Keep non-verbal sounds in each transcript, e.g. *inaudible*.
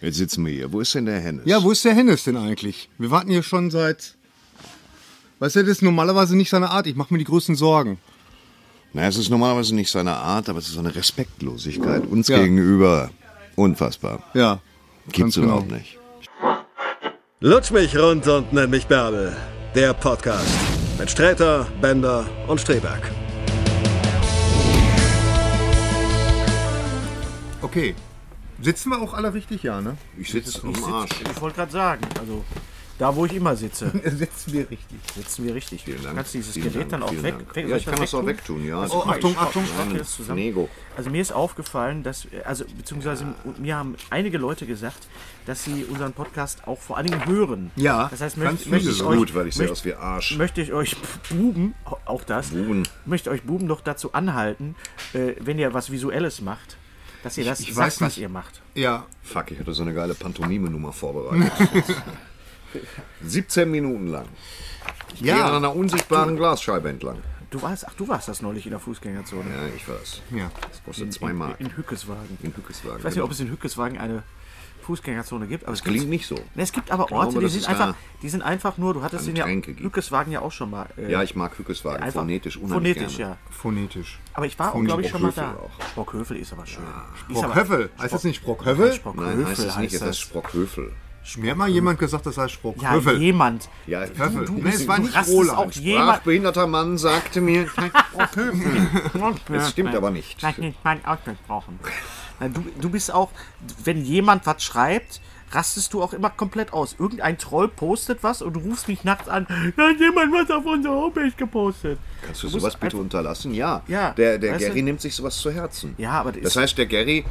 jetzt sitzen wir hier. Wo ist denn der Hennes? Ja, wo ist der Hennes denn eigentlich? Wir warten hier schon seit. Weißt du, das ist normalerweise nicht seine Art. Ich mache mir die größten Sorgen. Na, es ist normalerweise nicht seine Art, aber es ist so eine Respektlosigkeit uns Ja. gegenüber. Unfassbar. Ja. Gibt's ganz genau. überhaupt nicht. Lutsch mich rund und nenn mich Bärbel. Der Podcast mit Sträter, Bender und Streberg. Okay. Sitzen wir auch alle richtig, ja, ne? Ich sitze auf dem Arsch. Ich wollte gerade sagen, also da, wo ich immer sitze, Sitzen wir richtig. sitzen wir richtig. Vielen Dank. Kannst du dieses Vielen Gerät Dank, dann auch vielen weg, Dank. weg? Ja, soll ich kann das auch wegtun, ja. Also, Oh, mach ich. Achtung, Achtung, Mach ich das Mann, zusammen. Nego. Also mir ist aufgefallen, dass, also beziehungsweise mir haben einige Leute gesagt, dass sie unseren Podcast auch vor allen Dingen hören. Ja, das heißt, ganz möchte, viele möchte ich so. euch, Gut, weil ich sehe möchte- aus wie Arsch. Möchte ich euch Buben, au- auch das, Buben. möchte euch Buben doch dazu anhalten, äh, wenn ihr was Visuelles macht, dass ihr das ich sagt, weiß was nicht. ihr macht. Ja. *laughs* Fuck, ich hatte so eine geile Pantomime-Nummer vorbereitet. 17 Minuten lang. Gehen an Ja. einer unsichtbaren Glasscheibe entlang. Du warst, ach, du warst das neulich in der Fußgängerzone. Ja, ich weiß. Ja. Das kostet zwei Mark. In Hückeswagen. In Hückeswagen, Ich weiß nicht, genau. ob es in Hückeswagen eine Fußgängerzone gibt, aber es Klingt gibt- nicht so. Ne, Es gibt aber glaube, Orte, die das ist sind einfach, da die sind einfach nur, du hattest den ja Getränke gibt. Hückeswagen ja auch schon mal. äh, Ja, ich mag Hückeswagen einfach- phonetisch unheimlich Phonetisch, gerne. ja. Phonetisch. Aber ich war auch, glaube ich, schon mal da. Brockhövel Sprockhövel ist aber schön. Ist aber- Brockhövel. Heißt das nicht Brockhövel? Sprockhövel Nein, heißt es nicht, heißt es das. heißt Sprockhöfel. Mir hat mal jemand gesagt, das heißt Ja, Brockhövel. jemand. Ja, Höffel. du Nee, bist es war ein nicht rastest Roland. auch jemand. sprachbehinderter Mann sagte *laughs* mir, es stimmt aber nicht. Nein, nicht mein Outfit brauchen. Na, Du, du bist auch, wenn jemand was schreibt, rastest du auch immer komplett aus. Irgendein Troll postet was und du rufst mich nachts an, da hat jemand was auf unserer Homepage gepostet. Kannst du musst sowas bitte einfach- unterlassen? Ja. Ja, der der weißt Gary du? nimmt sich sowas zu Herzen. Ja, aber das das ist- heißt, der Gary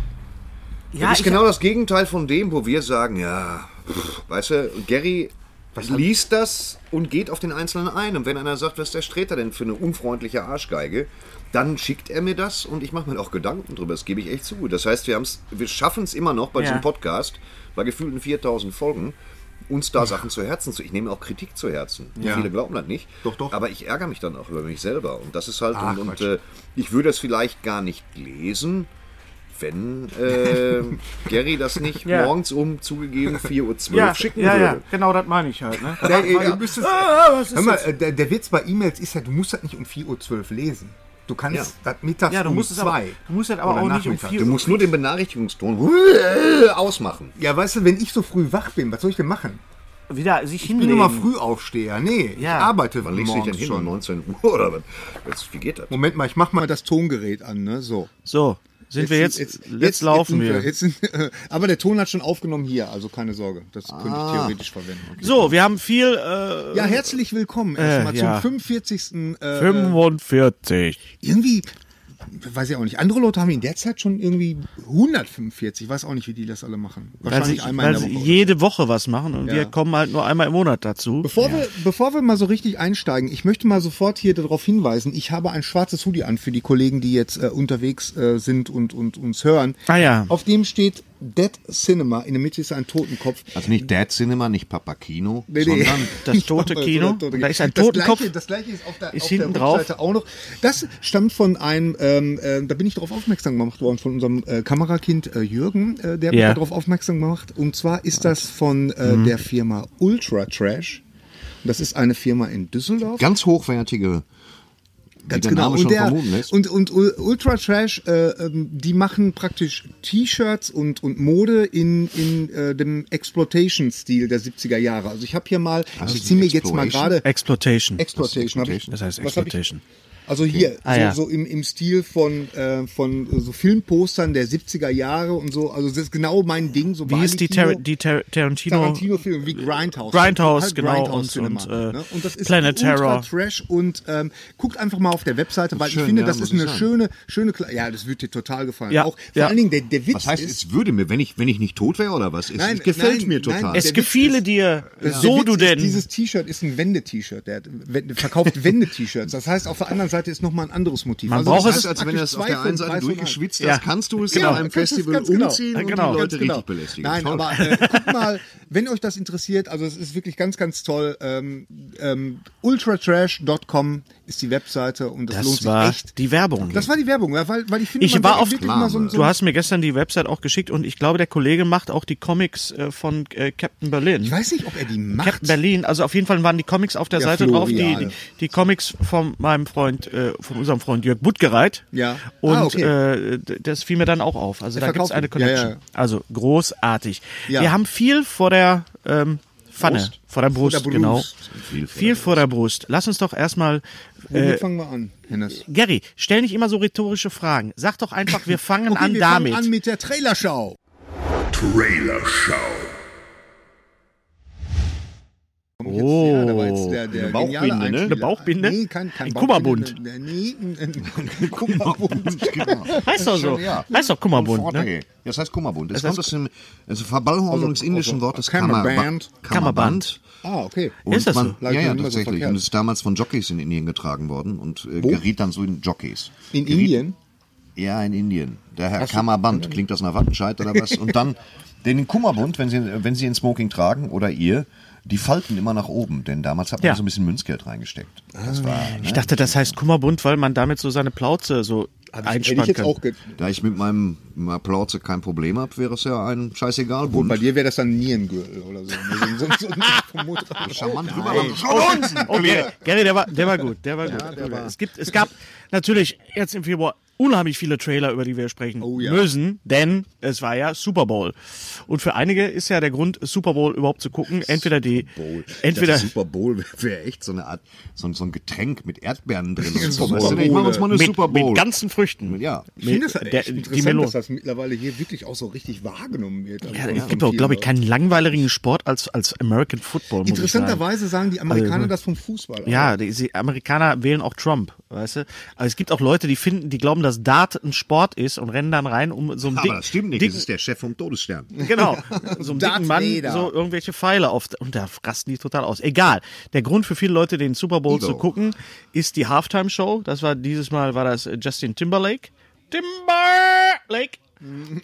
Ja, das ist genau das Gegenteil von dem, wo wir sagen, ja, pff, weißt du, Gary liest das und geht auf den Einzelnen ein. Und wenn einer sagt, was ist der Sträter denn für eine unfreundliche Arschgeige, dann schickt er mir das und ich mache mir auch Gedanken drüber. Das gebe ich echt zu. Das heißt, wir, haben's- wir schaffen es immer noch bei Ja. diesem Podcast, bei gefühlten 4000 Folgen, uns da Sachen zu Herzen zu. Ich nehme auch Kritik zu Herzen. Ja. Viele glauben das nicht. Doch, doch. Aber ich ärgere mich dann auch über mich selber. Und das ist halt, Ach, und, und Quatsch. äh, ich würde es vielleicht gar nicht lesen, wenn äh, *laughs* Gary das nicht Ja. morgens um zugegeben 4.12 Uhr ja, schicken ja, ja, würde. genau das meine ich halt. Ne? Der, äh, du müsstest, Ah, was ist hör mal, äh, der, der Witz bei E-Mails ist ja, du musst das nicht um 4.12 Uhr lesen. Du kannst das mittags Ja, du um musst es aber- 2 du musst das aber oder auch nicht um nachmittags. 4 Du musst nur den Benachrichtigungston ausmachen. Ja, weißt du, wenn ich so früh wach bin, was soll ich denn machen? Wieder sich Ich bin hinlegen. immer Frühaufsteher. Nee, Ja. ich arbeite Wann legst du dich denn morgens hin? Um schon. 19 Uhr *laughs* oder was? Jetzt, wie geht das? Moment mal, ich mach mal das Tongerät an, ne? So. So, sind wir jetzt, jetzt, laufen sind wir. Jetzt sind, *laughs* aber der Ton hat schon aufgenommen hier, also keine Sorge. Das könnte ich theoretisch verwenden. Okay. So, wir haben viel, äh, Ja, herzlich willkommen erstmal Äh, ja. zum 45. Äh, 45. irgendwie, weiß ich auch nicht, andere Leute haben in der Zeit schon irgendwie 145. Ich weiß auch nicht, wie die das alle machen. Weil Wahrscheinlich sie, einmal weil in sie der Woche. jede Woche was machen und wir kommen halt nur einmal im Monat dazu. Bevor, wir, bevor wir mal so richtig einsteigen, ich möchte mal sofort hier darauf hinweisen, ich habe ein schwarzes Hoodie an für die Kollegen, die jetzt äh, unterwegs äh, sind und, und uns hören. Ah ja. Auf dem steht Dead Cinema. In der Mitte ist ein Totenkopf. Also nicht Dad Cinema, nicht Papa Kino, Nee, nee. sondern *laughs* Das tote Kino. Da ist ein das Totenkopf. Gleiche, das gleiche ist auf der, Ist auf hinten der drauf. Rückseite auch noch. Das stammt von einem, ähm, äh, da bin ich darauf aufmerksam gemacht worden, von unserem äh, Kamerakind äh, Jürgen, äh, der hat Ja. Mhm. mich darauf aufmerksam gemacht. Und zwar ist das von äh, der Firma Ultra Trash. Das ist eine Firma in Düsseldorf. ganz hochwertige. Ganz der genau. Name und, schon der, vermuten lässt. und, und Ul- Ultra Trash, äh, ähm, die machen praktisch T-Shirts und, und Mode in, in äh, dem Exploitation-Stil der 70er Jahre. Also ich habe hier mal, Was ich ist ziehe mir jetzt mal Exploitation? gerade Exploitation. Exploitation. hab ich, Das heißt was hab ich- Exploitation. Also hier, Ah, so, ja. so im, im Stil von, äh, von äh, so Filmpostern der 70er Jahre und so. Also das ist genau mein Ding. So Wie ist die, Tar Barbie-Kino. die Tar Tarantino? Tarantino-Film wie Grindhouse. Genau. Grindhouse, Halt genau, und- Cinema, und, äh, ne? und das ist Planet ultra Terror. Trash und ähm, guckt einfach mal auf der Webseite, weil Schön, ich finde, ja, das muss ist ich eine sagen. schöne, schöne, Kle ja, das wird dir total gefallen. Ja, Auch vor ja. allen Dingen der, der Witz Was heißt, ist, es würde mir, wenn ich, wenn ich nicht tot wäre oder was? Es, Nein, es gefällt nein, mir nein, total. der Es Witz gefiele ist- dir, der so Witz du ist, denn. Dieses T-Shirt ist ein Wende-T-Shirt. Der hat- wend- *laughs* verkauft Wende-T-Shirts. Das heißt, auf der anderen Seite ist nochmal ein anderes Motiv. Man Also braucht das es- das ist, heißt als wenn praktisch das auf zwei der von einen Seite drei von eins. durchgeschwitzt Ja. hast, kannst du es Genau, in einem das ist Festival ganz genau. umziehen Ja, und genau. die Leute Ganz genau. richtig belästigen. Nein, Toll. aber äh, guckt mal, *laughs* wenn euch das interessiert, also es ist wirklich ganz, ganz toll. Ähm, ähm, ultratrash.com ist die Webseite und das, lohnt Das sich war echt. die Werbung. Das war die Werbung, ja, weil, weil ich finde, Ich man war sollte auf- wirklich mal so, ein- so Du ein- hast mir gestern die Website auch geschickt und ich glaube, der Kollege macht auch die Comics äh, von äh, Captain Berlin. ich weiß nicht, ob er die macht. Captain Berlin, also auf jeden Fall waren die Comics auf der Ja, Seite drauf, die, Florian. die, die Comics von meinem Freund, äh, von unserem Freund Jörg Buttgereit. Ja. Und Ah, okay. äh, d- das fiel mir dann auch auf. Also Er da gibt verkauft es eine ihn. Ja, Connection. ja. Also großartig. Ja. Wir haben viel vor der ähm, Pfanne, Brust? vor der Brust, Brust. genau. Viel vor Viel vor der Brust. Lass uns doch erstmal äh, Womit fangen wir an, Hennes? Gary, stell nicht immer so rhetorische Fragen. Sag doch einfach, wir *laughs* fangen Okay, an wir damit. fangen an mit der Trailerschau. Trailer Show. Oh, ja, da war jetzt der, der Eine geniale Bauchbinde, ne? Einspieler. Eine Bauchbinde? Nee, kein, kein Ein Bauchbinde, Kummerbund. ne- Nee, ein, ein, *laughs* Genau. heißt doch so. Schon, ja. Heißt doch Kummerbund, Von ne? Vorteil. Das heißt Kummerbund. Das, Das heißt- kommt aus dem also Verballhornung des indischen Wortes Kammerband. Kammerband. Kammerband. ah, okay. Und Ist das man, so? Ja, Lag ja, mir immer so tatsächlich. verkehrt. und es ist damals von Jockeys in Indien getragen worden und äh, geriet dann zu den Jockeys. In geriet, Indien? Ja, in Indien. Daher Kammerband. Klingt das nach Wattenscheid oder was? Und dann den Kummerbund, wenn Sie, wenn Sie in Smoking tragen oder ihr, die falten immer nach oben, denn damals hat man Ja. so ein bisschen Münzgeld reingesteckt. Ah. Das war, ne? Ich dachte, das heißt Kummerbund, weil man damit so seine Plauze so Hätte ich einspannen jetzt kann. auch ge Da ich mit meinem Applauze kein Problem habe, wäre es ja ein scheißegal Gut, Bund. bei dir wäre das dann Nierengürtel oder so. ne? So, so, so, *laughs* so vom Motorrad. Charmant rüberlanden. Schon unten! *laughs* Okay, Gary, der war, der war gut, der war gut. Es, gibt, es gab natürlich jetzt im Februar unheimlich viele Trailer, über die wir sprechen ja. müssen, denn es war ja Super Bowl. Und für einige ist ja der Grund, Super Bowl überhaupt zu gucken, entweder die, Bowl. entweder, Das Super Bowl wäre wär echt so eine Art, so, ein- so ein Getränk mit Erdbeeren drin. *laughs* und so. Super Weißt du, Bowl. Ich mach uns mal eine mit, Super Bowl. mit ganzen Früchten. ja. Ich finde das Mit- halt der- echt die interessant, Melone. dass das mittlerweile hier wirklich auch so richtig wahrgenommen wird. Also Ja, von- es von gibt auch, vielen glaube ich, Leuten. keinen langweiligen Sport als, als American Football, muss Interessanterweise ich sagen die Amerikaner Also, das vom Fußball. aus. sagen. Ja, die, die Amerikaner wählen auch Trump, weißt du? Aber es gibt auch Leute, die finden, die glauben, dass Dart ein Sport ist und rennen dann rein, um so einen Aber dicken, das stimmt nicht, dicken das ist der Chef vom Todesstern. *laughs* *laughs* Genau. So einem Darth dicken Mann Vader. so irgendwelche Pfeile auf. Und da rasten die total aus. Egal. Der Grund für viele Leute, den Super Bowl Evo. zu gucken, ist die Halftime-Show. Das war dieses Mal war das äh, Justin Timberlake. *laughs* Timberlake.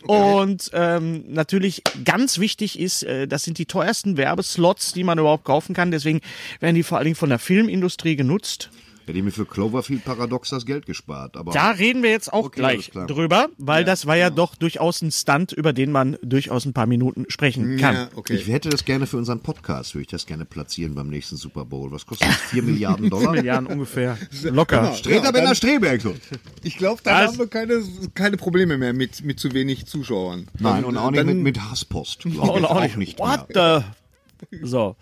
Und ähm, natürlich ganz wichtig ist, äh, das sind die teuersten Werbeslots, die man überhaupt kaufen kann. Deswegen werden die vor allen Dingen von der Filmindustrie genutzt. Hätte ich mir für Cloverfield Paradox das Geld gespart. Aber Da reden wir jetzt auch Okay, alles gleich klar. drüber, weil das war ja doch durchaus ein Stunt, über den man durchaus ein paar Minuten sprechen kann. Ja, okay. ich hätte das gerne für unseren Podcast, würde ich das gerne platzieren beim nächsten Super Bowl. Was kostet das? *laughs* 4 Milliarden Dollar? *laughs* Jahren ungefähr. Locker. Streter Bender Streberg. *laughs* so. Ich glaube, da Das- haben wir keine, keine Probleme mehr mit, mit zu wenig Zuschauern. Nein, und auch nicht Dann- mit, mit Hasspost. *laughs* glaub ich. Oder auch nicht. mehr. What the? So.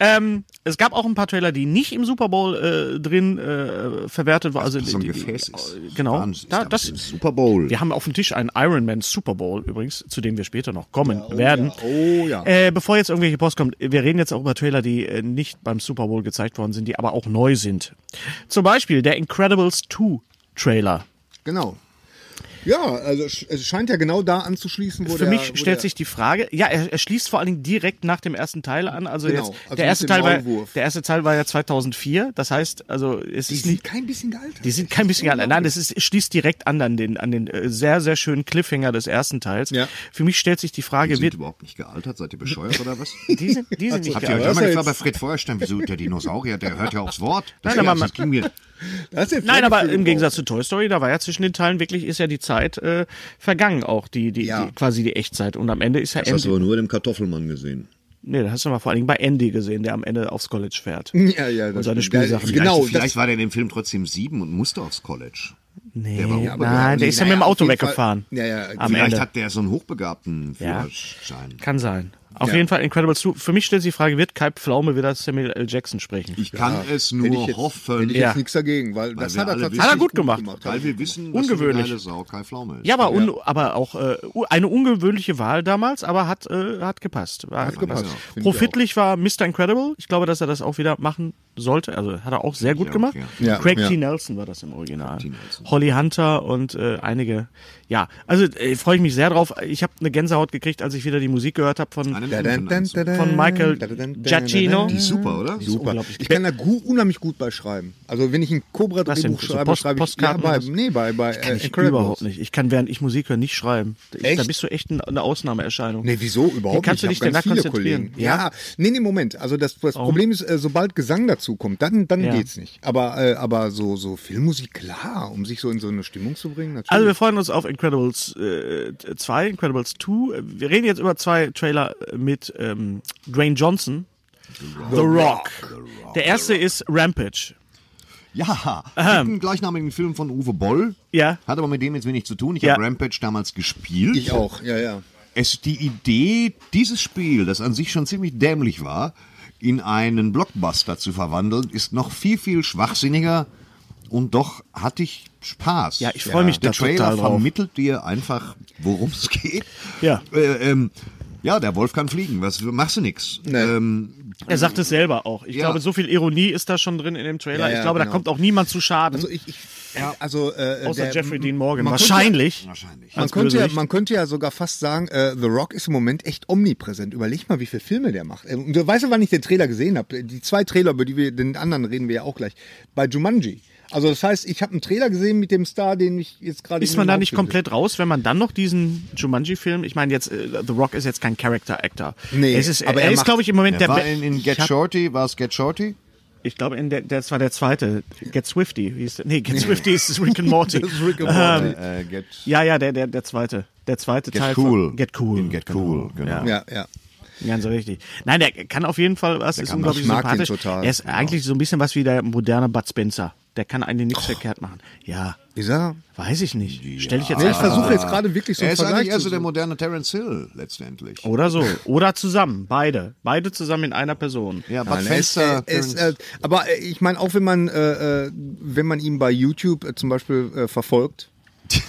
Ähm, es gab auch ein paar Trailer, die nicht im Super Bowl äh, drin äh, verwertet waren. Also, So ein die- die- Gefäß ist. Genau. Wahnsinn, Da, ist das, im Super Bowl. wir haben auf dem Tisch einen Iron Man Super Bowl übrigens, zu dem wir später noch kommen oh werden. ja, oh ja. Äh, bevor jetzt irgendwelche Post kommt, wir reden jetzt auch über Trailer, die äh, nicht beim Super Bowl gezeigt worden sind, die aber auch neu sind. Zum Beispiel der Incredibles 2 Trailer. Genau. Ja, also sch- es scheint ja genau da anzuschließen, wo Für der, mich wo stellt der, sich die Frage, ja, er, er schließt vor allen Dingen direkt nach dem ersten Teil an. Also Genau, jetzt, also der, mit erste dem Teil war, Maulwurf. der erste Teil war ja 2004. Das heißt, also es die ist sind nicht, kein bisschen gealtert. die sind kein bisschen allein. Nein, das ist, schließt direkt an an den, an den äh, sehr, sehr schönen Cliffhanger des ersten Teils. Ja. Für mich stellt sich die Die Frage, sind wird, überhaupt nicht gealtert, seid ihr bescheuert oder *laughs* was? die sind, die sind nicht Habt ihr euch schon gealtert. mal jetzt- gefragt bei Fred Feuerstein, wieso der Dinosaurier, der hört ja aufs Wort. Das, ist Nein, ja- aber das ging mir Das ist jetzt Nein, völlig aber viel im gebraucht. Gegensatz zu Toy Story, da war ja zwischen den Teilen wirklich, ist ja die Zeit äh, vergangen auch, die, die, Ja. die quasi die Echtzeit. Und am Ende ist ja Das hast Andy. du aber nur dem Kartoffelmann gesehen. Nee, das hast du mal vor allen Dingen bei Andy gesehen, der am Ende aufs College fährt. Ja, ja, das Und seine stimmt. Ja, Spielsachen. Genau, vielleicht, das- vielleicht war der in dem Film trotzdem sieben und musste aufs College. Nee, war nein, hochbegabt. der ist ja Naja, mit dem auf Auto jeden Fall- weggefahren. Ja, ja, am Vielleicht Ende. hat der so einen hochbegabten Ja. Führerschein. Kann sein. Auf jeden Fall Incredibles 2. Für mich stellt sich die Frage, wird Kai Pflaume wieder Samuel L. Jackson sprechen? Ich kann es nur Hätte ich jetzt, hoffen, hätte ich Ja. jetzt nichts dagegen, weil, das wir hat er alle tatsächlich wissen- Hat er gut gemacht. halt. weil wir wissen, Ungewöhnlich. dass eine geile Sau Kai Pflaume ist. ja, aber, un, aber auch äh, u- eine ungewöhnlich Wahl damals, aber hat, äh, hat gepasst. War- Hat gepasst, finde ich Profitlich war Mr. Incredible. Ich glaube, dass er das auch wieder machen sollte. Also hat er auch sehr gut Ja, gemacht. ja. Ja, Craig ja. T. Nelson war das im Original. T. Nelson. Holly Hunter und äh, einige. Ja, also äh, freue ich mich sehr drauf. Ich habe eine Gänsehaut gekriegt, als ich wieder die Musik gehört habe von, Einen Dun, Film dun, anzug. dun, von Michael dun, dun, dun, Giacchino. Die ist super, oder? Super. Ich kann da gu- unheimlich gut bei schreiben. Also wenn ich ein Was denn, Cobra-Drehbuch so schreibe, Post- schreibe ich ja, Postkarten bei, oder so? nee, bei, bei äh, Kann ich überhaupt nicht. Ich kann, während ich Musik höre, nicht schreiben. Ich, Da Echt? bist du echt ein, eine Ausnahmeerscheinung. Nee, wieso Hier überhaupt kannst nicht? du dich Ich hab danach ganz konzentrieren. Ja. Ja. nee, nee, Moment. Also das, das Problem ist, äh, sobald Gesang dazu kommt, dann, dann Ja. geht's nicht. Aber, äh, aber so, so Filmmusik, klar, um sich so in so eine Stimmung zu bringen, natürlich. Also wir freuen uns auf Incredibles äh, 2, Incredibles 2. Wir reden jetzt über zwei Trailer mit ähm, Dwayne Johnson. The Rock. Der erste ist Rampage. Ja, den gleichnamigen Film von Uwe Boll. Ja. Hat aber mit dem jetzt wenig zu tun. Ich Ja. habe Rampage damals gespielt. ich auch, ja, ja. es die Idee, dieses Spiel, das an sich schon ziemlich dämlich war, in einen Blockbuster zu verwandeln, ist noch viel, viel schwachsinniger. Und doch hatte ich Spaß. Ja, ich freu mich Der da Trailer total drauf. vermittelt dir einfach, worum es geht. Ja. Äh, ähm, ja, der Wolf kann fliegen. Was, machst du nix. Ähm, Er sagt es selber auch. Ich Ja. glaube, so viel Ironie ist da schon drin in dem Trailer. Ja, ja, ich glaube, da genau. kommt auch niemand zu Schaden. Also ich, ich also äh, außer der- Jeffrey Dean Morgan. man könnte- Wahrscheinlich. wahrscheinlich. Man Als könnte, ja, Bösewicht. man könnte ja sogar fast sagen, äh, The Rock ist im Moment echt omnipräsent. Überleg mal, wie viele Filme der macht. Äh, Und du weißt ja, wann ich den Trailer gesehen habe. Die zwei Trailer, über die wir den anderen reden wir ja auch gleich. Bei Jumanji. Also das heißt, ich habe einen Trailer gesehen mit dem Star, den ich jetzt gerade Ist eben man da im nicht Hauptfilm *laughs* komplett raus, wenn man dann noch diesen Jumanji-Film? Ich meine, jetzt äh, The Rock ist jetzt kein Character-Actor. Nee, es ist, aber er, er ist, macht- glaube ich, im Moment der. war Be- in, in Get Shorty, war es Get Shorty? ich glaube, in der, das war der zweite. Get Swifty. Hieß der. Nee, Get Swifty *laughs* ist Rick and Morty. Ähm, gesehen. Rick and Morty. Äh, get, ja, ja, der, der, der zweite. Der zweite Teil get Cool. von Get Cool. In Get Cool, genau. ja, ja. Ganz richtig. Nein, der kann auf jeden Fall was. ist kann unglaublich was. Ich mag den sympathisch. total. Genau. Er ist eigentlich so ein bisschen was wie der moderne Bud Spencer. Der kann eigentlich Oh. nichts verkehrt machen. Ja, Ist er? weiß ich nicht. Stell dich jetzt Nee, ich einfach versuche mal- jetzt gerade wirklich so Ah. er einen ist eigentlich Vergleich eher zu so der moderne Terence Hill, letztendlich. Oder so. Oder zusammen. Beide. Beide zusammen in einer Person. Ja, Bud Nein, er ist, Fenster. er ist, äh, aber äh, ich meine, auch wenn man, äh, äh, wenn man ihn bei YouTube äh, zum Beispiel äh, verfolgt,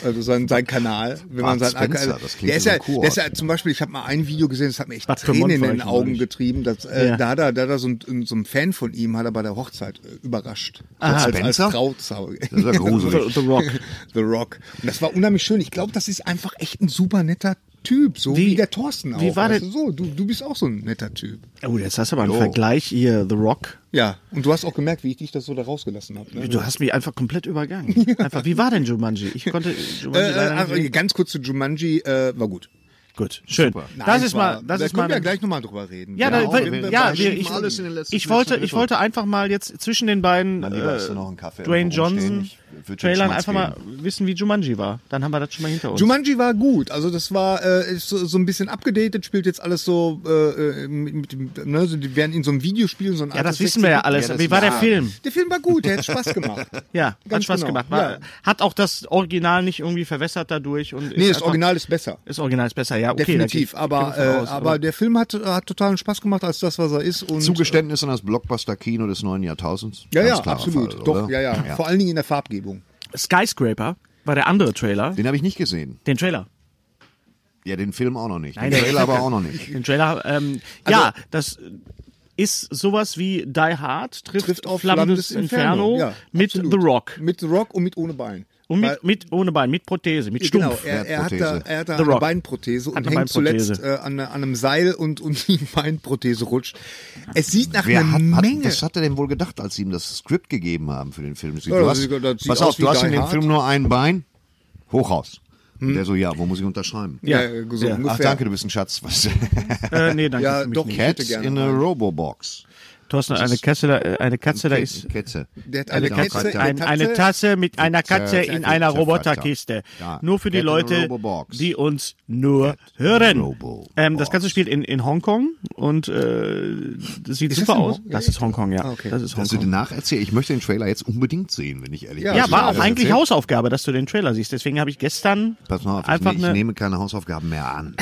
also seinen, seinen Kanal, wenn man seinen Spencer, also, das klingt der ist wie ja, ein Kurort. der ist ja zum Beispiel, ich habe mal ein Video gesehen, das hat mir echt Bad Tränen in Pyrmont war den ich Augen neulich. getrieben. Dass, äh, Ja. Da hat er, da hat er so, ein, so ein Fan von ihm, hat er bei der Hochzeit äh, überrascht. als, als Spencer? Trauzeuge. Das ist ja gruselig. The, The Rock. *laughs* The Rock. Und das war unheimlich schön. Ich glaube, das ist einfach echt ein super netter Typ, so wie, Wie- der Thorsten auch. wie war weißt der- du, so, du, du bist auch so ein netter Typ. Oh, jetzt hast du aber einen Vergleich hier, The Rock. Ja, und du hast auch gemerkt, wie ich dich das so da rausgelassen habe. Ne? Du hast mich einfach *laughs* komplett übergangen. Einfach, wie war denn Jumanji? Ich konnte Jumanji Äh, leider also nicht sehen. ganz kurz zu Jumanji, äh, war gut. Gut, schön. Nein, Das ist war- mal, das da ist können mal. wir ja gleich nochmal drüber reden. ja, da, Genau, weil- wir- ja, wir wir, schieben ich, alles in den letzten- ich wollte, letzten ich wollte einfach mal jetzt zwischen den beiden Mein Lieber, hast du äh, noch einen Kaffee Dwayne irgendwo rumstehen? Johnson Ich würd dir einen Trailern Schmatz einfach mal wissen, wie Jumanji war. Dann haben wir das schon mal hinter uns. Jumanji war gut, also das war äh, ist so, so ein bisschen abgedatet, spielt jetzt alles so, äh, äh, mit, mit, dem- ne, so die werden in so einem Videospiel so ein ja, das wissen wir ja alles. wie war der Film? Der Film war gut, der hat Spaß gemacht. *laughs* Ja, hat Ganz Spaß genau, gemacht. War, ja. Hat auch das Original nicht irgendwie verwässert dadurch und Nee, das einfach- Original ist besser. Das Original ist besser, ja, okay. da Definitiv, geht- aber, geht äh, man von aus, aber der Film hat, hat totalen Spaß gemacht als das, was er ist. äh, Und, Zugeständnis an das Blockbuster-Kino des neuen Jahrtausends. Ja, Ganz ja, klarer absolut. Fall, Doch, oder? ja, ja, Vor allen Dingen in der Farbgebung. Skyscraper war der andere Trailer. Den habe ich nicht gesehen. Den Trailer. Ja, den Film auch noch nicht. Nein, den der- Trailer aber auch *laughs* noch nicht. Den Trailer, ähm, ja, Also- das ist sowas wie Die Hard trifft, Trifft auf Flammendes Flammendes Inferno, Inferno, ja, mit absolut. The Rock. Mit The Rock und mit ohne Bein. Und Weil- mit, mit ohne Bein, mit Prothese, mit Stumpf. Genau, er, er hat da, er hat da The eine Rock. Beinprothese und Hat eine hängt Beinprothese. zuletzt äh, an, an einem Seil und, und *laughs* die Beinprothese rutscht. Es sieht nach Wer einer hat, hat, Menge. was hat er denn wohl gedacht, als sie ihm das Skript gegeben haben für den Film? Sie- Ja, Du das hast, sieht- das sieht pass aus auf, wie du hast Die in dem Hard. Hm? Film nur ein Bein, Hochhaus. Und der so, ja, wo muss ich unterschreiben? ja, Ja, so ja. Ach, ungefähr. danke, du bist ein Schatz. Was? Äh, nee, danke. genau, Ja, für mich doch, nicht. ich hätte Cats gerne. in a Robobox. Thorsten, eine Katze da, äh, eine Katze da ist. Katze. Der hat Eine eine Katze, Katze, ein, eine Tasse mit einer Katze in einer Roboterkiste. Ja. Nur für die Cat in a Leute, Robobox. die uns nur hören. Robobox. Ähm, das Ganze spielt in, in Hongkong und äh, das sieht das super in aus. Hongkong? Das ist Hongkong, ja. Ah, okay. Das Dass ist du Also Hongkong. den nacherzählst, ich möchte den Trailer jetzt unbedingt sehen, wenn ich ehrlich bin. Also Ja, Ja, war das auch ist eigentlich erzählt. Hausaufgabe, dass du den Trailer siehst. Deswegen habe ich gestern Pass mal auf, ich, einfach ne, ich eine. nehme keine Hausaufgaben mehr an.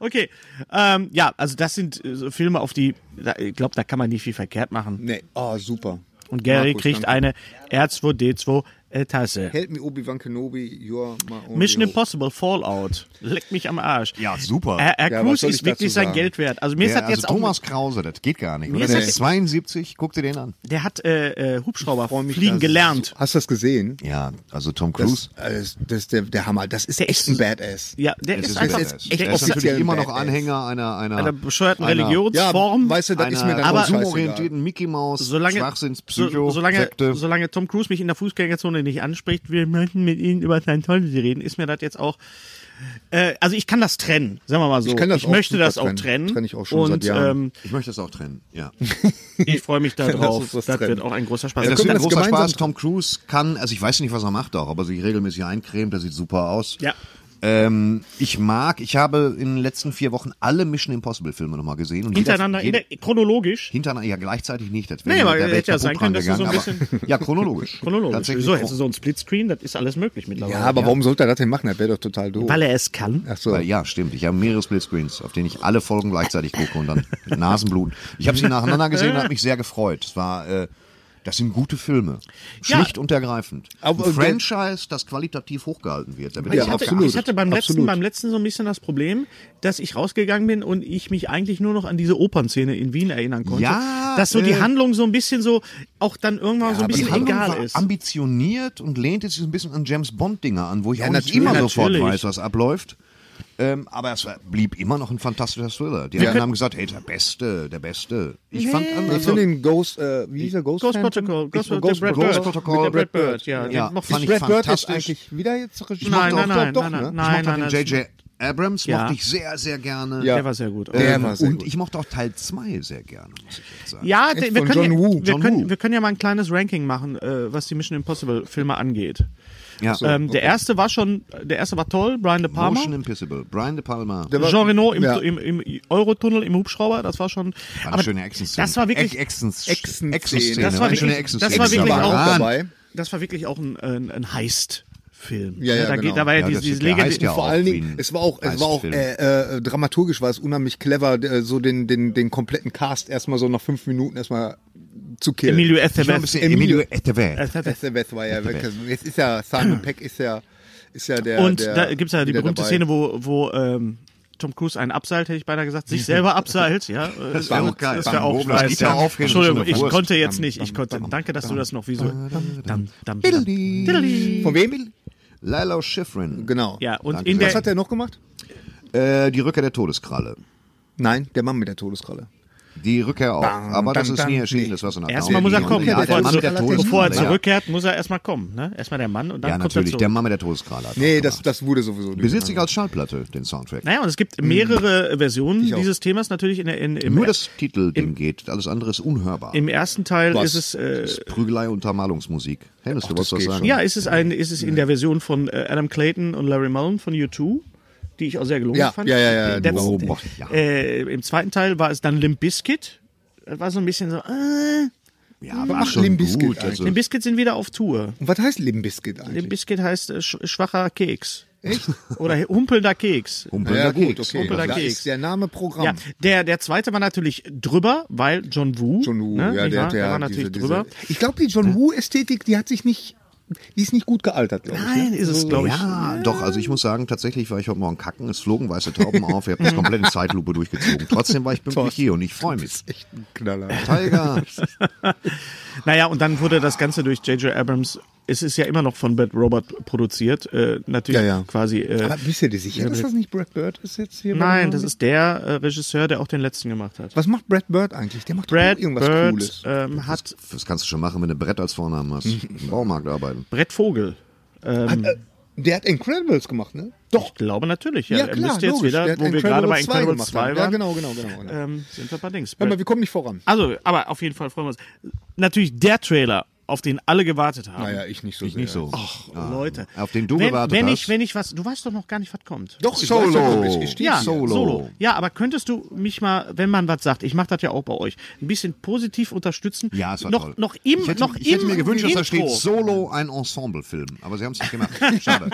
Okay, ähm, ja, also das sind äh, so Filme, auf die da, ich glaube, da kann man nicht viel verkehrt machen. Nee, oh, super. Und Gary Markus, kriegt danke. eine R2D2 äh, Tasse. Help me Obi-Wan Kenobi, you're my only Mission hope. Impossible Fallout. Leck mich am Arsch. Ja, super. Herr, Herr Ja, was Cruz soll ich ist wirklich dazu sein sagen? Geld wert. Also mir ist Ja, das also jetzt Thomas Krause, das geht gar nicht. Mir Oder? ist Der das- ist 72, guck dir den an. auch, der hat äh, äh, Hubschrauber Freu mich, fliegen dass- gelernt. Hast du das gesehen? Ja, also Tom Das, Cruise. das, das ist der, der Hammer. Das ist Der echt ist- ein Badass. Ja, der Es ist, ist einfach ein Badass. echt Der ist offiziell natürlich immer noch Badass. Anhänger einer, einer, einer bescheuerten Religionsform. Ja, weißt du, das einer ist mir dann aber- auch scheißegal. konsumorientierten Mickey Maus, solange, Schwachsinnspsycho, so, solange, Sekte. solange Tom Cruise mich in der Fußgängerzone nicht anspricht, wir möchten mit Ihnen über Scientology reden, ist mir das jetzt auch. Äh, also ich kann das trennen, sagen wir mal so. Ich kann das auch möchte super das auch trennen. trennen. Trenne ich auch schon Und seit Jahren. Ähm, ich möchte das auch trennen. *laughs* Ja. ich freue *laughs* mich Lass darauf. uns das Das, das wird trennen. auch ein großer Spaß. das können ist wir ein das großer gemeinsam Spaß. Tom Cruise kann, also ich weiß nicht, was er macht auch, aber sich regelmäßig eincremt, das sieht super aus. Ja. Ähm, ich mag, ich habe in den letzten vier Wochen alle Mission Impossible Filme nochmal gesehen. Und hintereinander, jeder, in der, chronologisch. hintereinander, ja gleichzeitig nicht. Das Nee, mir- aber da wär hätte ich ja kaputt sein können, dran dass du so ein gegangen, aber- *laughs* ja, chronologisch. Chronologisch. Tatsächlich. Wieso hättest du so ein Splitscreen? Das ist alles möglich mittlerweile. Ja, aber Ja. warum sollte er das denn machen? Das wäre doch total doof. Weil er es kann. Ach so. Weil, ja, stimmt. Ich habe mehrere Splitscreens, auf denen ich alle Folgen gleichzeitig gucke und dann mit Nasenbluten. Ich habe sie nacheinander *laughs* gesehen und habe mich sehr gefreut. Es war, äh, das sind gute Filme. Schlicht und ergreifend. Aber- ein Franchise, das qualitativ hochgehalten wird. Da bin Ja, ich, hatte, absolut. ich hatte beim letzten, Absolut. beim letzten so ein bisschen das Problem, dass ich rausgegangen bin und ich mich eigentlich nur noch an diese Opernszene in Wien erinnern konnte. Ja, dass so die äh, ne? äh, Ähm, Ähm, äh, ähm, Ne, äh, Äh, ähm, Äh, Genau. ne? Oh, äh, genau. also also ne? äh, äh, äh, äh, äh, Ne? Äh. *laughs* es ist ja immer noch von Bad Robert produziert, äh, natürlich Ja, ja. quasi. Äh, Aber bist du dir sicher, dass das nicht Brad Bird ist jetzt hier? bei nein, dem das Namen? ist der äh, Regisseur, der auch den letzten gemacht hat. Was macht Brad Bird eigentlich? Der macht doch Brad auch irgendwas Cooles. Bird ähm, hat Mhm. Das kannst du schon machen, wenn du Brett als Vornamen hast. Im Baumarkt arbeiten. Brett Vogel. Ähm, Der hat Incredibles gemacht, ne? Ah, äh, Doch. ich glaube natürlich, ja. Ja, er klar, müsste jetzt logisch. wieder, Der hat wo wir gerade bei Incredibles 2 gemacht Incredibles 2 haben. waren, Ja, genau, genau, genau, genau. ähm, sind wir bei Dings. Hör Brad mal, wir kommen nicht voran. Also, aber auf jeden Fall freuen wir uns. Natürlich der Trailer, auf den alle gewartet haben. Naja, ich nicht so Ich sehr. nicht so. Ach, Leute. Auf den du wenn, gewartet wenn hast. Ich, wenn ich was, du weißt doch noch gar nicht, was kommt. Doch, ich Solo. weiß doch, wo ich- ich stehe ja, hier. Solo. Solo. Ja, aber könntest du mich mal, wenn man was sagt, ich mache das ja auch bei euch, ein bisschen positiv unterstützen? Ja, es war noch, toll. Noch im, ich hätte, noch ich hätte im mir gewünscht, dass da Intro. steht Solo ein Ensemble-Film. Aber sie haben es nicht *laughs* gemacht. Schade.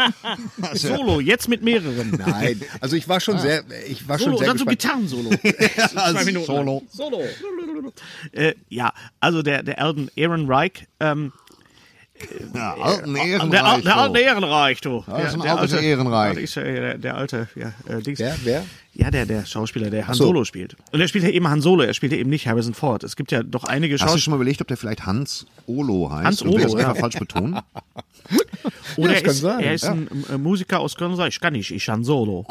Solo, jetzt *laughs* mit mehreren. Nein, also ich war schon sehr, ich war Ah. Solo, schon sehr dann so gespannt. *laughs* Gitarrensolo. Zwei Minuten. Also Solo. Solo. Äh, ja, also der, der Elden Aaron Reich, ähm, Ja, alten der, Ehrenreich. Al- der alte so. Ehrenreich, du. ist ein altes Ehrenreich. Der, ist ja der, der alte, ja, äh, Dings. Wer, wer? Ja, der, der Schauspieler, der Han so. Solo spielt. Und er spielt ja eben Han Solo, er spielt ja eben nicht Harrison Ford. Es gibt ja doch einige Hast du Schauspieler. schon mal überlegt, ob der vielleicht Hans Olo heißt? Hans und wir Olo, es einfach ja. falsch *laughs* betonen? Oder das er kann ist, sein, er ist ja. ein äh, Musiker aus Köln und sagt, ich kann nicht, ich Han Solo.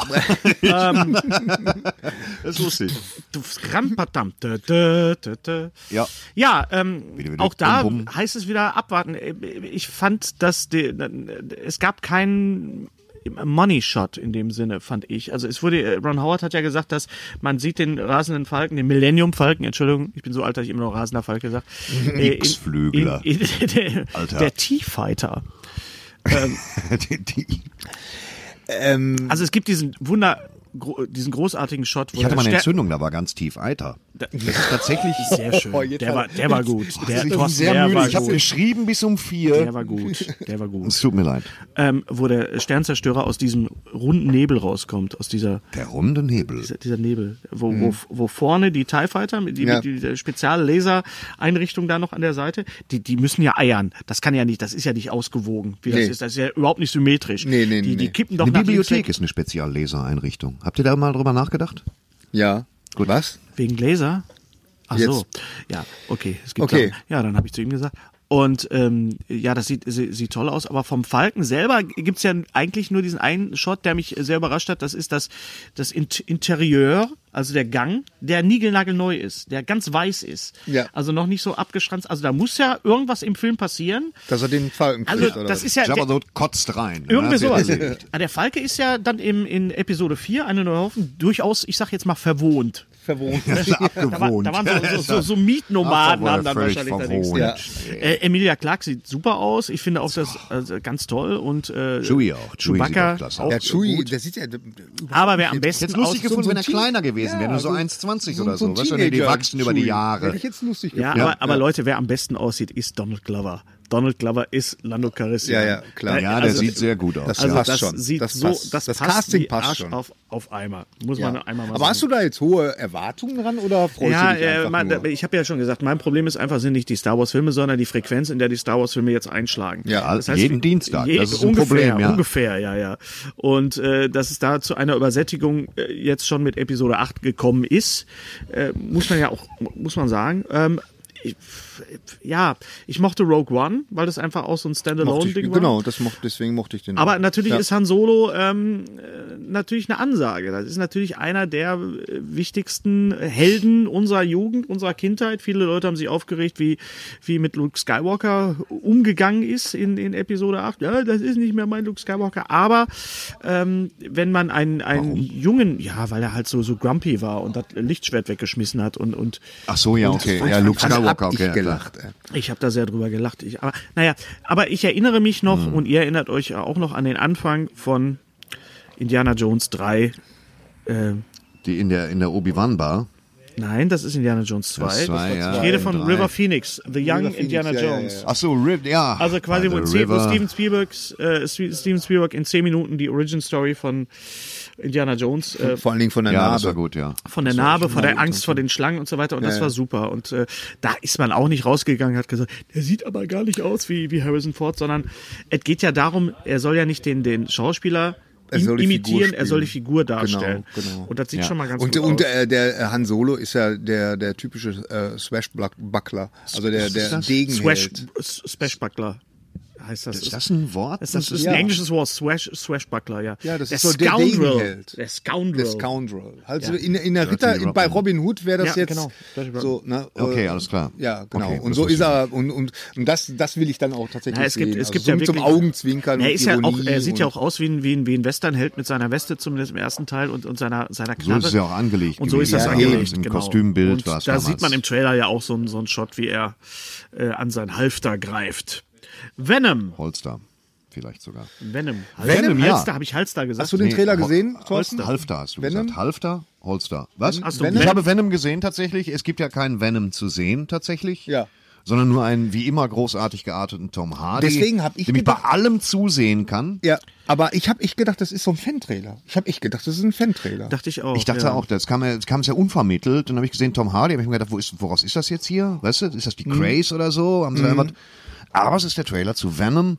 Das ist lustig. Du Rampatam. Dö, dö, dö, dö. Ja. Ja, ähm, Bitte, bitte. auch da Bum, bum. heißt es wieder abwarten. Äh, Ich fand, dass die, äh, es gab keinen Money Shot in dem Sinne, fand ich. Also es wurde, Ron Howard hat ja gesagt, dass man sieht den rasenden Falken, den Millennium Falken, Entschuldigung, ich bin so alt, dass ich immer noch rasender *laughs* Falk gesagt. äh, in- X-Flügler. in- in- Der, Alter. der T-Fighter. *laughs* die, die, Also es gibt diesen Wunder, gro- diesen großartigen Shot, wo ich hatte der mal eine Stern- Entzündung, da war ganz tief Eiter. Das ist tatsächlich. Sehr schön. Oh, jetzt der, hat- war, der war gut. Der, Ich bin Thorsten, sehr der, müde. war Ich habe gut. geschrieben bis um vier. der war gut. Der war gut. Es tut mir leid. Ähm, wo der Sternzerstörer aus diesem runden Nebel rauskommt, aus dieser, Der runde Nebel. dieser, dieser Nebel, wo, wo, wo vorne die TIE Fighter mit, die, Mhm. Ja. mit dieser speziellen Lasereinrichtung da noch an der Seite, die, die müssen ja eiern. Das kann ja nicht, das ist ja nicht ausgewogen. Wie das Nee. ist, das ist ja überhaupt nicht symmetrisch. Nee, nee, die, die nee. kippen doch Eine nach links Bibliothek weg. ist eine Speziallasereinrichtung. Habt ihr da mal drüber nachgedacht? Ja. Gut. Was? Wegen Laser? Ach so. Ja, okay. Es gibt Okay. Sachen. Ja, dann habe ich zu ihm gesagt. Und ähm, ja, das sieht, sie- sieht toll aus, aber vom Falken selber gibt's ja eigentlich nur diesen einen Shot, der mich sehr überrascht hat. Das ist das, das In Interieur, also der Gang, der niegelnagelneu ist, der ganz weiß ist. Ja. Also noch nicht so abgeschranzt. Also da muss ja irgendwas im Film passieren. Dass er den Falken kriegt, Also oder das was? ist ja... der- Jabba so kotzt rein. Irgendwie Das ist sowas. jetzt- *laughs* Aber der Falke ist ja dann im, in Episode 4, eine neue Hoffnung, durchaus, ich sag jetzt mal, verwohnt. *laughs* verwohnt. Das ist Da, war, abgewohnt. da waren so, *laughs* so, so, so Mietnomaden, haben dann wahrscheinlich da nichts. Ja. Äh, Emilia Clark sieht super aus. Ich finde auch das also ganz toll. Und äh, Chewie auch. Chewie sieht Chewbacca auch klasse auch Ja, Chewie, gut. der sieht ja. Aber Ich wer am hätte besten es lustig aus... gefunden, wenn er Teen- kleiner gewesen wäre, nur so 1,20 oder so. Weißt du, die- die Teenager- wachsen über die Chewie. Jahre. Hätte ich jetzt lustig Ja, gefunden. aber, aber Leute, wer am besten aussieht, ist Donald Glover. Donald Glover ist Lando Calrissian. Ja, ja, klar. Äh, Ja, der sieht sehr gut aus. Das Also passt das schon. sieht das so, passt. das, das passt Casting wie passt Arsch schon. auf auf Eimer. Muss Ja. man einmal mal Aber hast du sagen. da jetzt hohe Erwartungen dran oder freust ja, du dich äh, einfach man, nur? ich habe ja schon gesagt, mein Problem ist einfach sind nicht die Star Wars Filme, sondern die Frequenz, in der die Star Wars Filme jetzt einschlagen. Ja, jeden wie- Dienstag. Das ist ein ungefähr, Problem, ja. Ungefähr, ja, ja. Und äh, dass es da zu einer Übersättigung äh, jetzt schon mit Episode 8 gekommen ist, äh, muss man ja auch, muss man sagen. Ähm, ich, ja, ich mochte Rogue One, weil das einfach auch so Mochte ein ich, Standalone-Ding war. genau, das mochte, deswegen mochte ich den. Aber auch. natürlich ja. ist Han Solo ähm, äh, natürlich eine Ansage. Das ist natürlich einer der äh, wichtigsten Helden unserer Jugend, unserer Kindheit. Viele Leute haben sich aufgeregt, wie, wie mit Luke Skywalker umgegangen ist in, in Episode 8. Ja, das ist nicht mehr mein Luke Skywalker. Aber ähm, wenn man einen, einen Jungen, ja, weil er halt so, so grumpy war und das Lichtschwert weggeschmissen hat und, und Ach so, ja, okay. Ja, Luke Also hab Skywalker, okay. ich ja, klar. gelacht. Ey. ich habe da sehr drüber gelacht. Ich, aber naja, aber ich erinnere mich noch Hm. und ihr erinnert euch ja auch noch an den Anfang von Indiana Jones 3. Äh, Die in der, in der Obi-Wan-Bar. nein, das ist Indiana Jones 2. Das war ja ich rede in von drei. River Phoenix, The Young Phoenix, Indiana ja, ja, ja, Jones. ja. Ach so, Riv, ja. Also quasi, By wo, the zehn, wo river. Steven, Spielbergs, äh, Steven Spielberg in 10 Minuten die Origin Story von Indiana Jones äh, Vor allen Dingen von der Ja, das war Narbe. gut, ja. von der Narbe, von der Angst vor den Schlangen und so weiter. Und das war super. Und äh, da ist man auch nicht rausgegangen, hat gesagt, der sieht aber gar nicht aus wie, wie Harrison Ford, sondern es geht ja darum, er soll ja nicht den, den Schauspieler Er im- soll die Figur imitieren, spielen. er soll die Figur darstellen. Genau, genau. Und das sieht schon mal ganz Und, gut und aus. äh, der äh, Han Solo ist ja der, der typische äh, Swashbuckler, also der, der Degenheld. Swash, S- Swashbuckler. heißt das. Ist das ein Wort? Ist das ist Ja. ein englisches Wort, Swash, Swashbuckler, ja. Ja, das der ist so der Scoundrel. Degenheld. Der Scoundrel. Der Scoundrel. Halt so Ja. in, in der Ritter, in, bei Robin Hood wäre das Ja, jetzt genau. Dirty Robin. so. Ne, äh, Okay, alles klar. Ja, genau. Okay, und das so wusste ist ich er. Und, und, und das, das will ich dann auch tatsächlich Ja, es gibt, sehen. es Also gibt so ja mit wirklich, zum Augenzwinkern. Er und ist ja auch, Ironie er sieht ja und- auch aus wie ein, wie ein, wie ein Westernheld mit seiner Weste, zumindest im ersten Teil und, und seiner, seiner So Knarre. ist es ja auch angelegt. Und so ist gewesen. das Ja, angelegt. Im genau. Kostümbild und war es Da damals. sieht man im Trailer ja auch so einen, so einen Shot, wie er äh, an sein Halfter greift. Venom. Holster. Vielleicht sogar. Venom. Venom, ja. Halfter, habe ich Halster gesagt? Hast du den Trailer gesehen, Thorsten? Holster. Halfter hast du Venom? gesagt. Halfter, Holster. Was? Hast du ich Venom? habe Venom gesehen tatsächlich. Es gibt ja keinen Venom zu sehen tatsächlich. Ja. Sondern nur einen wie immer großartig gearteten Tom Hardy. Deswegen hab ich Dem ich bei gedacht- allem zusehen kann. Ja, aber ich habe echt gedacht, das ist so ein Fan-Trailer. Ich habe echt gedacht, das ist ein Fan-Trailer. Dachte ich auch. Ich dachte ja. auch, das kam, ja- kam es ja unvermittelt. Dann habe ich gesehen, Tom Hardy, habe ich mir gedacht, wo ist, woraus ist das jetzt hier? Weißt du, ist das die Mhm. Craze oder so? Haben sie da irgendwas? Aber es ist der Trailer zu Venom.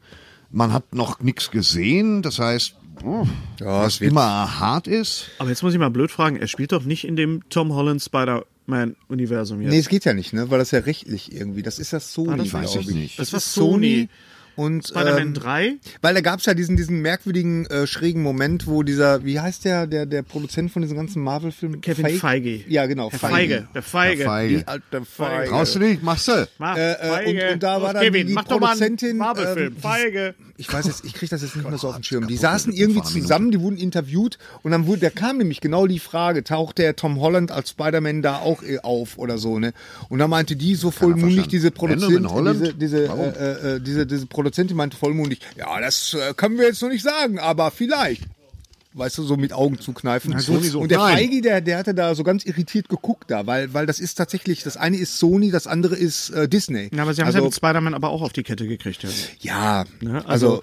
Man hat noch nichts gesehen, das heißt, oh, Ja, was es wird- immer hart ist. Aber jetzt muss ich mal blöd fragen, er spielt doch nicht in dem Tom Holland Spider-Man-Universum jetzt. Nee, es geht ja nicht, ne? Weil das ja rechtlich irgendwie. Das ist das Sony, das weiß glaub ich nicht. Das war ist Sony. Und Spider-Man ähm, 3? Weil da gab's ja diesen, diesen merkwürdigen, äh, schrägen Moment, wo dieser, wie heißt der, der, der Produzent von diesen ganzen Marvel-Filmen? Kevin Feige. Ja, genau, Herr Feige. Der Feige. Herr Feige. Die alte Feige. Brauchst du dich? Machst du? Mach, Äh, äh, und, und da Los, war dann Kevin, die, die mach doch mal einen Produzentin. Marvel-Film. ähm, Feige. Ich weiß jetzt, ich krieg das jetzt nicht mehr so auf den Schirm. Die kaputt, saßen das irgendwie war eine Minute. zusammen, die wurden interviewt und dann wurde, da kam nämlich genau die Frage, taucht der Tom Holland als Spider-Man da auch äh, auf oder so, ne? Und dann meinte die so vollmundig, verstanden. diese Venom in Produzentin, Holland? diese, diese, Warum? äh, äh, diese, diese Produzentin meinte vollmundig, ja, das äh, können wir jetzt noch nicht sagen, aber vielleicht. Weißt du, so mit Augen zukneifen. sowieso. und der Nein. Feige, der, der hatte da so ganz irritiert geguckt da, weil, weil das ist tatsächlich, das eine ist Sony, das andere ist äh, Disney. Na, aber sie haben also, es ja mit Spider-Man aber auch auf die Kette gekriegt. Herr Sieg. ja, Ne? also, Also,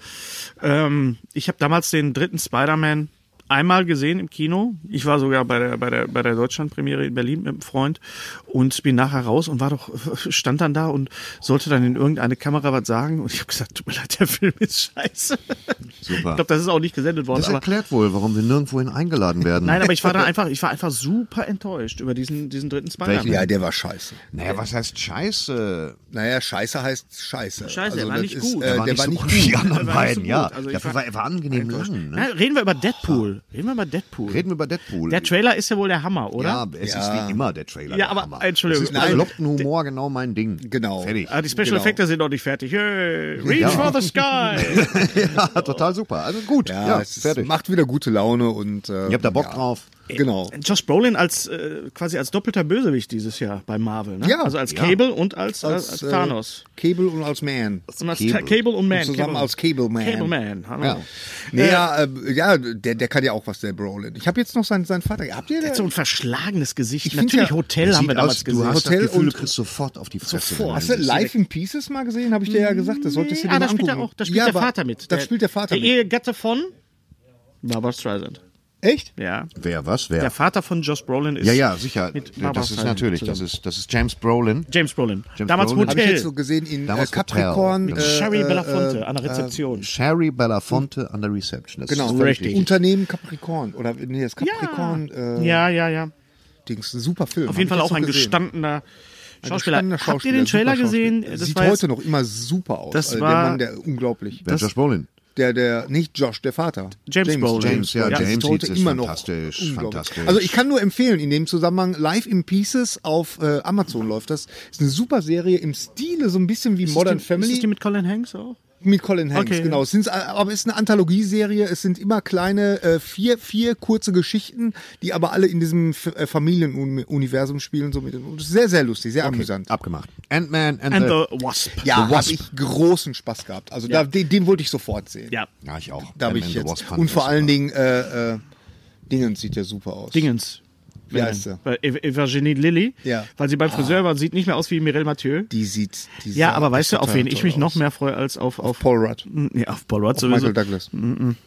ähm, ich habe damals den dritten Spider-Man einmal gesehen im Kino. Ich war sogar bei der, bei der, bei der Deutschland-Premiere in Berlin mit einem Freund und bin nachher raus und war doch, äh, stand dann da und sollte dann in irgendeine Kamera was sagen. Und ich habe gesagt, tut mir leid, der Film ist scheiße. Ich Super. glaube, das ist auch nicht gesendet worden. Das aber erklärt wohl, warum wir nirgendwohin *laughs* eingeladen werden. Nein, aber ich war da einfach, ich war einfach super enttäuscht über diesen, diesen dritten Spider-Man. Welchen? ja, der war scheiße. naja, was heißt Scheiße? Naja, Scheiße heißt Scheiße. Scheiße, er war das nicht gut. Äh, Er der war nicht, so gut gut. wie die anderen Er war nicht beiden, so ja. gut. Also ich Dafür war- war, er war angenehm lang. Ne? Na, reden wir über Deadpool. Reden wir über Deadpool. Reden wir über Deadpool. der Trailer ist ja wohl der Hammer, oder? ja, es ist wie immer der Trailer. Ja, der aber, Hammer. Entschuldigung. Es ist Nein. bekloppten Humor genau mein Ding. Genau. Fertig. Ah, die Special Genau. Effekte sind noch nicht fertig. Yay. Reach Ja. for *laughs* the sky. *laughs* Ja, total super. Also gut. Ja, Ja, es ist- fertig. macht wieder gute Laune und. Äh, Ihr habt da Bock ja. drauf. Genau. Josh Brolin als äh, quasi als doppelter Bösewicht dieses Jahr bei Marvel, ne? Ja. Also als Ja. Cable und als, als, als äh, Thanos. Cable und als Man. Und als Cable. Cable, Cable und Man. Und zusammen Cable. als Cable Man. Cable Man. Hallo. Ja. Nee, ja, äh, ja der, der kann ja auch was, der Brolin. Ich habe jetzt noch seinen, seinen Vater. Habt ihr Der den? hat so ein verschlagenes Gesicht. find Natürlich ja- Hotel haben wir Sieht damals aus, gesehen. du hast Hotel das Gefühl, und- du kriegst sofort auf die Fresse. Sofort. wenn Hast du du siehst. Live in Pieces mal gesehen? Habe ich dir ja gesagt, das solltest du dir ah, mal da spielt er angucken. auch. Da spielt der Äh, aber Vater mit. Da spielt der Vater Der mit. Ehegatte von Barbara Streisand. Echt? Ja. Wer was? Wer? Der Vater von Josh Brolin ist. Ja, ja, sicher. mit Barbra Das ist Streisand natürlich. Das zusammen. ist, das ist James Brolin. James Brolin. James Damals Brolin. Habe ich Hotel. jetzt so gesehen in äh, Damals Capricorn. Hotel. äh, Sherry äh, Belafonte an der äh, Rezeption. Sherry Belafonte an der Reception. Das Genau, Ist völlig Richtig. Unternehmen Capricorn. Oder nee, das Capricorn. Äh, Ah. ja, ja, ja. Dings, ein super Film. Auf Hab ich jeden Fall jetzt auch noch ein gesehen. gestandener Schauspieler. gestandener Habt ihr den Schauspieler, Trailer super gesehen? Schauspieler. Das Sieht war jetzt- heute noch immer super aus. Das also der war- Mann, der unglaublich. Wer Josh Brolin? Der, der, nicht Josh, der Vater. James Brolin. James, ja, der James sieht heute sieht immer es noch fantastisch, unglaublich. fantastisch. Also ich kann nur empfehlen, in dem Zusammenhang Live in Pieces auf äh, Amazon läuft das. Ist eine super Serie im Stile, so ein bisschen wie Modern ist das die, Family. Ist das die mit Colin Hanks auch? Mit Colin Hanks, Okay. genau. Es sind, aber es ist eine Anthologieserie. Es sind immer kleine, äh, vier, vier kurze Geschichten, die aber alle in diesem F- äh, Familienuniversum spielen. So mit, und es ist sehr, sehr lustig, sehr amüsant. Abgemacht. Ant-Man and, And the... the Wasp. Äh, Ja, The habe Wasp. ich großen Spaß gehabt. Also da, den, den wollte ich sofort sehen. Ja. Ja, ich auch. Da habe Ant-Man ich and the Wasp jetzt. fand Und ich vor super. allen Dingen, äh, äh, Dingens sieht ja super aus. Dingens. Wie heißt sie? Weil Ev- Eugenie Lilly. Ja. Ah. Weil sie beim Friseur war, sieht nicht mehr aus wie Mireille Mathieu. Die sieht. Die Ja, sah aber weißt du, total auf wen ich toll mich noch aus. mehr freue als auf, auf, Paul Rudd. nee, auf Paul Rudd Auf sowieso. Mm, Michael Douglas.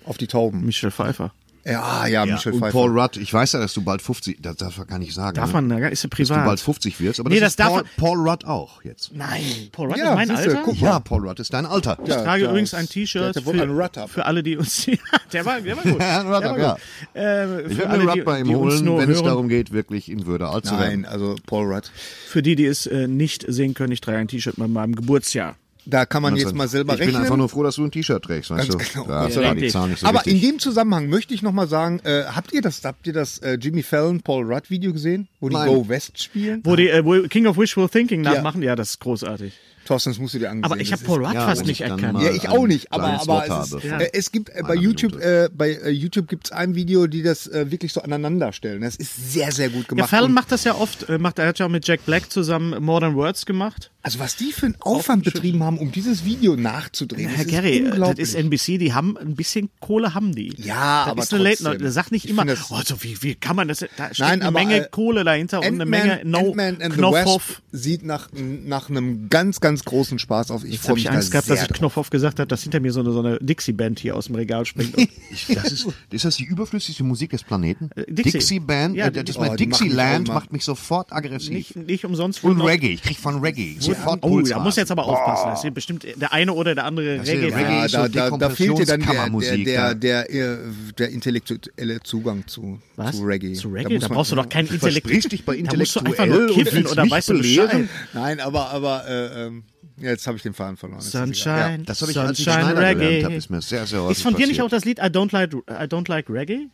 Auf die Tauben. Michelle Pfeiffer. Ja, ja, Ja, Michelle und Pfeiffer. Paul Rudd, ich weiß ja, dass du bald 50, das darf man gar nicht sagen. Darf ne? man, na, ist ja dass du privat. bald 50 wirst, aber Nee, das, das darf ist man- Paul, Paul Rudd auch jetzt. Nein, Paul Rudd Ja, ist mein siehste, Alter. guck ich mal. Ja, Paul Rudd ist dein Alter. Ja, trage der übrigens ist- ein der T-Shirt hat ja wohl einen Rudd für, ab. für alle, die uns... *laughs* der, war, *laughs* der war gut. Ja, Rudd, der war ja. gut. Äh, Ich für werde alle, mir Rudd die- bei ihm die uns holen, nur wenn es hören. darum geht, wirklich in Würde alt zu werden. Nein, also Paul Rudd. Für die, die es äh, nicht sehen können, ich trage ein T-Shirt mit meinem Geburtsjahr. Da kann man jetzt mal selber ich rechnen. bin einfach nur froh, dass du ein T-Shirt trägst, weißt Ganz du? genau. Da hast du Ja, dann die richtig. Zahlen nicht so Aber in wichtig. dem Zusammenhang möchte ich nochmal sagen, äh, habt ihr das, habt ihr das äh, Jimmy Fallon, Paul Rudd Video gesehen, wo die Nein. Go West spielen? Wo die äh, wo King of Wishful Thinking nachmachen, ja, das ist großartig. Thorsten, das musst du dir ansehen. Aber ich Das habe Paul Rudd ja, fast wenn nicht ich dann erkannt. mal- Ja, ich ein auch nicht, aber, kleines aber Wort es, ist, habe von äh, es gibt äh, bei einer YouTube, Minute. äh, bei äh, YouTube gibt's ein Video, die das äh, wirklich so aneinanderstellen. Das ist sehr, sehr gut Ja, gemacht. Fallon Und- macht das ja oft. Äh, macht, er hat ja auch mit Jack Black zusammen Modern Words gemacht. also was die für einen Aufwand betrieben haben, um dieses Video nachzudrehen. Herr ist Gary, äh, das unglaublich. ist NBC, die haben ein bisschen Kohle haben die. Ja, das aber ist eine Late trotzdem. Night. Das sagt nicht Ich immer, find das- oh, so wie, wie kann man das? Da steckt Nein, eine aber, Menge äh, Kohle dahinter und eine Menge No Ant-Man and the Knopfhoff. Wasp sieht nach, nach einem ganz, ganz großen Spaß auf. Ich Jetzt freue habe mich ich da Angst gehabt, sehr dass ich drauf. Knopfhoff gesagt habe, dass hinter mir so eine, so eine Dixie-Band hier aus dem Regal springt. *laughs* Und Ich, das ist, ist das die überflüssigste Musik des Planeten? Dixie. Band, Ja, äh, das ist oh, mein die machen mich Dixieland, auch mal- macht mich sofort aggressiv. nicht, nicht umsonst. Und wurden auch- Reggae, ich krieg von Reggae sofort Oh, da Pulsar. muss jetzt aber aufpassen. Das ist bestimmt der eine oder der andere ist Reggae. Reggae. Ja. Ja, ist so da, da, da fehlt dir dann der, der, Dekompressionskammermusik, der, da. der, äh, der intellektuelle Zugang zu, Was? zu Reggae. Zu Reggae? Da, muss man- brauchst du doch kein Intellekt. versprichst dich bei Da musst du einfach intellektuell nur und kiffen willst oder mich weißt du belehren? Bescheid. *laughs* Nein, aber, aber äh, ähm, ja, jetzt habe ich den Faden verloren. Ist das egal. Sunshine, Das habe ich, als ich Sunshine Schneider gelernt Reggae. habe, ist mir sehr, sehr häufig ist von dir nicht passiert. auch das Lied I don't like, I don't like Reggae?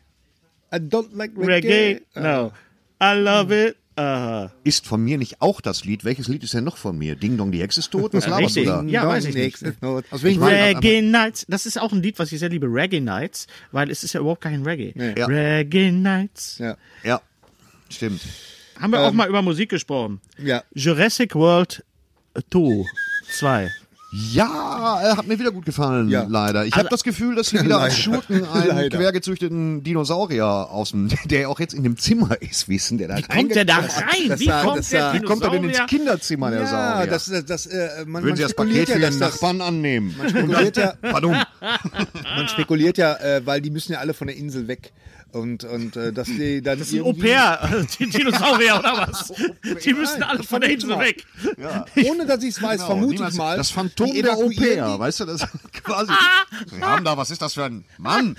Ja. I don't like Reggae. Reggae? No. I love it. Uh-huh. Aha. Ist von mir nicht auch das Lied? Welches Lied ist denn noch von mir? Ding Dong, die Hexe ist tot? *laughs* Was Ja, laberst du richtig. da? Ja, Don't weiß ich next nicht. is not- Aus Ich welchem meine, aber- Reggae Nights, das ist auch ein Lied, was ich sehr liebe, Reggae Nights, weil es ist ja überhaupt kein Reggae. Ja. Reggae Nights. Ja. Ja, stimmt. Haben wir auch mal über Musik gesprochen. Ja. Jurassic World 2. 2. Ja, er hat mir wieder gut gefallen, Ja. leider. Ich habe das Gefühl, dass sie *laughs* wieder Leider. als Schurken einen Leider. quergezüchteten Dinosaurier aus dem, *laughs* der auch jetzt in dem Zimmer ist, wissen, der da Kommt der da rein? das Wie sah- kommt das der sah- Wie kommt er denn ins Dinosaurier? Kinderzimmer, der Ja, Saurier? das, das, das, äh, man, Würden man Sie das spekuliert Paket für ja, Ihren dass das, Nachbarn annehmen? man spekuliert *laughs* ja, Pardon. man spekuliert ja äh, weil die müssen ja alle von der Insel weg. Und, und äh, dass die dann. Das Ein Au pair, äh, die Dinosaurier oder was? Die müssen alle von der Insel weg. *laughs* Ohne dass ich es weiß, vermute ich Genau, niemals- mal. Das Phantom die der Au evakuieren pair, weißt du, das *laughs* quasi. Sie haben da, was ist das für ein Mann?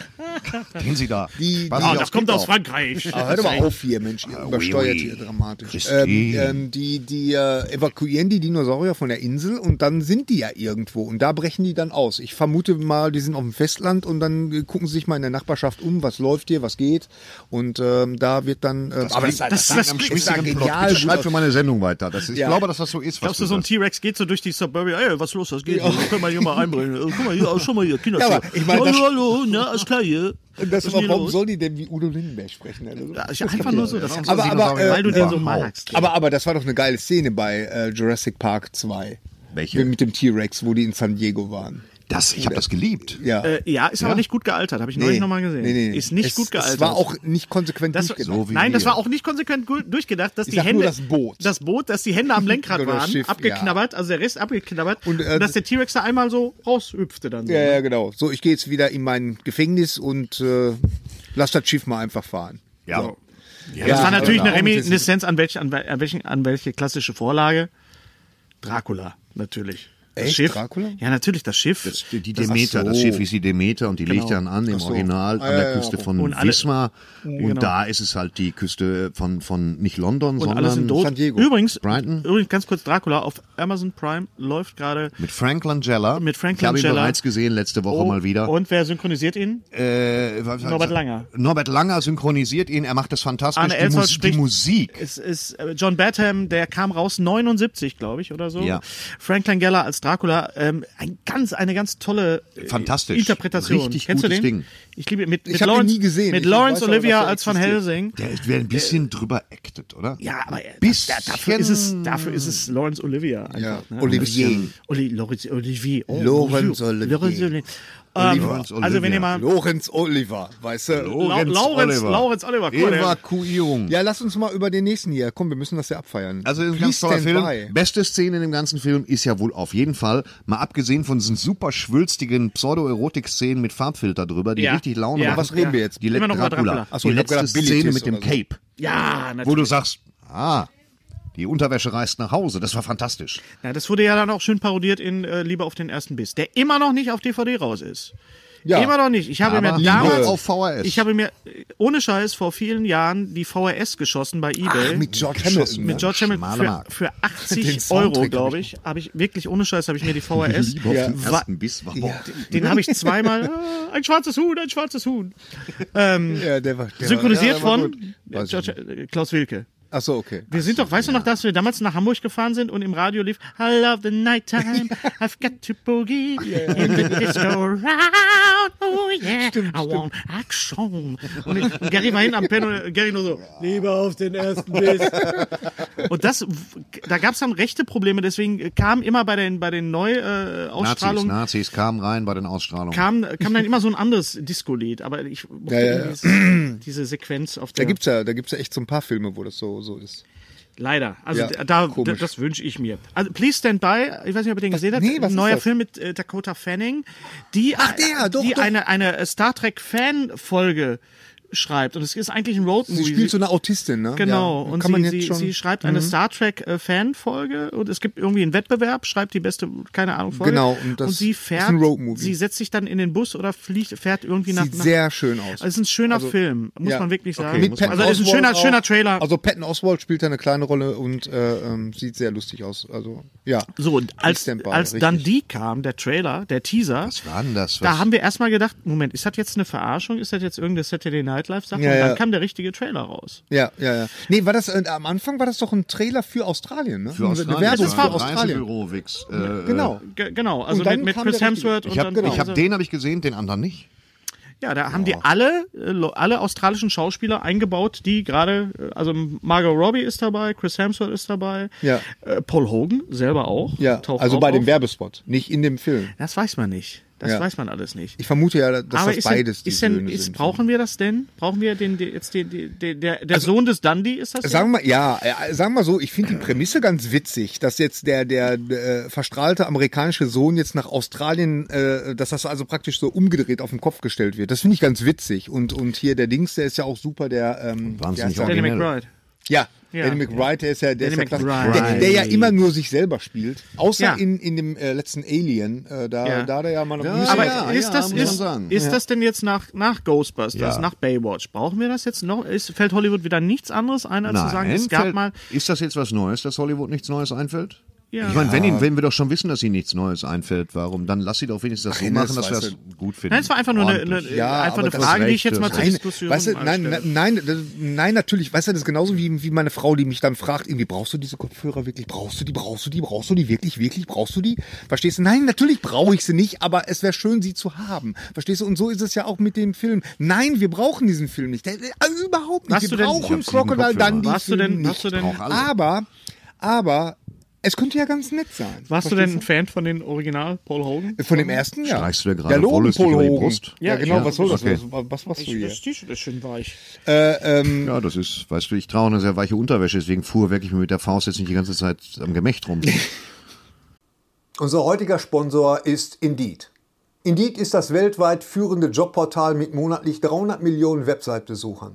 Den Sie da. Die- Passen Ah, Oh, Sie das aufs kommt Kind aus auf. Frankreich. Aber hört Ah, doch mal auf hier, Mensch, ihr übersteuert oui, oui. hier dramatisch. Christine. Ähm, ähm, die die äh, evakuieren die Dinosaurier von der Insel und dann sind die ja irgendwo und da brechen die dann aus. Ich vermute mal, die sind auf dem Festland und dann äh, gucken sie sich mal in der Nachbarschaft um, was läuft hier, was geht und ähm, da wird dann. Äh, aber das, Das ist ein schmissiger Plot. Bitte schreib für meine Sendung weiter. Das, ich Ja. glaube, dass das so ist. was Glaubst du, so ein sagst. T-Rex geht so durch die Suburbia, ey, was los, was geht? Ja. Können wir hier mal *laughs* einbringen. Äh, Guck mal hier, schau mal hier, Kinder. Ja, aber ich meine, das- hallo, hallo, na, ist klar hier. das Was ist aber hier warum los? sollen die denn wie Udo Lindenberg sprechen? Also, Ja, ich- Einfach nur so, das Warum ist soll aber- Dinosaurier aber, äh, weil du den so überhaupt? magst. Aber, aber das war doch eine geile Szene bei äh, Jurassic Park 2. Welche? Mit dem T-Rex, wo die in San Diego waren. Das, ich habe das geliebt. Ja. Äh, ja, ist aber nicht gut gealtert, habe ich neulich nochmal gesehen. Ist nicht es, gut gealtert. Es war auch nicht konsequent Das, durchgedacht. So wie nein, das wir. war auch nicht konsequent gu- durchgedacht, dass Ich die sag Hände. nur das Boot. Das Boot, dass die Hände *laughs* am Lenkrad Oder das waren, Schiff, abgeknabbert, also der Rest abgeknabbert. Und, Und, äh, dass der T-Rex da einmal so raushüpfte dann. So. ne? ja, ja, genau. So, ich gehe jetzt wieder in mein Gefängnis und äh, lass das Schiff mal einfach fahren. Ja. So. Ja, Das war Ja, natürlich genau. eine Reminiszenz an welche, an, wel- an, welchen, an welche klassische Vorlage? Dracula, natürlich. Das Echt? Schiff. Dracula? Ja, natürlich, das Sif. Das, die die Demeter, das Schiff ist die Demeter und die Genau. liegt dann an im Original an der Küste von Und alle- genau. Wismar. Und da ist es halt die Küste von, von nicht London, und sondern alles San in Tod. Diego. Übrigens, Brighton. übrigens, ganz kurz, Dracula auf Amazon Prime läuft gerade. mit Frank Langella. Mit Frank Ich habe ihn Langella. Oh, bereits gesehen, letzte Woche mal wieder. Und wer synchronisiert ihn? Äh, was- was- Norbert Langer. Norbert Langer synchronisiert ihn, er macht das fantastisch. Arne die, Elsholz Mus die spricht- Musik. Es ist äh, John Badham, der kam raus 79, glaube ich, oder so. Ja. Frank Langella als Dracula. Ähm, ein ganz, eine ganz tolle äh, Fantastisch. Interpretation. Richtig Kennst du gutes den? Ding. Ich liebe mit, mit hab ihn Lawrence, nie gesehen. Mit Ich weiß Lawrence aber, Olivia dass er als Van existiert. Helsing. Der ist- wäre ein bisschen drüber acted, oder? äh, Ja, aber äh, Bisschen. da, dafür ist es, dafür ist es Laurence Olivier einfach. Ja, Ne? Olivier. Ein bisschen. Oli, Laurence Olivier. Oh, Laurence bonjour. Olivier. Laurence Olivier. Ähm, Laurence also wenn Olivier. ihr mal Lorenz Oliver, weißt du? La- Laurence Laurence Oliver. guck mal, der- Evakuierung. Ja, lass uns mal über den nächsten hier. Komm, wir müssen das ja abfeiern. Also ist ein Please ganz toller stand Film. by. Beste Szene in dem ganzen Film ist ja wohl auf jeden Fall, mal abgesehen von diesen super schwülstigen Pseudo-Erotik-Szenen mit Farbfilter drüber, die Ja. richtig Laune Ja. machen. Was reden wir jetzt? Die Immer letzte noch über Dracula. Dracula. Ach so, die ich hab letzte gedacht, Billy Szene Kiss mit dem oder so. Cape, Ja, natürlich. wo du sagst, ah, die Unterwäsche reist nach Hause. Das war fantastisch. Ja, das wurde ja dann auch schön parodiert in äh, Lieber auf den ersten Biss, der immer noch nicht auf DVD raus ist. Ja. Immer noch nicht. Ich habe Aber mir damals Liebe auf VHS. Ich habe mir äh, ohne Scheiß vor vielen Jahren die VRS geschossen bei eBay. Mit George Hamilton. mit George Schmale Hamilton Mark. für, für Den 80 Soundtrack Euro, hab glaube ich, habe ich wirklich ohne Scheiß habe ich mir die VRS. Liebe auf den Wa- ersten Biss war boah. Den habe ich zweimal. äh, Ein schwarzes Huhn, ein schwarzes Huhn. Ähm, Ja, der war, der synchronisiert war, ja, der war von gut. Weiß George, äh, Klaus Wilke. Achso, okay. Wir sind doch, weißt du noch, dass wir damals nach Hamburg gefahren sind und im Radio lief I love the nighttime, I've got to *laughs* boogie in the disco round, oh yeah, I want action. Und ich, Gary war hin am Pen und Gary nur so, lieber auf den ersten *laughs* Biss. Und das, da gab es dann rechte Probleme, deswegen kam immer bei den, bei den Nazis, Neuausstrahlungen, Nazis kamen rein bei den Ausstrahlungen. kam, *laughs* kam dann immer so ein anderes Disco-Lied, aber ich mochte Ja, ja, ja. Dieses, diese Sequenz auf Da der... gibt's ja, da gibt's ja echt so ein paar Filme, wo das so, so ist. Leider. Also Ja, d- da, d- komisch. das wünsche ich mir. Also Please Stand By, ich weiß nicht, ob ihr den gesehen habt, nee, was ein ist neuer das? Film mit äh, Dakota Fanning, die, Ach, der, doch, die doch. eine eine äh, Star Trek Fan Folge schreibt und es ist eigentlich ein Road Sie Movie. spielt so eine Autistin, ne? Genau, Ja, und kann man sie, jetzt sie, schon. Mhm. sie schreibt eine Star Trek äh, Fanfolge und es gibt irgendwie einen Wettbewerb, schreibt die beste, keine Ahnung, Folge. Genau, und das sie ist fährt, ein Road-Movie. sie setzt sich dann in den Bus oder fliegt, fährt irgendwie nach. Sieht nach sehr schön aus. also es ist ein schöner Also, Film, muss ja. man wirklich sagen. Mit muss man, Patton also es ist ein Oswalt schöner, auch. schöner Trailer. Also Patton Oswald spielt da eine kleine Rolle und äh, ähm, sieht sehr lustig aus. Also ja. So, und als, Standby, als richtig. dann die kam, der Trailer, der Teaser, Was war denn das? da Was- haben wir erstmal gedacht, Moment, ist das jetzt eine Verarschung? Ist das jetzt irgendeine Saturday Night Live Sache? Ja, und dann ja. kam der richtige Trailer raus. Ja, ja, ja. Nee, war das äh, am Anfang war das doch ein Trailer für Australien, ne? für Australien. Eine Werbung das für war Australien. Reisebüro, Wix. Äh, Genau. Ge- genau, also dann mit, mit kam Chris der richtige. genau, Hemsworth und Ich habe dann also ich hab diese- den habe ich gesehen, den anderen nicht. Ja, da haben die alle, äh, lo- alle australischen Schauspieler eingebaut, die gerade, äh, also Margot Robbie ist dabei, Chris Hemsworth ist dabei, Ja. äh, Paul Hogan selber auch. Ja, taucht also auch bei dem auf. Werbespot, nicht in dem Film. Das weiß man nicht. Das Ja. weiß man alles nicht. Ich vermute ja, dass Aber das ist beides denn, die ist denn, Söhne ist, sind. ne? brauchen wir das denn? Brauchen wir den, den jetzt den, den, den der, der Sohn des Dundee ist das? Also, Sagen wir mal, ja, äh, sagen wir mal so, ich finde die Prämisse ganz witzig, dass jetzt der, der, äh, verstrahlte amerikanische Sohn jetzt nach Australien, äh, dass das also praktisch so umgedreht auf den Kopf gestellt wird. Das finde ich ganz witzig. Und, und hier der Dings, der ist ja auch super, der, ähm, der Hm, Wahnsinnig ist ja, Danny originell. McBride. ja, Ja. Danny McBride, der ist ja, der, ist Danny ja klasse. der, McBride. der ja immer nur sich selber spielt. Außer Ja. in, in dem äh, letzten Alien, äh, da, Ja. da hat er ja mal noch ein Ja, bisschen- Aber ja, ist, ja, das, muss man ist, sagen. ist das denn jetzt nach, nach Ghostbusters, Ja. nach Baywatch? Brauchen wir das jetzt noch? Ist, fällt Hollywood wieder nichts anderes ein, als zu sagen, es gab fällt- mal. Ist das jetzt was Neues, dass Hollywood nichts Neues einfällt? Ja. Ich meine, wenn, ihnen- wenn wir doch schon wissen, dass ihnen nichts Neues einfällt, warum? Dann lass sie doch wenigstens das so Hennes, machen, dass wir weißt das gut finden. Nein, es war einfach nur eine, eine, Ordentlich. Ja, einfach aber eine das Frage, die ich reicht, jetzt mal das zur Nein, Diskussion weißt du, nein, anstelle. nein, nein, das- nein, natürlich. Weißt du, das ist genauso wie, wie meine Frau, die mich dann fragt, irgendwie brauchst du diese Kopfhörer wirklich? Brauchst du die? Brauchst du die? Brauchst du die wirklich? Wirklich? Brauchst du die? Verstehst du? Nein, natürlich brauche ich sie nicht, aber es wäre schön, sie zu haben. Verstehst du? Und so ist es ja auch mit dem Film. Nein, wir brauchen diesen Film nicht. Der, der, überhaupt nicht. Hast du wir denn- brauchen Ich hab sieben Crocodile Kopfhörer. Dundee. Warst du denn- Film warst du nicht. denn- alle. Aber, aber, es könnte ja ganz nett sein. Warst du Verstehst Äh, denn ein Fan von den Original Paul Hogan? Von dem ersten, ja. Streichst du dir gerade ja, loben, wollüstig Paul über die Hogan. Brust? Ja, Ja, genau, ja. was soll das? Okay. Was, was machst du hier? Äh, T-Shirt ist schön weich. Ja, das ist, weißt du, ich trage eine sehr weiche Unterwäsche, deswegen fuhr wirklich mit der Faust jetzt nicht die ganze Zeit am Gemächt rum. Unser heutiger Sponsor ist Indeed. Indeed ist das weltweit führende Jobportal mit monatlich 300 Millionen Website-Besuchern.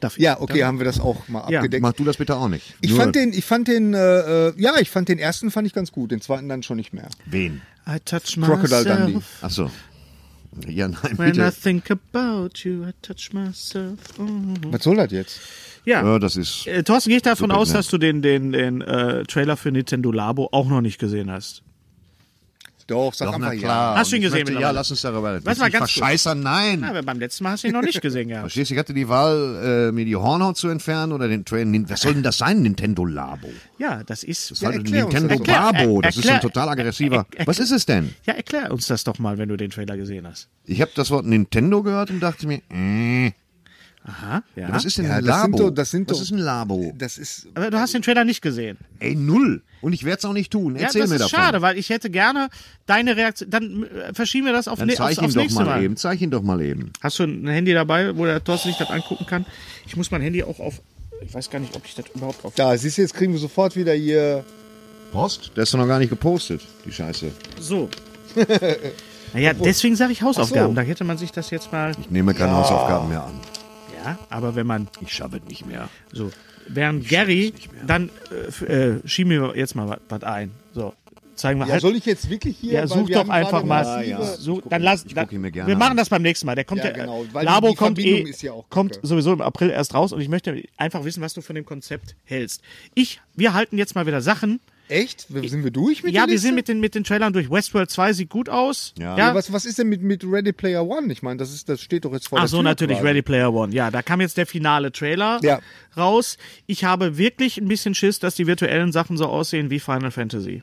Darf ich? Ja, okay, haben wir das auch mal Ja, abgedeckt. Mach du das bitte auch nicht. Ich Nur fand den, ich fand den, äh, äh, ja, ich fand den ersten fand ich ganz gut, den zweiten dann schon nicht mehr. Wen? I touch Crocodile Dundee. myself. Ach so. Ja, nein, When I bitte. think about you, I touch myself. Mhm. Was soll das jetzt? Ja. Ja, das ist. Äh, Thorsten, gehe ich davon Super, aus, ne? dass du den, den, den äh, Trailer für Nintendo Labo auch noch nicht gesehen hast. Doch, sag Doch, na einfach Ah, klar. Hast du ihn Und ich gesehen Möchte, ja, mittlerweile? lass uns darüber reden. Lass mal ganz kurz. Verscheißern, nein. Ja, aber beim letzten Mal hast du ihn noch nicht *laughs* gesehen gehabt. Verstehst du, ich hatte die Wahl, äh, mir die Hornhaut zu entfernen oder den Train. Nin- Was soll denn das sein, Nintendo Labo? Ja, das ist. Ja, Ja, erklär uns Nintendo das doch mal. Labo, das ist so ein Erklär- total *laughs* aggressiver. erklär- Was ist es denn? erklär uns das doch mal, wenn du den Trailer gesehen hast. Ich habe das Wort Nintendo gehört und dachte mir, äh, Aha, ja. was ist denn Ja, ein das sind Labo? doch- das sind was doch- ist ein Labo? Das ist. aber du hast den Trailer nicht gesehen. Ey, null. Und ich werde es auch nicht tun. Erzähl ja, das mir ist davon. schade, weil ich hätte gerne deine Reaktion. Dann äh, verschieben wir das auf, Dann ne, zeig aufs, ihn aufs doch nächste mal, Mal. eben. Zeig ihn doch mal eben. Hast du ein Handy dabei, wo der Thorsten sich das angucken kann? Ich muss mein Handy auch auf. Ich weiß gar nicht, ob ich das überhaupt auf. Da, siehst du, jetzt kriegen wir sofort wieder hier. Post? Der ist doch noch gar nicht gepostet, die Scheiße. *laughs* So. naja, deswegen sage ich Hausaufgaben. Ach so. Da hätte man sich das jetzt mal. Ich nehme keine Hausaufgaben mehr an. Ja, aber wenn man. Ich schaffe es nicht mehr. So. Während Gary, dann äh, f- äh, schieben wir jetzt mal wa- was ein. So. Zeigen wir Ja, halt. soll ich jetzt wirklich hier? ja, Weil such wir doch haben einfach gerade mal. massive- Ja, ja. So, Ich guck dann ihn- lass, ich dann, guck ihn mir gerne wir an. machen das beim nächsten Mal. Der kommt Ja, ja, äh, genau, weil die- Labo die kommt, eh, Verbindung ist ja auch kommt kacke. sowieso im April erst raus und ich möchte einfach wissen, was du von dem Konzept hältst. Ich, wir halten jetzt mal wieder Sachen. Echt? Sind wir durch mit ja, der wir sind Liste? mit den, mit den Trailern durch. Westworld 2 sieht gut aus. Ja. Ja, was, was ist denn mit, mit Ready Player One? Ich meine, das, ist, das steht doch jetzt vor Ach der so, Tür natürlich, quasi. Ready Player One. Ja, da kam jetzt der finale Trailer Ja. raus. Ich habe wirklich ein bisschen Schiss, dass die virtuellen Sachen so aussehen wie Final Fantasy.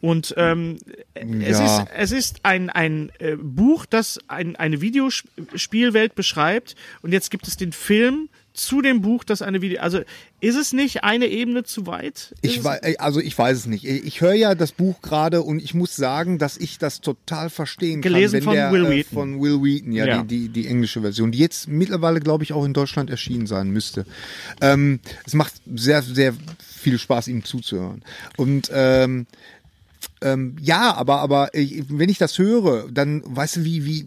Und ähm, es, Ja. ist, es ist ein, ein äh, Buch, das ein, eine Videospielwelt beschreibt. Und jetzt gibt es den Film zu dem Buch, das eine Video. Also ist es nicht eine Ebene zu weit? Ich Ist- weiß, also ich weiß es nicht. Ich höre ja das Buch gerade und ich muss sagen, dass ich das total verstehen Gelesen kann. von der, Will äh, Wheaton. Von Will Wheaton, ja, Ja. Die, die, die englische Version, die jetzt mittlerweile, glaube ich, auch in Deutschland erschienen sein müsste. Ähm, es macht sehr, sehr viel Spaß, ihm zuzuhören. Und ähm, ähm, ja, aber, aber ich, wenn ich das höre, dann weißt du, wie, wie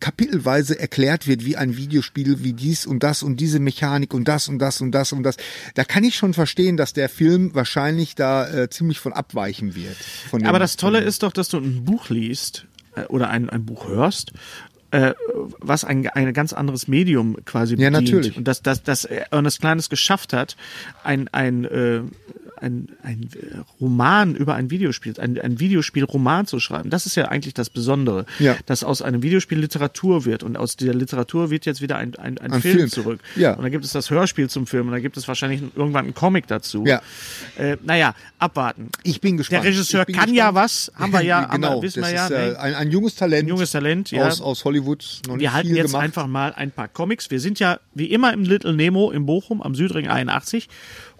kapitelweise erklärt wird, wie ein Videospiel, wie dies und das und diese Mechanik und das und das und das und das. Da kann ich schon verstehen, dass der Film wahrscheinlich da äh, ziemlich von abweichen wird. Von dem- Aber das Tolle ist doch, dass du ein Buch liest äh, oder ein, ein Buch hörst, äh, was ein, ein ganz anderes Medium quasi Ja, bedient. natürlich. Und dass, dass, dass Ernest Klein es geschafft hat, ein, ein, äh, ein, ein äh, Roman über ein Videospiel, ein, ein Videospielroman zu schreiben. Das ist ja eigentlich das Besondere, Ja. dass aus einem Videospiel Literatur wird und aus dieser Literatur wird jetzt wieder ein, ein, ein, Ein Film, Film. zurück. Ja. Und dann gibt es das Hörspiel zum Film und dann gibt es wahrscheinlich irgendwann einen Comic dazu. Ja. Äh, naja, abwarten. ich bin gespannt. Der Regisseur Ich bin kann ja was, *laughs* haben wir ja, haben wir- genau, wissen das wir ja, ist, äh, ne? ein, ein junges Talent. junges Talent, ja. Aus, aus Hollywood. Noch Wir nicht halten viel jetzt gemacht. einfach mal ein paar Comics. Wir sind ja wie immer im Little Nemo in Bochum am Südring 81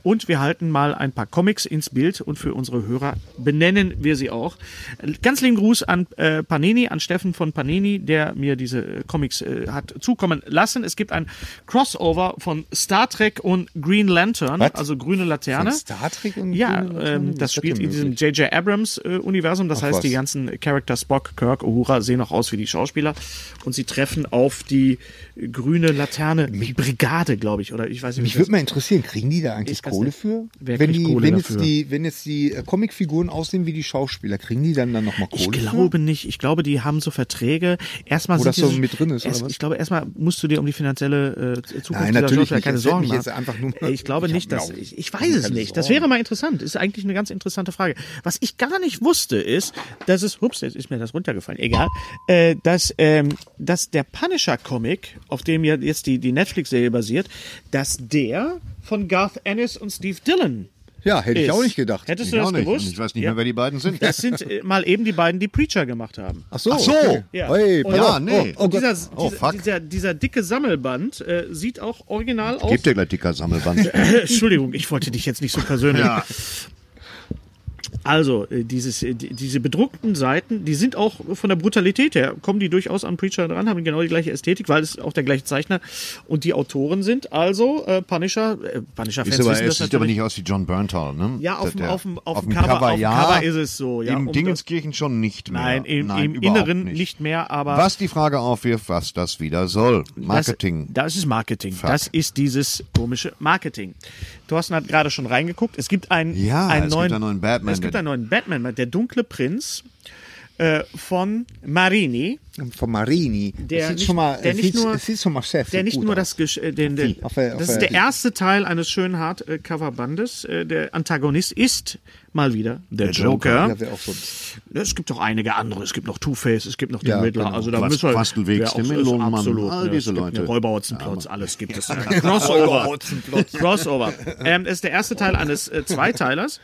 und wir halten mal ein paar Comics ins Bild und für unsere Hörer benennen wir sie auch. Ganz lieben Gruß an äh, Panini, an Steffen von Panini, der mir diese äh, Comics äh, hat zukommen lassen. Es gibt ein Crossover von Star Trek und Green Lantern, Was? also grüne Laterne. Von Star Trek und ja, Grüne Lanterne? ähm, Wie das ist spielt denn in diesem möglich? J.J. Abrams-Universum. äh, das Ach heißt, was. die ganzen Charakter Spock, Kirk, Uhura sehen auch aus wie die Schauspieler. Und sie treffen auf die grüne Laterne Brigade, glaube ich. Oder ich weiß nicht, Mich wie das- würde mal interessieren, kriegen die da eigentlich Ist das Kohle nicht- für? Wer wenn kriegt die, Kohle wenn jetzt dafür? die, wenn jetzt die äh, Comicfiguren aussehen wie die Schauspieler, kriegen die dann dann nochmal Kohle? ich für? glaube nicht. Ich glaube, die haben so Verträge. Erstmal Wo sind das so die mit drin ist, oder erst, was? Ich glaube, erstmal musst du dir um die finanzielle äh, Zukunft Nein, natürlich dieser Schauspieler nicht. keine Das wird Sorgen mich machen. jetzt einfach nur- Äh, ich glaube Ich hab nicht, dass Blau. ich, ich weiß es Keine nicht. Das Sorgen. wäre mal interessant. Ist eigentlich eine ganz interessante Frage. Was ich gar nicht wusste, ist, dass es, hups, jetzt ist mir das runtergefallen. Egal, äh, dass ähm, dass der Punisher Comic, auf dem ja jetzt die die Netflix Serie basiert, dass der von Garth Ennis und Steve Dillon Ja, hätte ich ist. auch nicht gedacht. Hättest Ich du auch das nicht. Und gewusst? ich weiß nicht Ja. mehr, wer die beiden sind. *laughs* Das sind äh, mal eben die beiden, die Preacher gemacht haben. Ach so. Ach so. okay. Ja. Hey, pass Und- auf. Ah, nee. Oh, oh Und Gott. dieser, Oh, dieser, fuck. dieser, dieser dicke Sammelband äh, sieht auch original aus. Gebt ihr gleich dicker *laughs* Sammelband. *laughs* Entschuldigung, ich wollte dich jetzt nicht so persönlich. Ja. Also, äh, dieses, äh, die- diese bedruckten Seiten, die sind auch von der Brutalität her, kommen die durchaus an Preacher dran, haben genau die gleiche Ästhetik, weil es auch der gleiche Zeichner und die Autoren sind. Also, äh, Punisher, äh, Punisher-Fans Ist aber, wissen es das sieht aber natürlich. nicht aus wie John Berntal, ne? Ja, auf dem, Der- auf dem, auf auf dem Cover, auf dem ja. Cover ist es so. Ja, Im Um- Dingenskirchen schon nicht mehr. Nein, im, im überhaupt Inneren nicht. mehr, aber. Was die Frage aufwirft, was das wieder soll. Marketing. Das, das ist Marketing. Das ist dieses komische Marketing. Thorsten hat gerade schon reingeguckt. Es gibt einen, Ja, es einen gibt neuen, einen neuen Batman. Es gibt einen neuen Batman, der dunkle Prinz. äh, von Marini, Von Marini. Der es sieht nicht- schon mal, der es sieht, nicht nur- es sieht schon mal Chef. der nicht nur das, Gesch- äh, den, den, Auf der- auf das ist der- der erste Teil eines schönen Hard-Cover-Bandes. Äh, der Antagonist ist mal wieder der, Joker. Ja, wäre auch so. Ne, Es gibt noch einige andere. Es gibt noch Two-Face, es gibt noch den Ja, Riddler. genau. Also da Quast- müssen wir Quastelwegs, wer auch der so ist, Melonenmann, absolut. all ne. diese es gibt Leute. Eine Räuberhotzenplotz, alles gibt es. *laughs* Crossover. Crossover. Ähm, es ist der erste Teil eines äh, Zweiteilers.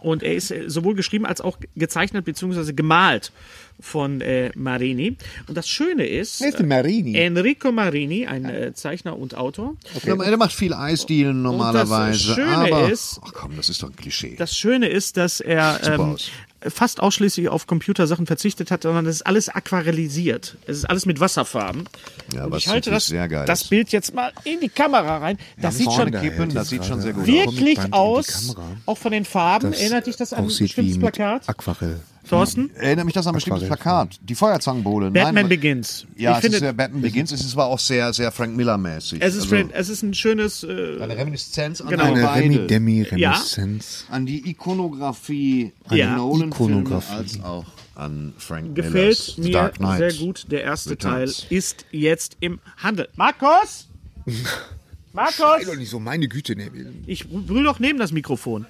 Und er ist äh, sowohl geschrieben als auch gezeichnet bzw. gemalt von äh, Marini. Und das Schöne ist, äh, Wer ist denn Marini? Enrico Marini, ein äh, Zeichner und Autor, Er macht viel Eisdielen normalerweise. Schöne aber, ist- ach komm, das ist doch ein Klischee. Das Schöne ist, dass er ähm, aus. fast ausschließlich auf Computersachen verzichtet hat, sondern es ist alles aquarellisiert. Es ist alles mit Wasserfarben. Ja, Und was ich halte natürlich das, sehr geil das ist. Bild jetzt mal in die Kamera rein. Das sieht schon Kippen, das sieht schon sehr gut aus. wirklich aus, auch von den Farben. Erinnert dich das an ein bestimmtes Plakat? Aquarell. Thorsten? Erinnert mich das an ein bestimmtes Plakat. Die Feuerzangenbowle. Batman Nein, Begins. Ja, ich es finde, ist sehr Batman Begins. Es ist aber auch sehr, sehr Frank Miller-mäßig. es, ist, also, es ist ein schönes... Äh, eine Reminiszenz an genau. Genau. Eine beide. Remi-Demi-Reminiszenz. an die Ikonografie an Ja. Nolan-Filme Ikonografie. als auch an Frank gefällt Millers mir The Dark Knight. sehr gut. Der erste Teil Returns. ist jetzt im Handel. Markus! Markus! Doch nicht so, meine Güte, ne. Ich brüll doch neben das Mikrofon.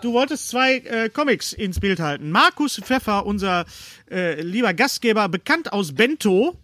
Du wolltest zwei äh, Comics ins Bild halten. Markus Pfeffer, unser äh, lieber Gastgeber, bekannt aus Bento.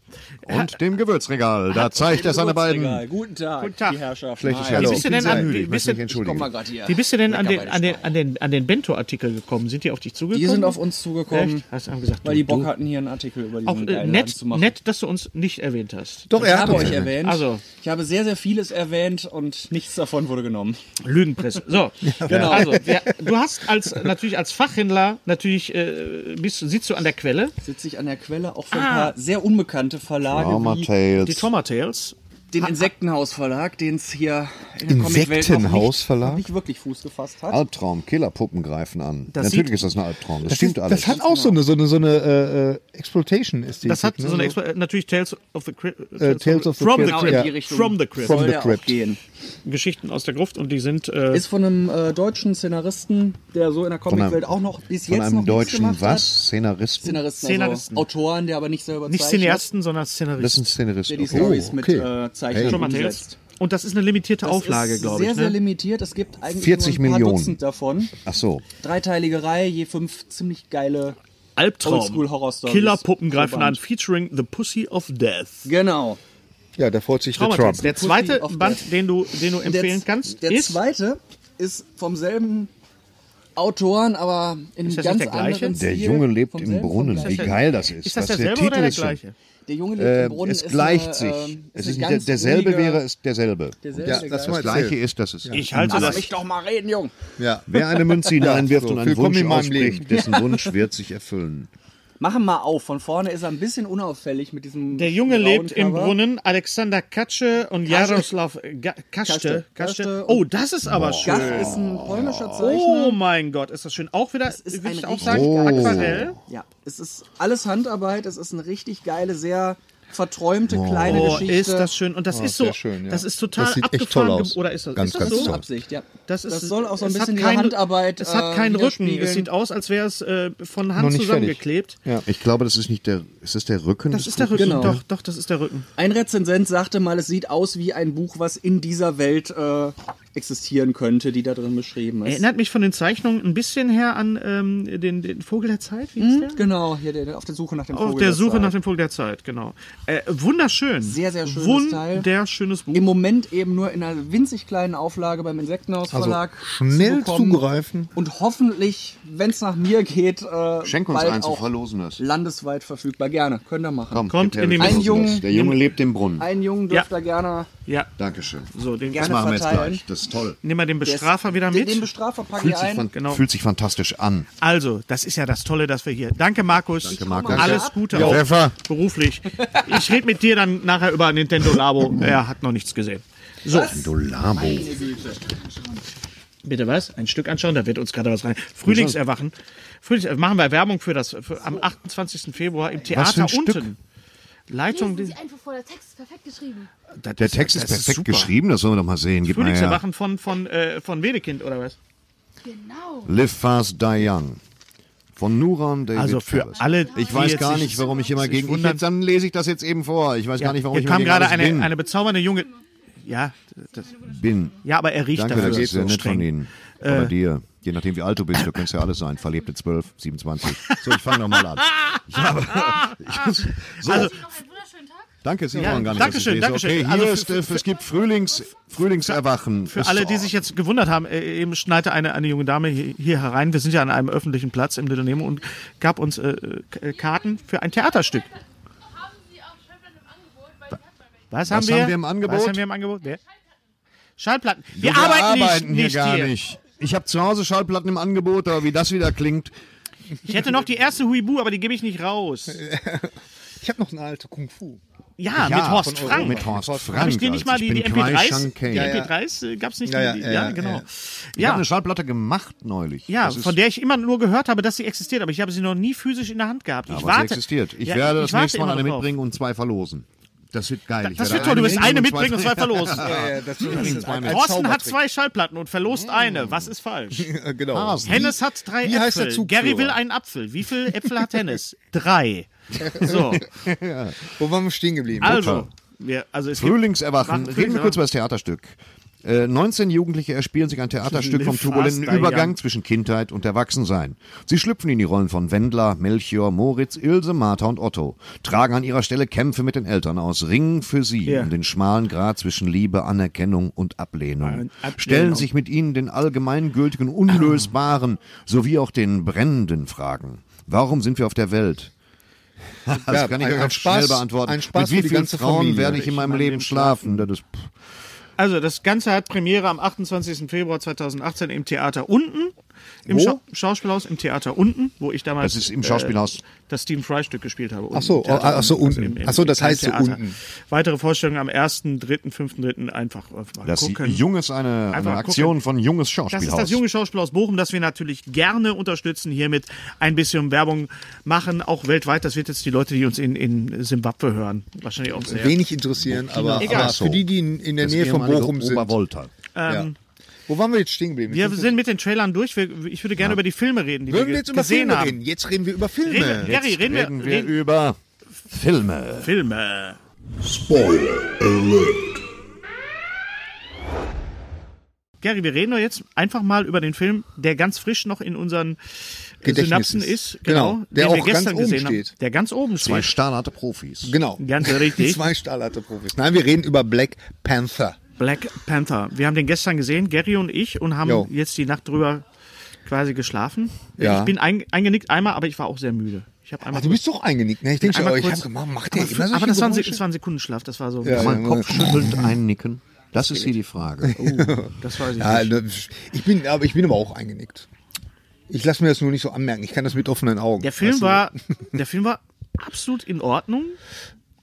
Und dem Gewürzregal. Da zeigt er seine beiden. Guten Tag, Guten Tag. die Herrschaft. Schlechtes Wie Hallo. bist du Ich bin denn an, sehr müde, ich wie bist möchte mich denn, entschuldigen. Komm mal gerade hier. wie bist du denn an, Lecker den, bei an, den, Schnauze. an, den, an den Bento-Artikel gekommen? Sind die auf dich zugekommen? Die sind auf uns zugekommen, Echt? Hast du haben gesagt, weil du- die Bock du- hatten, hier einen Artikel über diesen Auch äh, geilen Laden nett, zu machen. nett, dass du uns nicht erwähnt hast. Doch, Ich er hat habe uns euch erwähnt. erwähnt. Also. Ich habe sehr, sehr vieles erwähnt und nichts davon wurde genommen. Lügenpresse. *laughs* So, Genau. also wir, du hast als natürlich als Fachhändler natürlich äh, bist, du- sitzt du an der Quelle. Sitze ich an der Quelle auch für ein Ah. paar sehr unbekannte Verlage wie Die Tales. Trauma Tales. den Insektenhaus-Verlag, den es hier in der Comicwelt noch nicht, Insektenhaus-Verlag? noch nicht wirklich Fuß gefasst hat. Albtraum, Killerpuppen greifen an. Das Natürlich sieht- ist das ein Albtraum. Das, Das, stimmt ist, alles. das hat auch so eine, so eine, so eine äh, äh, Exploitation ist die. Das hat ne? so eine Expo äh, natürlich Tales of the Crypt. Äh, Tales of the from the Crypt, Crypt. ja. in die Richtung From the Crypt. From soll the der Crypt. auch gehen. Geschichten aus der Gruft und die sind äh, Ist von einem äh, deutschen Szenaristen, der so in einem- der Comicwelt auch noch bis Von jetzt noch einem nichts deutschen gemacht hat. was? Szenaristen? Szenaristen, Szenaristen. Also Autoren, der aber nicht selber nicht zeichnet, Cineasten, sondern Das ist ein Szenaristen. Szenarist. Oh, der die Okay. Stories okay. mit äh, Zeichnern Trauma Tales. umsetzt. Und das ist eine limitierte Das Auflage, ist glaube ich. Sehr, sehr Ne? limitiert. Es gibt eigentlich 40 nur ein paar Millionen. Dutzend davon. Ach so. Dreiteilige Reihe, je fünf ziemlich geile. Oldschool Horror Albtraum. Stories. Killerpuppen greifen an, Verband. featuring The Pussy of Death. Genau. Ja, da freut sich der Trauma Tales. Trump. Der zweite of Band, Death. den du, den du Der empfehlen z- kannst, Der ist zweite ist vom selben Autoren, aber in einem das ganz nicht der gleiche? anderen Stil. Der Junge lebt Vom im selben, vom Brunnen. gleichen. Wie geil das ist. ist das Was derselbe oder der ist schon- gleiche? Der Junge lebt Äh, im Brunnen. es ist gleicht eine, sich. ähm, es eine ist nicht, der- ganz derselbe ruhige- wäre es derselbe. derselbe Ja, das gleiche. war Das jetzt gleiche ist, dass es. Also Ich halt halte Lass das. mich doch mal reden, Jung. Ja. Wer eine Münze hineinwirft so, und einen willkommen Wunsch in meinem Leben. ausspricht, dessen Wunsch wird sich erfüllen. Machen mal auf. Von vorne ist er ein bisschen unauffällig mit diesem. Der Junge grauen lebt im Cover. Brunnen. Alexander Katsche und Jaroslav äh, Ga- Kaschte. Kaschte. Kaschte. Kaschte. Oh, das ist aber Das schön. ist ein polnischer ne? Zeichner. Oh mein Gott, ist das schön. Auch wieder, ist würde ein ich auch richtig sagen, geiles Oh. Aquarell. Ja, es ist alles Handarbeit. Es ist eine richtig geile, sehr verträumte kleine Oh, Geschichte. ist das schön. Und das ist so, Oh, sehr schön, ja. das ist total Das sieht echt abgefahren. toll ge- aus. Oder ist das, Ganz, ist das ganz so? toll. Absicht, ja. Das, ist, soll auch so ein es hat bisschen die keinen- Handarbeit. Es hat äh, keinen Rücken. widerspiegeln. Es sieht aus, als wäre es äh, von Noch Hand nicht zusammengeklebt. Ich glaube, das ist nicht der. Ist das der Rücken? Das des ist der Buches? Rücken. Genau. Doch, doch, das ist der Rücken. Ein Rezensent sagte mal, es sieht aus wie ein Buch, was in dieser Welt äh, existieren könnte, die da drin beschrieben ist. Erinnert mich von den Zeichnungen ein bisschen her an ähm, den, den Vogel der Zeit. Wie hieß der? Genau, hier der, der auf der Suche nach dem Vogel. Auf der Suche Zeit. nach dem Vogel der Zeit, genau. Äh, wunderschön. Sehr, sehr schönes Wunderschönes Buch. Im Moment eben nur in einer winzig kleinen Auflage beim Insektenhaus Verlag. Also schnell zu bekommen. zugreifen. Und hoffentlich, wenn es nach mir geht, äh, Schenk uns bald eins, wir auch verlosen das. landesweit verfügbar. Gerne, könnt ihr machen. Komm, Kommt gib her, in den wir Ein versuchen das. Jungen- Der Junge lebt im Brunnen. Einen Jungen dürft Ja. ihr gerne, ja, Dankeschön. so, den Das gerne machen wir jetzt verteilen. gleich. Das ist toll. nehmen wir den Bestrafer wieder Den, den mit. Bestrafer packe ich Fühlt sich, ein. fan- Genau. fühlt sich fantastisch an. Also, das ist ja das Tolle, dass wir hier. Danke, Markus. Danke, Markus. Alles Danke. Gute Ja, auch Pfeffer. beruflich. Ich rede mit dir dann nachher über Nintendo Mhm. Labo. Er hat noch nichts gesehen. So, Dolabo. bitte was? Ein Stück anschauen, da wird uns gerade was rein. Frühlingserwachen. Frühlingserwachen. Machen wir Werbung für das für, am 28. Februar im für Theater ein Stück? unten. Leitung. Lesen Sie einfach vor, der Text ist perfekt geschrieben. Das Der Text ist das perfekt super. geschrieben, ah, das sollen wir doch mal sehen. Gib mal her. Frühlingserwachen von, von, äh, von Wedekind oder was? Genau. Live fast, die young. Von Nuran David Also für Ferris. alle, Ich die weiß jetzt gar sich- nicht, warum ich immer sich gegen. Ich wundern- jetzt, dann lese ich das jetzt eben vor. Ich weiß gar nicht, warum Hier ich immer kam gegen gerade alles bin. eine, eine bezaubernde junge. Ja, das, bin. ja, aber er riecht Danke, dafür. das ist sehr so nett streng. Äh. von Ihnen. Oder dir. Je nachdem, wie alt du bist, du kannst ja alles sein. Verlebte 12, 27. So, ich fange nochmal an. Ich habe, *laughs* ich, so, Ihnen noch Genau, einen wunderschönen Tag. danke, Sie Also, Ja, wollen gar nicht. Dankeschön, dass ich lese. Okay, Dankeschön. hier Also ist, für- äh, es gibt Frühlings, Frühlingserwachen. Für alle, die sich jetzt gewundert haben, äh, eben schneite eine, eine junge Dame hier, hier herein. Wir sind ja an einem öffentlichen Platz im Unternehmen und gab uns äh, äh, Karten für ein Theaterstück. Haben Sie auch Schallplatten im Angebot? Weil ich hab mal welche. Was, Was haben, wir? haben wir im Angebot? Was haben wir im Angebot? Wer? Schallplatten. Wir, Wir arbeiten, nicht, hier nicht gar hier. nicht. Ich habe zu Hause Schallplatten im Angebot, aber wie das wieder klingt. Ich hätte noch die erste Huibu, aber die gebe ich nicht raus. Ich habe noch eine alte Kung Fu. Ja, Äh, Ja, mit Horst von Europa. Frank. Mit Horst Frank. Habe ich dir nicht mal also die, ich die bin Kai MP3s? Shankane. Die Ich MP3s äh, gab es nicht. Ja, die, ja, ja, ja, genau. habe Ja, eine Schallplatte gemacht neulich. ja, Das ist- von der ich immer nur gehört habe, dass sie existiert, aber ich habe sie noch nie physisch in der Hand gehabt. Ich aber warte. sie existiert. Ich Ja, werde das warte nächste Mal immer eine noch drauf. mitbringen und zwei verlosen. Das wird geil. Ich Das werde wird toll, du wirst eine zwei- mitbringen und zwei verlosen. Äh, das ist ein, ein Hm. Thorsten hat Zaubertrick. zwei Schallplatten und verlost eine. Was ist falsch? Äh, Genau. Hasen. Hennes hat drei wie Äpfel. heißt der Zugführer? Gary will einen Apfel. Wie viele Äpfel hat Hennes? Drei. So, Wo waren wir stehen geblieben? also. Wir, also es gibt- Frühlingserwachen. Warte, Reden wir kurz Frühlingserwachen. über das Theaterstück. Äh, 19 Jugendliche erspielen sich ein Theaterstück vom Live turbulenten fast ein Übergang Jahr. zwischen Kindheit und Erwachsensein. Sie schlüpfen in die Rollen von Wendler, Melchior, Moritz, Ilse, Martha und Otto, tragen an ihrer Stelle Kämpfe mit den Eltern aus, ringen für sie Ja. um den schmalen Grat zwischen Liebe, Anerkennung und Ablehnung, Ablehnung. stellen sich mit ihnen den allgemeingültigen, unlösbaren sowie auch den brennenden Fragen. Warum sind wir auf der Welt? Das Ja, Also kann ich ein- ganz ein Spaß- schnell beantworten. ein Spaß Mit wie für die vielen ganze Frauen Familie. werde ich in meinem Leben schlafen? Das ist, pff. Also das Ganze hat Premiere am 28. Februar 2018 im Theater unten. Im Wo? Schau Schauspielhaus, im Theater unten, wo ich damals Das ist im Schauspielhaus. Äh, das Stephen Fry Stück gespielt habe. Unten also Ach so, im Theater oh, ach so, unten. Ach so, das kleinen heißt so Theater. unten. Weitere Vorstellungen am 1., 3., 5., 3. einfach äh, mal Das gucken. Jung ist eine, eine Einfach Aktion gucken. von Junges Das Schauspielhaus. ist das junge Schauspiel aus Bochum, das wir natürlich gerne unterstützen, hiermit ein bisschen Werbung machen, auch weltweit. Das wird jetzt die Leute, die uns in, in Zimbabwe hören, wahrscheinlich auch sehr. Wenig interessieren, aber, Egal. aber für die, die in, in der Das Nähe von ehemalige Bochum sind. Obervolta. ja. Wo waren wir jetzt stehen geblieben? Wir Jetzt sind mit den Trailern durch. Wir, ich würde gerne über die Filme reden, die Würden wir wir ge- jetzt über gesehen Filme haben. reden? Jetzt reden wir über Reden, Filme. Gary, reden, Reden wir, wir reden über Filme. Filme. Spoiler alert. Gary, wir reden doch jetzt einfach mal über den Film, der ganz frisch noch in unseren äh, Gedächtnis Synapsen ist. ist. Genau. Genau. Der den wir auch gestern ganz oben gesehen steht. Haben, der ganz oben Zwei steht. stahlharte Profis. Genau. Ganz *laughs* richtig. Zwei stahlharte Profis. Nein, wir reden über Black Panther. Black Panther. Wir haben den gestern gesehen, Gary und ich, und haben Jo. jetzt die Nacht drüber quasi geschlafen. Ja. Ich bin ein, eingenickt einmal, aber ich war auch sehr müde. Ich habe einmal. Ach, du bist doch eingenickt, ne? Ich denke schon, einmal oh, ich kurz- hab gemacht, macht der aber, immer solche aber das war, ein, Geräusche? das war ein Sekundenschlaf, das war so. Mal kopfschüttelnd einnicken. Das ist hier *laughs* die Frage. Oh, Das weiß ich Ja, nicht. ne, ich bin, aber ich bin aber auch eingenickt. Ich lasse mir das nur nicht so anmerken. Ich kann das mit offenen Augen. Der Weißt Film du? war, der Film war absolut in Ordnung.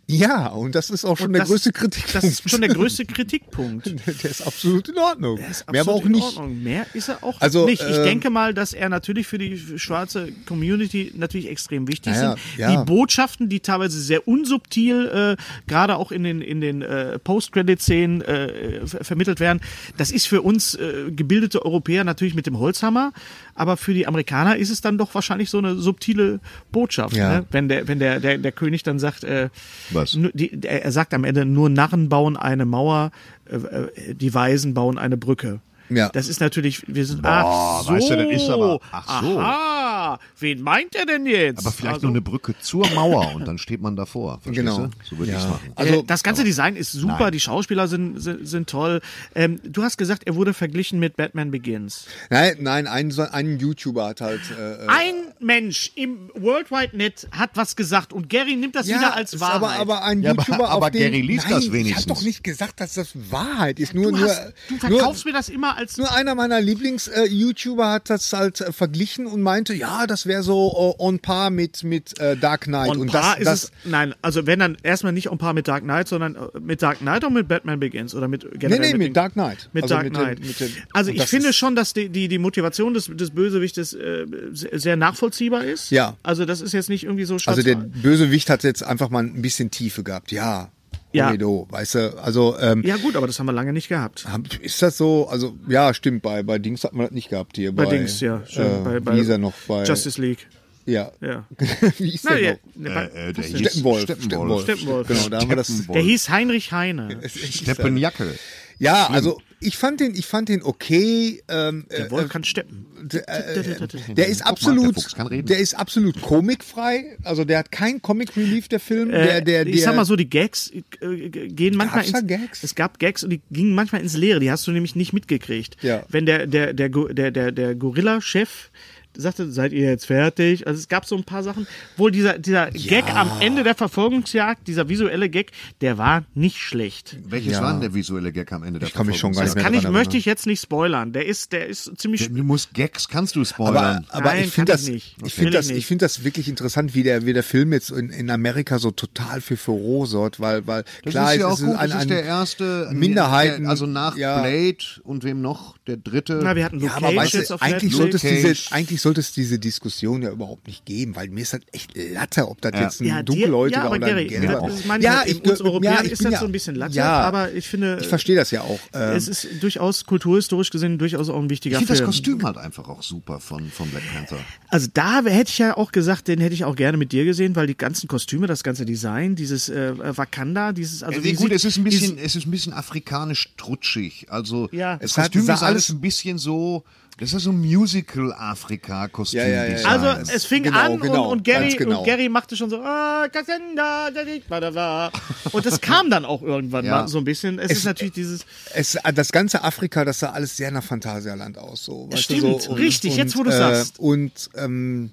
Ja, und das ist auch schon Und der das- größte Kritikpunkt. Das ist schon der größte Kritikpunkt. *laughs* der ist absolut in Ordnung. Ist Mehr aber absolut auch in nicht. Ordnung. Mehr ist er auch Also, nicht. Ich ähm, denke mal, dass er natürlich für die schwarze Community natürlich extrem wichtig Naja, sind. ja. Die Botschaften, die teilweise sehr unsubtil, äh, gerade auch in den, in den äh, Post-Credit-Szenen äh, ver vermittelt werden, das ist für uns äh, gebildete Europäer natürlich mit dem Holzhammer, aber für die Amerikaner ist es dann doch wahrscheinlich so eine subtile Botschaft, Ja. ne? wenn, der, wenn der, der, der König dann sagt, äh, Was? nu- die, der, er sagt am Ende, nur Narren bauen eine Mauer, äh, äh, die Weisen bauen eine Brücke. Ja. Das ist natürlich, wir sind, Boah, ach so, weißt du, das ist aber- ach so. aha, wen meint er denn jetzt? Aber vielleicht Also, nur eine Brücke zur Mauer und dann steht man *laughs* davor. Verstehst Genau. du? So würde ich es machen. Also, äh, das ganze Design ist super, die Schauspieler sind, sind, sind toll. Ähm, du hast gesagt, er wurde verglichen mit Batman Begins. nein, nein, ein, so- ein YouTuber hat halt. Äh, äh, Ein Mensch im Worldwide Net hat was gesagt und Gary nimmt das wieder als ist Wahrheit. aber, aber ein Ja, aber- YouTuber auf aber den, Gary liest nein, das Ich habe wenigstens. doch nicht gesagt, dass das Wahrheit ist. Nur, du, hast, du nur, nur, verkaufst mir das immer als nur einer meiner Lieblings-YouTuber hat das halt äh, verglichen und meinte, ja, das wäre so äh, on par mit, mit äh, Dark Knight. Halt. Und, und Paar das, das, ist es, nein, also wenn dann erstmal nicht ein paar mit Dark Knight, sondern äh, mit Dark Knight und mit Batman Begins oder Äh, mit generell Nee, nee, mit den- Dark Knight. Mit Also Dark mit den- Knight. mit den- also und ich das finde ist- schon, dass die, die, die Motivation des, des Bösewichtes äh, se- sehr nachvollziehbar ist. Ja. Also das ist jetzt nicht irgendwie so schwarz Also der Bösewicht hat jetzt einfach mal ein bisschen Tiefe gehabt. Ja. Ja. Oredo, weißt du, also ähm, Ja gut, aber das haben wir lange nicht gehabt. hab- ist das so, also ja, stimmt, bei, bei Dings hat man das nicht gehabt hier. Bei, Dings, ja. Schön. äh, bei, bei wie ist er noch? Bei, Justice League. Ja. Ja. *laughs* Wie ist Na, der ja, noch? ne, Äh, äh, der hieß Steppenwolf. Steppenwolf. Steppenwolf. Genau, da haben wir das. der hieß Heinrich Heine. Äh, Steppenjacke. Ja, also ich fand den, ich fand den okay. Ähm, äh, Der Wolf kann steppen. der Guck ist mal, absolut, der Fuchs kann reden. der ist absolut komikfrei. Also der hat kein Comic Relief der Film. der, der, der, Äh, ich sag mal so, die Gags äh, äh, gehen manchmal Gab's da ins, Gags? es gab Gags und die gingen manchmal ins Leere, die hast du nämlich nicht mitgekriegt. Ja. Wenn der der der Go- der der, der Gorilla Chef sagte, seid ihr jetzt fertig? Also es gab so ein paar Sachen, wohl dieser dieser Gag am Ende der Verfolgungsjagd, dieser visuelle Gag, der war nicht schlecht. Welches war denn der visuelle Gag am Ende der Ich kann mich schon gar Das nicht mehr kann ich dran möchte ich jetzt nicht spoilern. Der ist der ist ziemlich Du musst Gags, kannst du Aber, spoilern. aber Nein, ich finde kann das, ich nicht. ich Will finde ich das, ich nicht. finde das wirklich interessant, wie der, wie der Film jetzt in, in Amerika so total für Furore sorgt, weil, weil klar, das ist ja es auch ist gut, ein, das ist ein der erste Minderheiten, der, also nach ja. Blade und wem noch? Der dritte. na, wir hatten Luke Ja, aber Cage weißt jetzt du, auf eigentlich Netflix. sollte, es diese, Cage. eigentlich sollte es diese Diskussion ja überhaupt nicht geben, weil mir ist halt echt Latte, ob das jetzt ein Ja, dir- dunkelhäutiger ja, aber oder ein Gary, gelber das ist meine ja, Meinung. ich, Uns Europäern ja, ich ist bin das ja, so ein bisschen Latte, ja, aber äh, ich finde- Ich verstehe das ja auch. Ähm, es ist durchaus kulturhistorisch gesehen durchaus auch ein ich wichtiger finde das Film. Kostüm halt einfach auch super von, von Black Panther. Also da wär- hätte ich ja auch gesagt, den hätte ich auch gerne mit dir gesehen, weil die ganzen Kostüme, das ganze Design, dieses äh, Wakanda, dieses also Also wie gut, sieht- es ist ein wie bisschen, es ist ein bisschen afrikanisch trutschig. Also Ja. das Es hat- Kostüm sah ist alles alles- ein bisschen so. Das ist so ein Musical-Afrika-Kostüm. Ja, ja, ja, ja. also Design. es fing Genau, an genau, und, und, Gary, ganz genau. und Gary machte schon so ah, Cassandra, da, di, ba, da, ba. und das kam dann auch irgendwann Ja. mal so ein bisschen. Es, ist natürlich dieses es, äh, das ganze Afrika, das sah alles sehr nach Phantasialand aus. So, weißt du, Stimmt, so, äh, richtig, jetzt, wo du's sagst. Und ähm,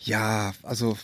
ja, also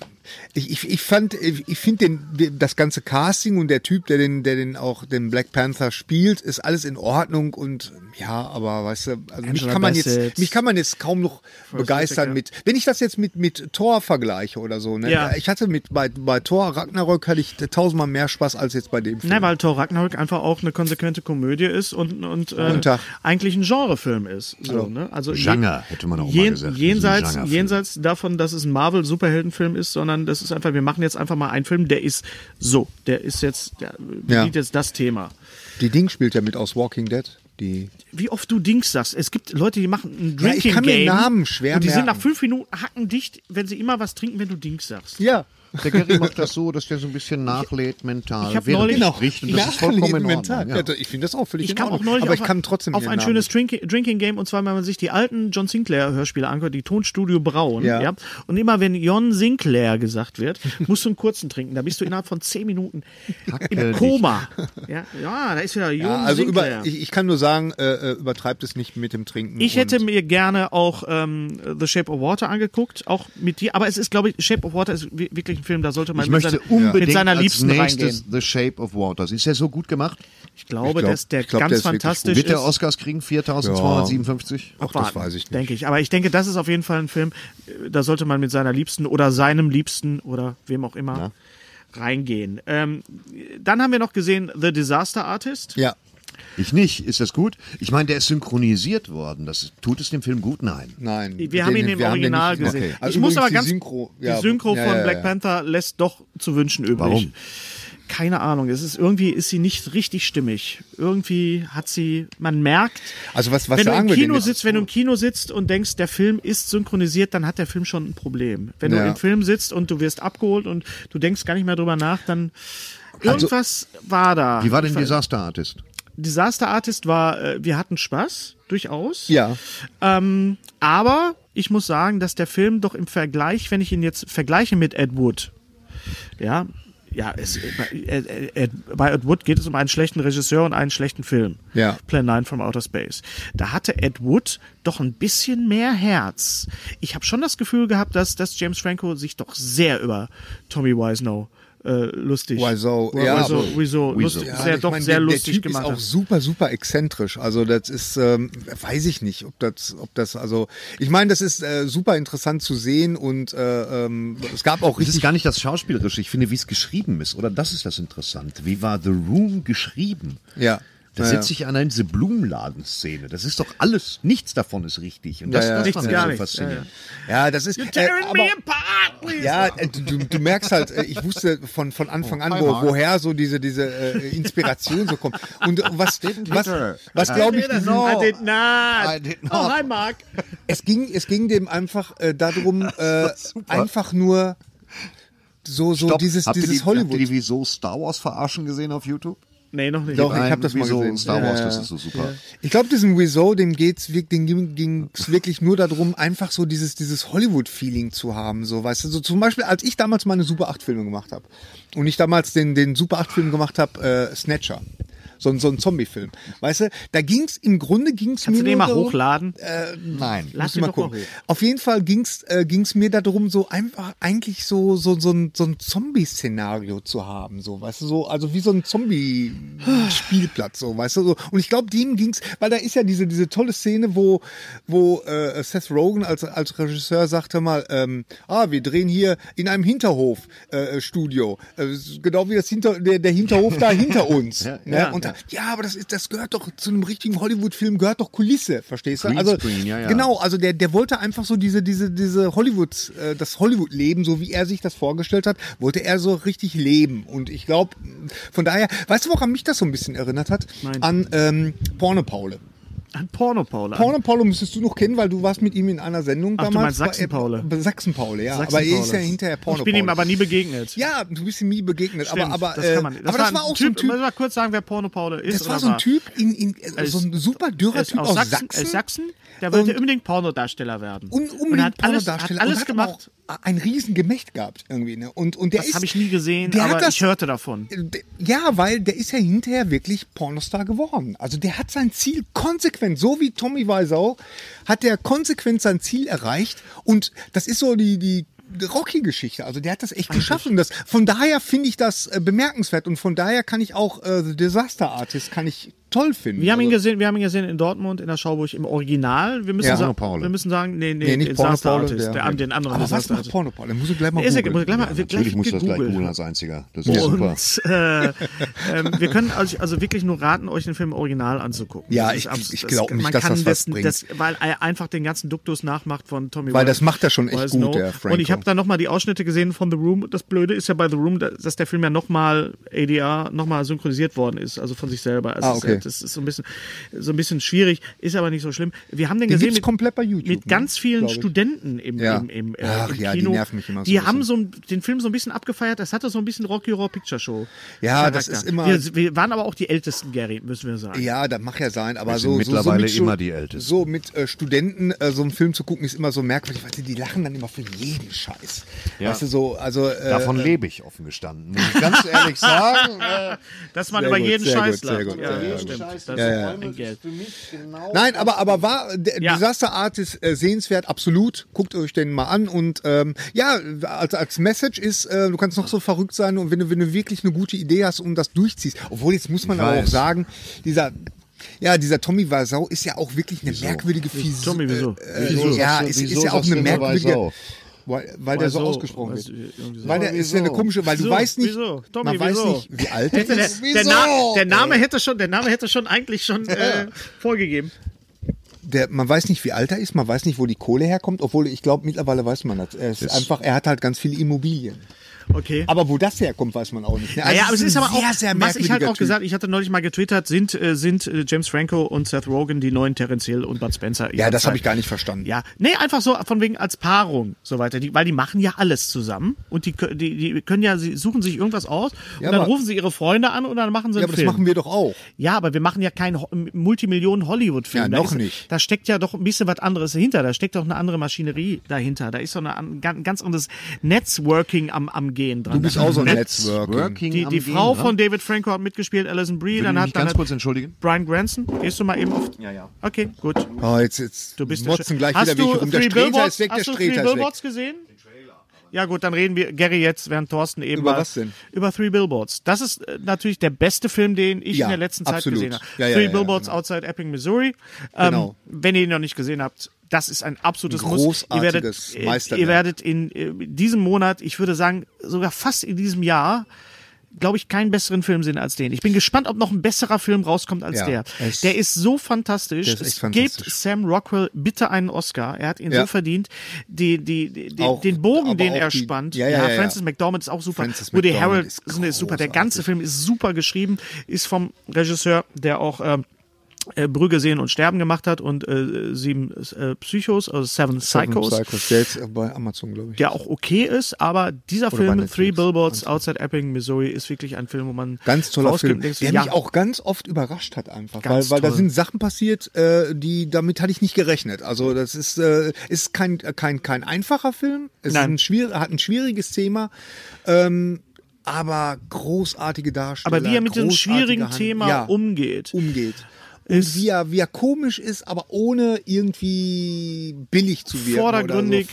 ich, ich, ich fand, ich, ich finde den- den- das ganze Casting und der Typ, der den, der den auch den Black Panther spielt, ist alles in Ordnung und ja, aber weißt du, also mich Angela kann man Bassett. jetzt, mich kann man jetzt kaum noch begeistern mit, wenn ich das jetzt mit mit Thor vergleiche oder so. Ne? Ja. Ich hatte mit bei bei Thor Ragnarök hatte ich tausendmal mehr Spaß als jetzt bei dem Film. Nein, weil Thor Ragnarök einfach auch eine konsequente Komödie ist und, und äh, Tag. eigentlich ein Genrefilm ist. So, ne? also je- Genre, hätte man auch mal gesagt. Jenseits, Ein Genrefilm. jenseits davon, dass es ein Marvel-Superheldenfilm ist, sondern das ist einfach, wir machen jetzt einfach mal einen Film, der ist so, der ist jetzt, der Ja. bedient jetzt das Thema. Die Ding spielt ja mit aus Walking Dead. Die Wie oft du Dings sagst. Es gibt Leute, die machen ein Ja, ich Drinking kann mir Game. Namen schwer Und die sind merken. nach fünf Minuten hackendicht, wenn sie immer was trinken, wenn du Dings sagst. ja. Der Gary macht das so, dass der so ein bisschen nachlädt mental. ich hab während neulich- er Genau. spricht. Und das ist vollkommen in Ordnung. mental. Ja. Ja. doch, ich finde das auch völlig Ich in kam auch Ordnung. Genau, neulich aber auf, ich kam trotzdem auf den ein Namen schönes nicht. Drinking, Drinking Game und zwar, wenn man sich die alten John Sinclair Hörspiele anguckt, die Tonstudio Braun, Ja. ja. und immer wenn John Sinclair gesagt wird, *laughs* musst du einen kurzen trinken, da bist du innerhalb von zehn Minuten im Koma. Ja, ja, da ist wieder John Ja, also Sinclair. über, ich, ich kann nur sagen, äh, äh, übertreibt es nicht mit dem Trinken. Ich hätte und- mir gerne auch ähm, The Shape of Water angeguckt, auch mit dir. Aber es ist, glaube ich, Shape of Water ist wi- wirklich ein Film, da sollte man Ich mit, möchte seiner, unbedingt mit seiner als Liebsten nächstes reingehen. The Shape of Water. Ist der so gut gemacht? Ich glaube, Ich glaub- dass der ich glaub, ganz der ist wirklich gut. fantastisch Wird ist. der Oscars kriegen? 4257? Ach, das weiß ich nicht. Denke ich. Aber ich denke, das ist auf jeden Fall ein Film, äh, da sollte man mit seiner Liebsten oder seinem Liebsten oder wem auch immer reingehen. Ähm, dann haben wir noch gesehen The Disaster Artist. Ja. Ich nicht. Ist das gut? Ich meine, der ist synchronisiert worden. Das tut es dem Film gut? Nein. Nein. Wir haben ihn im wir den Original nicht- gesehen. Okay. Also ich muss übrigens aber die ganz Synchro, die Synchro ja, von ja, Black ja. Panther lässt doch zu wünschen übrig. Warum? Keine Ahnung. Es ist irgendwie ist sie nicht richtig stimmig. Irgendwie hat sie, man merkt. Also was- was wenn sagen wir du im Kino denn jetzt? sitzt, wenn du im Kino sitzt und denkst, der Film ist synchronisiert, dann hat der Film schon ein Problem. Wenn Ja. du im Film sitzt und du wirst abgeholt und du denkst gar nicht mehr drüber nach, dann irgendwas war da. Wie war denn Ich weiß- Disaster Artist? Disaster Artist war, äh, wir hatten Spaß, durchaus. Ja. Ähm, aber ich muss sagen, dass der Film doch im Vergleich, wenn ich ihn jetzt vergleiche mit Ed Wood, ja, ja, es, bei, Ed, Ed, bei Ed Wood geht es um einen schlechten Regisseur und einen schlechten Film. Ja. Plan 9 from Outer Space. Da hatte Ed Wood doch ein bisschen mehr Herz. Ich habe schon das Gefühl gehabt, dass, dass James Franco sich doch sehr über Tommy Wiseau äh, lustig. Wiseau, ja, Wiseau, aber- Wiseau, lustig, Ja, sehr, ich doch meine, sehr der, lustig der typ gemacht. Ist auch hat. super, super exzentrisch. Also das ist, ähm, weiß ich nicht, ob das, ob das, also ich meine, das ist äh, super interessant zu sehen und äh, ähm, es gab auch Es ist richtig gar nicht das Schauspielerische. Ich finde, wie es geschrieben ist. Oder das ist das Interessante. Wie war The Room geschrieben? Ja. Da sitze ich an diese Blumenladenszene. Das ist doch alles, nichts davon ist richtig. Und das, Ja, ja. das Nichts, fand ich gar so nichts. faszinierend. Ja, das ist. äh, Tearing aber- me apart, please. Ja, äh, du, du merkst halt, äh, ich wusste von, von Oh, Anfang an, wo, woher so diese, diese äh, Inspiration so kommt. Und äh, was, was, was glaube ich, Also, I did not. I did not. Oh, hi, Mark. es ging, es ging dem einfach äh, darum, äh, einfach nur so, so Stopp. dieses, habt ihr dieses die, Habt ihr Hollywood. die Wieso Star Wars verarschen gesehen auf YouTube? Nee, noch nicht. Doch, ich Nein, habe das mal Wieso gesehen. Star Wars, das Ja. ist so super. Ich glaube, diesem Wieso, dem geht's, wirk- dem ging- ging's wirklich nur darum, einfach so dieses, dieses Hollywood-Feeling zu haben, so, weißt du, so zum Beispiel, als ich damals meine Super 8-Filme gemacht habe und ich damals den, den Super 8-Film gemacht habe, äh, Snatcher. So ein, so ein Zombie-Film. Weißt du, da ging's im Grunde ging's Kannst mir du den nur mal darum- hochladen? Äh, Nein. Hm, Lass Lass ihn mal doch mal gucken. hoch. Auf jeden Fall ging's äh, ging's mir darum, so einfach eigentlich so so so ein, so ein Zombie-Szenario zu haben, so weißt du so, also wie so ein Zombie-Spielplatz, so weißt du so. Und ich glaube, dem ging's, weil da ist ja diese diese tolle Szene, wo wo äh, Seth Rogen als als Regisseur sagte mal, ähm, ah, wir drehen hier in einem Hinterhof äh, Studio, äh, genau wie das hinter der, der Hinterhof da *laughs* hinter uns. Ja, ne? ja, Und da, ja, aber das ist das gehört doch zu einem richtigen Hollywood-Film gehört doch Kulisse, verstehst du? also Greenscreen, ja, ja. genau genau, also der, der wollte einfach so diese, diese, diese Hollywood, äh, das Hollywood-Leben, so wie er sich das vorgestellt hat, wollte er so richtig leben. Und ich glaube, von daher, weißt du, woran mich das so ein bisschen erinnert hat? Nein. An ähm, Porno-Paule. An Porno, Paula. Porno-Paule müsstest du noch kennen, weil du warst mit ihm in einer Sendung Ach, du damals. meinst Sachsen-Paule. Bei- bei Sachsen-Paule, ja. Sachsen aber er ist Paula. ja hinterher Porno-Paule. Ich bin ihm aber nie begegnet. Ja, du bist ihm nie begegnet. Stimmt, aber aber, das äh, kann man nicht. aber das war auch so ein Müssen Typ. wir kurz sagen, wer Porno Paula ist? Das war oder so ein Typ, in, in, äh, Als- so ein super Er dürrer ist Typ aus Sachsen. er ist Sachsen. Der wollte Und- unbedingt Pornodarsteller werden. un, und unbedingt er hat alles, hat Pornodarsteller alles und hat aber gemacht. Auch ein riesen Gemächt gehabt irgendwie. Ne? Und, und der Das ist- habe ich nie gesehen, der aber hat das, Äh, ich hörte davon. Ja, weil der ist ja hinterher wirklich Pornostar geworden. Also der hat sein Ziel konsequent, so wie Tommy Wiseau, hat der konsequent sein Ziel erreicht. Und das ist so die, die Rocky-Geschichte. Also der hat das echt geschafft. Und das, von daher finde ich das äh, bemerkenswert. Und von daher kann ich auch äh, The Disaster Artist kann ich toll finden. Wir haben ihn also, gesehen, wir haben ihn gesehen in Dortmund in der Schauburg im Original. Wir müssen, Ja. sagen, Porno Paula. wir müssen sagen, nee, nee, Nee, nicht Porno Disaster Paula, Artist, der- halt- der, den anderen aber was Disaster macht Artist. Porno Paula? Muss ich gleich mal Ist ja- googeln. gleich mal- wir- gleich Natürlich muss das gleich gegoogelt. googeln als einziger. Das ist super. Und äh, ähm, wir können euch also wirklich nur raten, euch den Film original anzugucken. Ja, Das ich- ist abs- ich das- glaub nicht, man dass kann das was bringt. weil er einfach den ganzen Duktus nachmacht von Tommy Weil Wiseau. das macht er schon echt Wiseau. gut, der Franco. Und ich habe da nochmal die Ausschnitte gesehen von The Room. Das Blöde ist ja bei The Room, da- dass der Film ja nochmal ADR, nochmal synchronisiert worden ist, also von sich selber. Also Ah, es ist- okay. Das ist so ein bisschen, so ein bisschen schwierig, ist aber nicht so schlimm. Wir haben den, Den gesehen gibt's mit, komplett bei YouTube, mit ne? ganz vielen Glaub ich. Studenten im, Ja. im, im, äh, Ach im ja, die Kino. nerven mich immer so Die ein haben bisschen. so ein- den Film so ein bisschen abgefeiert. Das hatte so ein bisschen Rocky Horror Picture Show. Ja, Ah, das Charakter. ist immer- Wir, wir waren aber auch die Ältesten, Gary, müssen wir sagen. Ja, das mag ja sein, aber Wir sind so, so, so mittlerweile mit Stu- immer die Ältesten. So mit äh, Studenten äh, so einen Film zu gucken ist immer so merkwürdig, weil die, die lachen dann immer für jeden Scheiß. Ja. Weißt du so, also äh, Davon lebe ich, offen gestanden. Muss ich ganz ehrlich sagen. Äh, Dass man Sehr über gut, jeden sehr Scheiß gut, sehr lacht. gut, ja, sehr ja, gut. stimmt. Das ja, ist ja. ein Geld. für mich genau. Nein, aber, aber war äh, der Ja. Disaster Artist äh, sehenswert, absolut. Guckt euch den mal an. Und ähm, ja, als, als Message ist, äh, du kannst noch so verrückt sein und wenn du, wenn du wirklich eine gute Idee hast und das durchziehst. Obwohl, jetzt muss man Ich aber auch weiß. sagen, dieser. Ja, dieser Tommy Wiseau ist ja auch wirklich eine merkwürdige Figur. Tommy, wieso? Äh, Wieso äh, ja, sagst du- es ist wieso ja auch sagst du eine immer merkwürdige. Wiseau? Weil, weil der so Wiseau, ausgesprochen weiß- wird. irgendwie so. Weil der ist ja eine Wieso? komische, weil du Wieso? weißt nicht, Wieso? Tommy, man weiß wieso? nicht, wie alt er Hätte der, ist. der, Na, der Name hätte schon, der Name hätte schon eigentlich schon äh, vorgegeben. der, man weiß nicht, wie alt er ist, man weiß nicht, wo die Kohle herkommt, obwohl ich glaube, mittlerweile weiß man das. Er ist einfach, er hat halt ganz viele Immobilien. Okay. Aber wo das herkommt, weiß man auch nicht. ne? Also naja, aber es ist ein aber auch, was ich halt merkwürdiger auch Typ. gesagt, ich hatte neulich mal getwittert, sind, äh, sind äh, James Franco und Seth Rogen die neuen Terence Hill und Bud Spencer. Ja, ihrer das Zeit? habe ich gar nicht verstanden. Ja, nee, einfach so von wegen als Paarung, so weiter. Die, weil die machen ja alles zusammen und die, kö- die, die können ja, sie suchen sich irgendwas aus Ja, und dann aber- rufen sie ihre Freunde an und dann machen sie Ja, einen aber das Film. machen wir doch auch. ja, aber wir machen ja keinen Ho- Multimillionen Hollywood-Film. Ja, Da noch ist, nicht. Da steckt ja doch ein bisschen was anderes dahinter. Da steckt doch eine andere Maschinerie dahinter. Da ist doch eine an- gan- ganz anderes Netzworking am, am Gehen dran. Du bist auch so ein Netz- Networking. Die, die Frau ne? von David Franco hat mitgespielt, Alison Brie, Würde dann mich hat nicht dann ganz hat kurz entschuldigen? Brian Granson. Gehst du mal eben auf? Ja, ja. Okay, gut. Oh, jetzt, jetzt Du bist motzen gleich Hast wieder welche du rum. Der Three Streter Billboards- ist weg, der Hast du Three Streter ist weg. Billboards gesehen? Ja gut, dann reden wir, Gary, jetzt, während Thorsten eben Über war, was denn? Über Three Billboards. Das ist äh, natürlich der beste Film, den ich Ja, in der letzten absolut. Zeit gesehen habe. Ja, ja, Three ja, ja, Billboards genau. Outside Epping, Missouri. Ähm, Genau. Wenn ihr ihn noch nicht gesehen habt, das ist ein absolutes Muss. Ihr Großartiges werdet, äh, Meisterwerk. Ihr werdet in äh, diesem Monat, ich würde sagen, sogar fast in diesem Jahr, glaube ich, keinen besseren Filmsinn als den. Ich bin gespannt, ob noch ein besserer Film rauskommt als Ja, der. es- der ist so fantastisch. Der ist echt es fantastisch. Gebt Sam Rockwell bitte einen Oscar. Er hat ihn Ja. so verdient. Die, die, die, Auch- den Bogen, aber den auch er die- spannt. Ja, ja, ja, ja. Francis McDormand ist auch super. Frances Woody McDormand Harrelson ist ist super. Der ganze großartig. Film ist super geschrieben, ist vom Regisseur, der auch ähm, äh, Brügge sehen und sterben gemacht hat und äh, sieben äh, Psychos, also Seven Psychos Psychos. Der jetzt bei Amazon, glaube ich. der auch okay ist, aber dieser Oder bei Film, Netflix. Three Billboards Outside Epping, Missouri, ist wirklich ein Film, wo man Ganz toller rausgeht Film, und denkt so, der ja, mich auch ganz oft überrascht hat einfach, Ganz weil, weil da toll. sind Sachen passiert, äh, die damit hatte ich nicht gerechnet. Also das ist äh, ist kein kein kein einfacher Film. Es Nein. Ist ein schwier hat ein schwieriges Thema, ähm, aber großartige Darsteller. aber wie er mit diesem großartige schwierigen Hand- Thema um- ja, umgeht. umgeht. Und wie, er, wie er komisch ist, aber ohne irgendwie billig zu wirken vordergründig,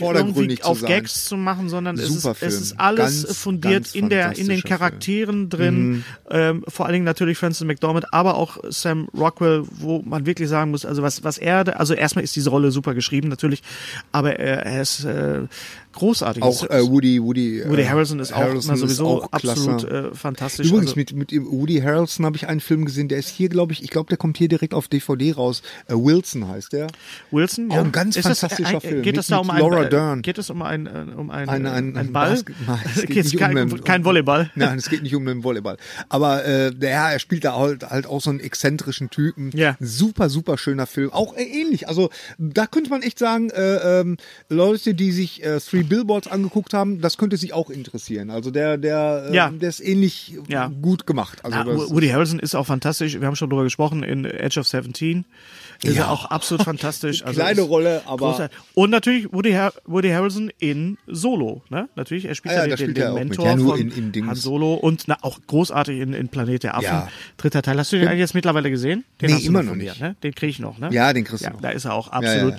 oder so, vordergründig irgendwie zu auf sein. Gags zu machen, sondern es ist, Super Film. es ist alles Ganz, fundiert ganz in, der, in den fantastischer Mhm. Charakteren drin. Ähm, vor allen Dingen natürlich Francis McDormand, aber auch Sam Rockwell, wo man wirklich sagen muss, also was, was er, da- also erstmal ist diese Rolle super geschrieben natürlich, aber er, er ist äh, großartig. Auch Es- äh, Woody, Woody, Woody äh, Harrelson ist auch Harrelson immer sowieso ist auch klasse. absolut äh, fantastisch. Übrigens, also, mit, mit Woody Harrelson habe ich einen Film gesehen, der ist hier, glaube ich, ich glaube, der kommt hier direkt auf DVD raus. Äh, Wilson heißt der. Wilson, auch ja. ein ganz Ist das fantastischer ein- Film Geht mit- das da mit um einen, Laura äh, Dern. Geht es um einen, äh, um einen, Ein, ein, äh, einen Ball? Basket- *laughs* Nein, *laughs* es geht Geht's nicht kein, um einen, kein Volleyball. *laughs* Nein, es geht nicht um den Volleyball. Aber äh, der, ja, er spielt da halt, halt auch so einen exzentrischen Typen. Ja. Super, super schöner Film. Auch äh, ähnlich. Also da könnte man echt sagen, äh, ähm, Leute, die sich äh, Three Billboards angeguckt haben, das könnte sich auch interessieren. Also der, der, äh, Ja. der ist ähnlich Ja. gut gemacht. Also Ja, das- Woody Harrelson ist auch fantastisch. Wir haben schon drüber gesprochen in Edge of 17. Ist Ja. er auch *laughs* absolut fantastisch. Also Kleine ist Rolle, aber- großartig. Und natürlich Woody, Har Woody Harrelson in Solo. Ne? Natürlich, er spielt Ah ja, ja, da den, spielt den er auch mit. Mentor Ja, nur von in- in Dings. Han Solo und na, auch großartig in, in Planet der Affen. Ja. Dritter Teil. Hast du den eigentlich jetzt mittlerweile gesehen? Den Nee, hast du immer noch von noch mir, nicht. Ne? Den kriege ich noch. Ne? Ja, den kriegst du ja, noch. Da ist er auch ja, absolut ja.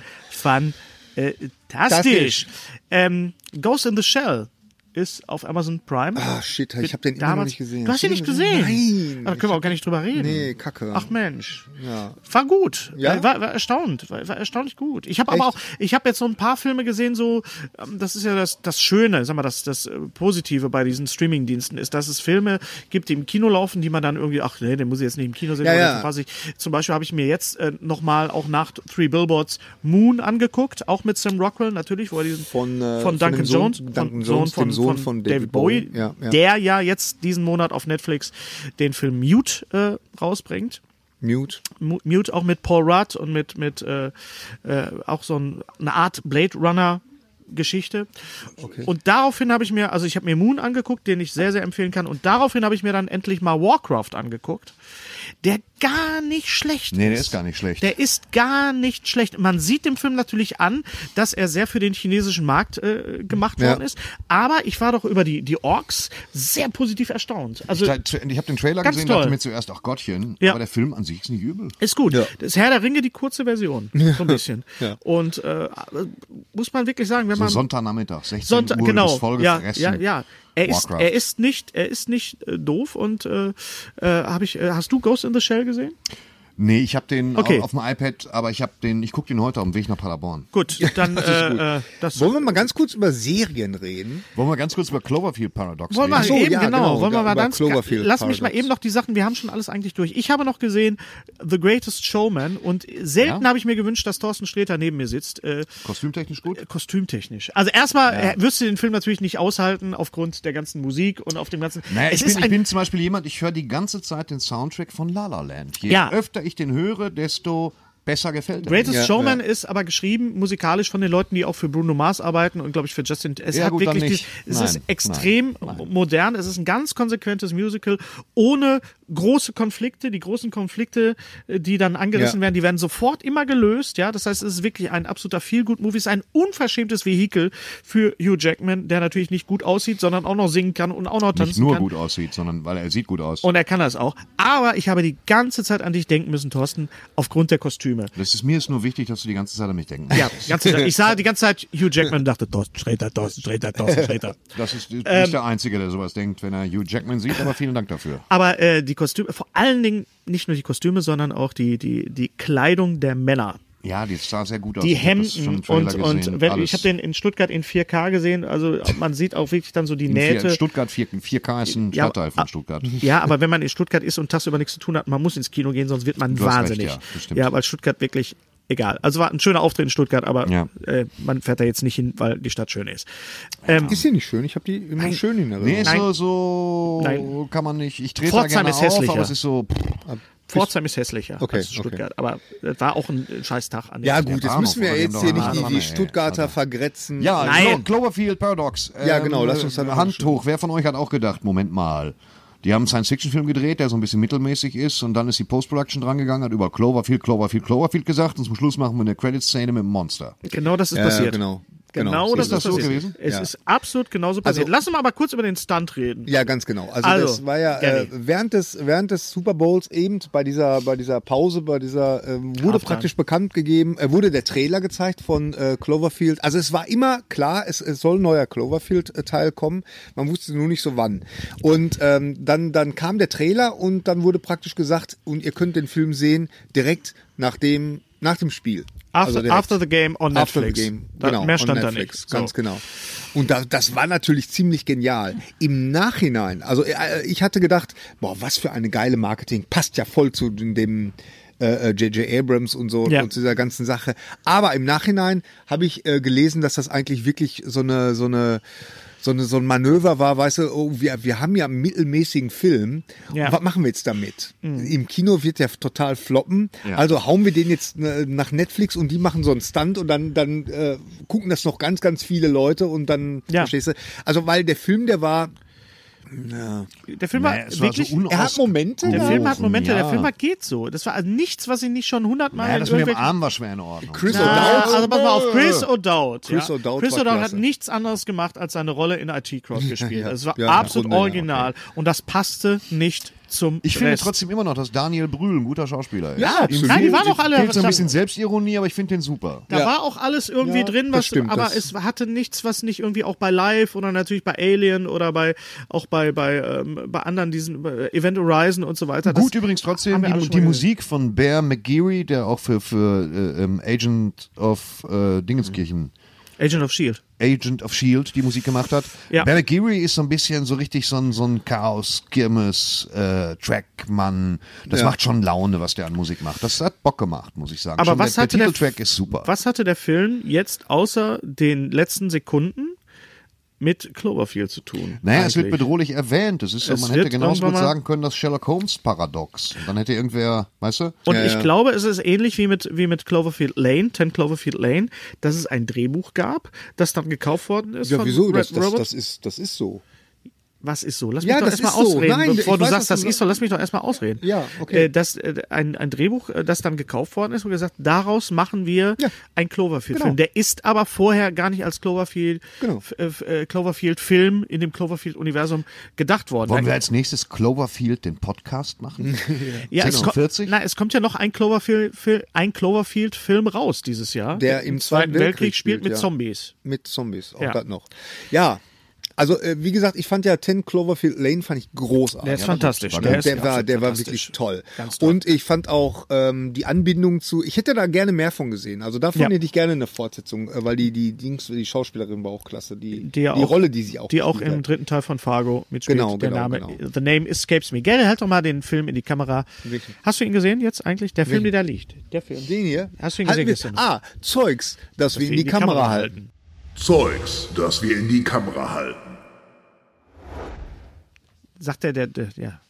fantastisch. Ähm, Ghost in the Shell ist auf Amazon Prime. Ah, shit, ich habe den immer noch Damals- nicht gesehen. Du hast ihn nicht gesehen? Nein. Ah, Da können wir auch gar nicht drüber reden. Nee, kacke. Ach Mensch. Ja. War gut. Äh, Ja? War, war erstaunt. War, war erstaunlich gut. Ich habe aber auch, Echt? ich habe jetzt so ein paar Filme gesehen, so, ähm, das ist ja das, das Schöne, sag mal, das, das äh, Positive bei diesen Streaming-Diensten ist, dass es Filme gibt, die im Kino laufen, die man dann irgendwie, ach nee, den muss ich jetzt nicht im Kino sehen, Ja, aber ja. den verpasse ich. Zum Beispiel habe ich mir jetzt äh, nochmal auch nach Three Billboards Moon angeguckt, auch mit Sam Rockwell natürlich, wo er diesen Von, äh, von von Duncan dem Sohn- Jones, Duncan von, Jones, Sohn dem Sohn von David Bowie. Ja, ja. der ja jetzt diesen Monat auf Netflix den Film Mute äh, rausbringt. Mute. Mu- Mute auch mit Paul Rudd und mit, mit äh, äh, auch so ein, eine Art Blade Runner Geschichte. Und daraufhin habe ich mir, also ich habe mir Moon angeguckt, den ich sehr, sehr empfehlen kann. Und daraufhin habe ich mir dann endlich mal Warcraft angeguckt, der gar nicht schlecht Nee, ist. der ist gar nicht schlecht. Der ist gar nicht schlecht. Man sieht dem Film natürlich an, dass er sehr für den chinesischen Markt äh, gemacht worden ist. Aber ich war doch über die, die Orks sehr positiv erstaunt. Also Ich habe den Trailer Ganz gesehen, toll. dachte mir zuerst, ach Gottchen, Ja. aber der Film an sich ist nicht übel. Ist gut. Das Herr der Ringe, die *laughs* kurze Version. So ein bisschen. Und äh, muss man wirklich sagen, wenn So man. Sonntagnachmittag, 16 Sonntag, Uhr, du genau. bist voll ja, gefressen. ja, ja. Er ist, Warcraft. er ist nicht, er ist nicht äh, doof und äh, äh, hab ich, äh, hast du Ghost in the Shell gesehen? Nee, ich habe den Okay. auf dem iPad, aber ich habe den, ich gucke den heute auf dem Weg nach Paderborn. Gut, dann äh, äh, das Wollen wir mal ganz kurz über Serien reden? Wollen wir ganz kurz über Cloverfield Paradox Wollen wir reden? so, eben, ja, genau. genau, Wollen wir über- mal über ganz, Cloverfield lass mich mal Paradox. eben noch die Sachen, wir haben schon alles eigentlich durch. Ich habe noch gesehen The Greatest Showman und selten habe ich mir gewünscht, dass Thorsten Sträter neben mir sitzt. Äh, Kostümtechnisch gut? kostümtechnisch. Also erstmal äh, wirst du den Film natürlich nicht aushalten aufgrund der ganzen Musik und auf dem ganzen. Naja, ich, es bin, ist ich ein bin zum Beispiel jemand, ich höre die ganze Zeit den Soundtrack von La La Land. Je Ja. öfter ich den höre, desto besser gefällt er mir. Greatest Showman ist aber geschrieben musikalisch von den Leuten, die auch für Bruno Mars arbeiten und glaube ich für Justin. Es Ja, hat gut, dann wirklich, nicht. dies- es Nein, ist nein, extrem modern. Es ist ein ganz konsequentes Musical ohne große Konflikte. Die großen Konflikte, äh, die dann angerissen Ja. werden, die werden sofort immer gelöst. Ja, das heißt, es ist wirklich ein absoluter Feel-Good-Movie. Es ist ein unverschämtes Vehikel für Hugh Jackman, der natürlich nicht gut aussieht, sondern auch noch singen kann und auch noch tanzen Nicht nur kann. gut aussieht, sondern weil er sieht gut aus. Und er kann das auch. Aber ich habe die ganze Zeit an dich denken müssen, Thorsten, aufgrund der Kostüme. das ist, mir ist nur wichtig, dass du die ganze Zeit an mich denken Ja, musst. die *laughs* ganze Zeit. Ich sah die ganze Zeit Hugh Jackman und dachte, Thorsten Sträter, Thorsten Sträter, Thorsten *laughs* Sträter. Das ist, du bist Ähm, der Einzige, der sowas denkt, wenn er Hugh Jackman sieht, aber vielen Dank dafür. Aber äh, die Kostüme, vor allen Dingen nicht nur die Kostüme, sondern auch die, die, die Kleidung der Männer. Ja, die sah sehr gut aus. die Also Ich hab das schon Hemden im Trailer und, und gesehen, wenn, alles. ich habe den in Stuttgart in 4K gesehen, also man sieht auch wirklich dann so die In vier- Nähte. Stuttgart 4, 4K ist ein Ja, Stadtteil von ah, Stuttgart. Ja, aber wenn man in Stuttgart ist und tagsüber nichts zu tun hat, man muss ins Kino gehen, sonst wird man Du hast recht, wahnsinnig. ja, das stimmt. ja, weil Stuttgart wirklich egal. Also war ein schöner Auftritt in Stuttgart, aber Ja. äh, man fährt da jetzt nicht hin, weil die Stadt schön ist. Ähm, Ist die nicht schön? Ich habe die immer schön in Erinnerung. Nee, ist Nein. so, so Nein. kann man nicht. Ich trete da Pforzheim gerne ist auf, hässlicher. aber es ist so. pff, Pforzheim ist hässlicher Okay, als okay. Stuttgart, aber es war auch ein äh, scheiß Tag an dem Ja Tag. gut, Ja, jetzt müssen wir Bahnhof, ja jetzt hier nicht die, Bahnhof, die ey, Stuttgarter vergrätzen. Ja, Nein. Glo Cloverfield Paradox. Ähm, Ja, genau, lass uns da noch Hand eine hoch. Wer von euch hat auch gedacht, Moment mal. Die haben einen Science-Fiction-Film gedreht, der so ein bisschen mittelmäßig ist, und dann ist die Post-Production drangegangen, hat über Cloverfield, Cloverfield, Cloverfield gesagt, und zum Schluss machen wir eine Credit-Szene mit dem Monster. Genau das ist Ja, passiert. genau. Genau, so das ist ist, das so passiert. gewesen? Es Ja. Also- ist absolut genauso passiert. Lass uns mal aber kurz über den Stunt reden. Ja, ganz genau. Also, Also, das war ja äh, Gary. während, des, während des Super Bowls eben bei dieser, bei dieser Pause, bei dieser, ähm, wurde Halftime. praktisch bekannt gegeben, äh, wurde der Trailer gezeigt von äh, Cloverfield. Also es war immer klar, es, es soll ein neuer Cloverfield-Teil kommen. Man wusste nur nicht so wann. Und ähm, dann, dann kam der Trailer und dann wurde praktisch gesagt, und ihr könnt den Film sehen direkt nach dem, nach dem Spiel. Also After, direkt. after the Game on Netflix. After the Game. Da- Genau, mehr on stand da Netflix, nicht. Ganz So. genau. Und das, das war natürlich ziemlich genial. Im Nachhinein, also äh, ich hatte gedacht, boah, was für eine geile Marketing, passt ja voll zu dem äh, äh, J.J. Abrams und so Ja. und zu dieser ganzen Sache. Aber im Nachhinein habe ich äh, gelesen, dass das eigentlich wirklich so eine, so eine so, eine, so ein Manöver war, weißt du, oh, wir, wir haben ja einen mittelmäßigen Film. Ja. Mhm. Und was machen wir jetzt damit? Im Kino wird der total floppen. Also hauen wir den jetzt äh, nach Netflix und die machen so einen Stunt und dann, dann äh, gucken das noch ganz, ganz viele Leute und dann, Ja. verstehst du? Also, weil der Film, der war, Der Film war Naja, es war so wirklich. unaus- er hat Momente. der ja. Film hat Momente, ja. der Film hat geht so. Das war also nichts, was ich nicht schon hundertmal Naja, in das mit dem irgendwelchen- Arm war schwer in Ordnung. Chris Na, O'Dowd. also pass mal auf, Chris O'Dowd. Chris ja. O'Dowd Chris war O'Dowd hat klasse. nichts anderes gemacht, als seine Rolle in IT Cross gespielt. Also Es war ja, absolut im Grunde, ja, original. Und das passte nicht zum Ich finde Rest. trotzdem immer noch, dass Daniel Brühl ein guter Schauspieler ist. Ja, absolut. Nein, die waren auch alle. Fehlt so ein da- bisschen Selbstironie, aber ich finde den super. Da Ja. war auch alles irgendwie Ja, drin, das was, stimmt, aber das- es hatte nichts, was nicht irgendwie auch bei Live oder natürlich bei Alien oder bei auch bei bei ähm, bei anderen diesen bei Event Horizon und so weiter. Das- Gut übrigens trotzdem haben wir alle die, schon die mal Musik von Bear McGeary, der auch für, für äh, ähm, Agent of äh, Dingenskirchen, Agent of Shield. Agent of Shield E die Musik gemacht hat. Ja. Bear McGeary ist so ein bisschen so richtig so ein, so ein Chaos-Kirmes-Trackmann. das macht schon Laune, was der an Musik macht. Das hat Bock gemacht, muss ich sagen. Aber schon was der, hatte der der- Titeltrack ist super. Was hatte der Film jetzt außer den letzten Sekunden mit Cloverfield zu tun? Naja, es wird eigentlich? bedrohlich erwähnt. Es ist so, Es man wird hätte genauso gut irgendwann mal- sagen können, das Sherlock Holmes-Paradox. Und Dann hätte irgendwer, weißt du? Und ich glaube, es ist ähnlich wie mit, wie mit Cloverfield Lane, 10 Cloverfield Lane, dass es ein Drehbuch gab, das dann gekauft worden ist. Ja, von wieso? Red Das, das, Robot. das, ist, das ist so. Was ist so? Lass mich Ja, doch das erstmal ist so. ausreden, Nein, bevor ich du weiß, sagst, was das du ist so, lass mich doch erstmal ausreden. Ja, okay. Äh, das, äh, ein, ein Drehbuch, äh, das dann gekauft worden ist und gesagt, daraus machen wir Ja. einen Genau. Cloverfield-Film. Der ist aber vorher gar nicht als Cloverfield, Genau. f- äh, f- äh, Cloverfield-Film in dem Cloverfield-Universum gedacht worden. Wollen wir Da- als nächstes Cloverfield den Podcast machen? *laughs* ja, es, kommt, 46? na, es kommt ja noch ein Cloverfield- Fil- ein Cloverfield-Film raus dieses Jahr. Der im Zweiten Weltkrieg spielt spielt, mit ja. Zombies. mit Zombies, auch Ja. das noch. Ja, also äh, wie gesagt, ich fand ja 10 Cloverfield Lane fand ich großartig. Der ist fantastisch. Der, ist war, absolut der war fantastisch. wirklich toll. Ganz toll. Und ich fand auch ähm, die Anbindung zu. Ich hätte da gerne mehr von gesehen. Also davon Ja. hätte ich gerne eine Fortsetzung, äh, weil die die Dings, die Schauspielerin war auch klasse. Die die, ja auch- Rolle, die sie auch die auch gespielt im hat. dritten Teil von Fargo mitspielt. Genau, der genau, Name, genau. The Name Escapes Me. Gary, halt doch mal den Film in die Kamera. Hast du ihn gesehen jetzt eigentlich? Der Film, der da liegt. Der Film. Den hier. Hast du ihn Hatten gesehen wir, gestern? Ah, Zeugs, dass wir ihn in die, Kamera, halten. Zeugs, das wir in die Kamera halten. Sagt der, der, der ja.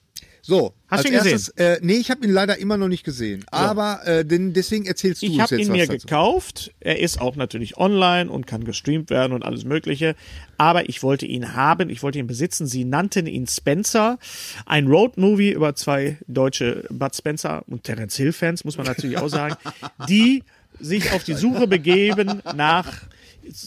So. Hast als du ihn gesehen? erstes, Äh, nee, ich habe ihn leider immer noch nicht gesehen. Aber äh, denn, deswegen erzählst du Ich uns habe jetzt ihn was mir dazu. gekauft. Er ist auch natürlich online und kann gestreamt werden und alles Mögliche. Aber ich wollte ihn haben, ich wollte ihn besitzen. Sie nannten ihn Spencer. Ein Roadmovie über zwei deutsche Bud Spencer und Terence Hill-Fans, muss man natürlich *laughs* auch sagen, die sich auf die Suche begeben nach,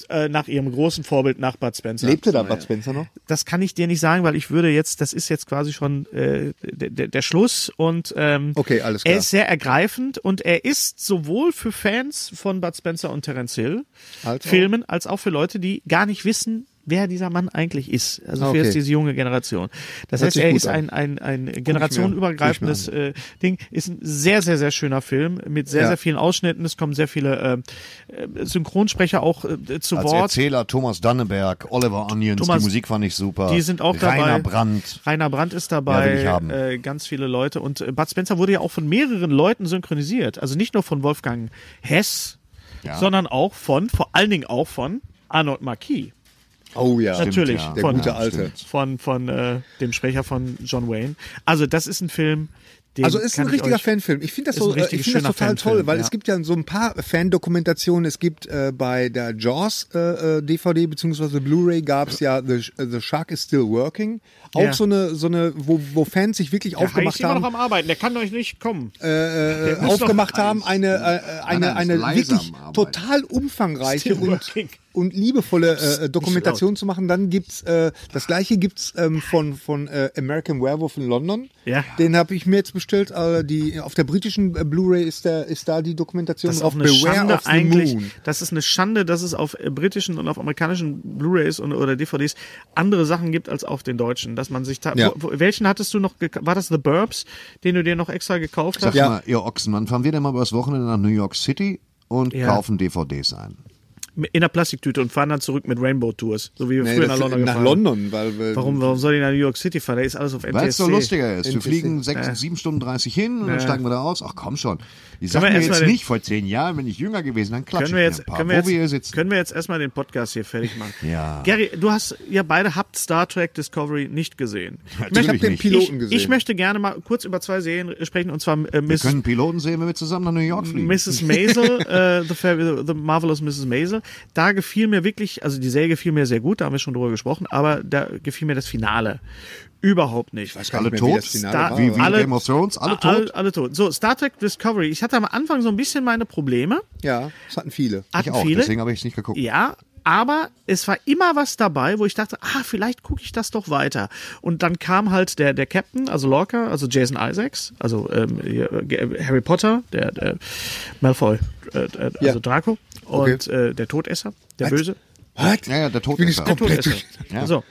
äh, nach ihrem großen Vorbild, nach Bud Spencer. Lebte da Bud Spencer noch? Das kann ich dir nicht sagen, weil ich würde jetzt, das ist jetzt quasi schon äh, der, der- der Schluss und ähm, Okay, alles klar. er ist sehr ergreifend und er ist sowohl für Fans von Bud Spencer und Terence Hill Als auch- Filmen als auch für Leute, die gar nicht wissen, wer dieser Mann eigentlich ist. Also Ah, für okay. jetzt diese junge Generation. Das Hört heißt, sich er gut ist an. ein, ein, ein generationenübergreifendes äh, Ding. Ist ein sehr, sehr, sehr schöner Film mit sehr, Ja. sehr vielen Ausschnitten. Es kommen sehr viele äh, Synchronsprecher auch äh, zu Als Wort. Erzähler Thomas Danneberg, Oliver Onions, Thomas, die Musik fand ich super. Die sind auch dabei. Rainer Brandt. Rainer Brandt ist Ja, will dabei. ich haben. äh, ganz viele Leute. Und äh, Bud Spencer wurde ja auch von mehreren Leuten synchronisiert. Also nicht nur von Wolfgang Hess, sondern auch von, vor allen Dingen auch von Arnold Marquis. Oh ja. Natürlich. ja. Der von, gute Alte. Von, von äh, dem Sprecher von John Wayne. Also das ist ein Film, den Also ist kann ein ich richtiger euch- Fanfilm. Ich finde das, Ist ein so, äh, richtig ich find das schöner total Fanfilm, toll, weil ja. es gibt ja so ein paar Fan-Dokumentationen. Es gibt äh, bei der Jaws äh, äh, DVD bzw. Blu-ray gab es ja The, Sh- äh, The Shark is Still Working. Auch Ja. so eine, so eine wo, wo Fans sich wirklich Der Hai ist aufgemacht immer haben, noch am Arbeiten, der kann euch nicht kommen. äh, muss aufgemacht doch- haben, eine, äh, eine, Nein, nein, eine ist leise wirklich am Arbeiten. total umfangreiche Still *laughs* und, working. und liebevolle äh, Dokumentation zu machen. Dann gibt's äh, das gleiche gibt's ähm, von von äh, American Werewolf in London. Ja. Den habe ich mir jetzt bestellt. Äh, die auf der britischen äh, Blu-ray ist da ist da die Dokumentation Das ist auch drauf. eine Schande eigentlich. Moon. Das ist eine Schande, dass es auf äh, britischen und auf amerikanischen Blu-rays und, oder DVDs andere Sachen gibt als auf den deutschen. Dass man sich da, Ja. wo, wo, welchen hattest du noch? gek- War das The Burbs, den du dir noch extra gekauft hast? Sag mal, ihr Ochsen, wann fahren wir denn mal übers Wochenende nach New York City und Ja. kaufen DVDs ein? In der Plastiktüte und fahren dann zurück mit Rainbow Tours, so wie wir Nee, früher das- nach London nach gefahren London, weil wir- Warum, warum soll ich nach New York City fahren? Da ist alles auf NTSC. Weil es so lustiger ist. Wir NTSC. fliegen Äh. sechs, sieben Stunden 30 hin und dann steigen wir da aus. Ach komm schon. Ich sag wir mir erst mal jetzt den- nicht vor zehn Jahren, wenn ich jünger gewesen, dann klatsche ich Können wir mir jetzt, ein paar. können wir Wo wir hier jetzt, sitzen. können wir jetzt erstmal den Podcast hier fertig machen? Ja. Gary, du hast, ihr beide habt Star Trek Discovery nicht gesehen. Ich habe Natürlich den nicht. Piloten ich, gesehen. Ich möchte gerne mal kurz über zwei Serien sprechen, und zwar äh, Wir Miss, können Piloten sehen, wenn wir zusammen nach New York fliegen. *laughs* Mrs. Maisel, äh, the, Fabu- the Marvelous Mrs. Maisel. Da gefiel mir wirklich, also die Serie gefiel mir sehr gut, da haben wir schon drüber gesprochen, aber da gefiel mir das Finale überhaupt nicht. Nicht mehr, alle wie tot. das Finale Star- war, Wie, aber- wie Game of Thrones, alle Alle, tot. alle tot. So, Star Trek Discovery. Ich hatte am Anfang so ein bisschen meine Probleme. ja, das hatten viele. Hatten Ich auch, viele. deswegen habe ich es nicht geguckt. Ja, aber es war immer was dabei, wo ich dachte, ah, vielleicht gucke ich das doch weiter. Und dann kam halt der, der Captain, also Lorca, also Jason Isaacs, also ähm, hier, äh, Harry Potter, der, der Malfoy, äh, äh, also Ja. Draco und äh, der Todesser, der Böse. Was? Ja, ja, der Tod Bin ist ich da. komplett Todesser. durch. Ja. So.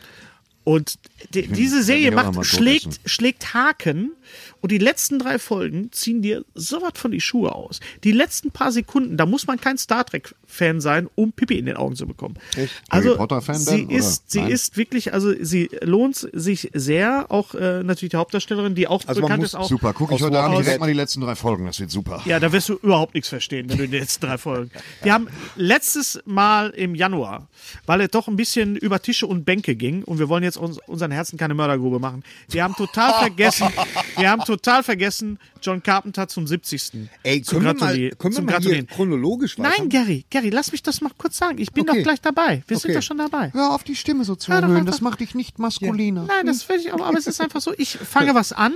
Und die, diese Serie bin ich auch einmal macht, tot schlägt, essen. schlägt Haken und die letzten drei Folgen ziehen dir sowas von die Schuhe aus. Die letzten paar Sekunden, da muss man kein Star Trek-Fan sein, um Pipi in den Augen zu bekommen. Also, Potter-Fan sie denn, oder? ist, sie Nein. ist wirklich, also sie lohnt sich sehr, auch äh, natürlich die Hauptdarstellerin, die auch Also man bekannt muss ist. Auch, Super, guck ich Aus heute Abend Warhammer- direkt mal die letzten drei Folgen, das wird super. ja, da wirst du überhaupt nichts verstehen, wenn du die letzten drei Folgen. Wir haben letztes Mal im Januar, weil es doch ein bisschen über Tische und Bänke ging und wir wollen jetzt uns, unseren Herzen keine Mördergrube machen. Wir haben total *laughs* vergessen, wir haben total vergessen, John Carpenter zum 70. Ey, zu können wir mal, gratulieren- können wir zum mal hier Gratulieren. chronologisch Nein, weiter? Gary, Gary, lass mich das mal kurz sagen. Ich bin Okay. doch gleich dabei. Wir sind Okay. Hm? doch schon dabei. Hör auf, die Stimme so zu Ja, doch, erhöhen, doch, das doch. macht dich nicht maskuliner. Nein, das will ich auch, aber es ist einfach so, ich fange was an.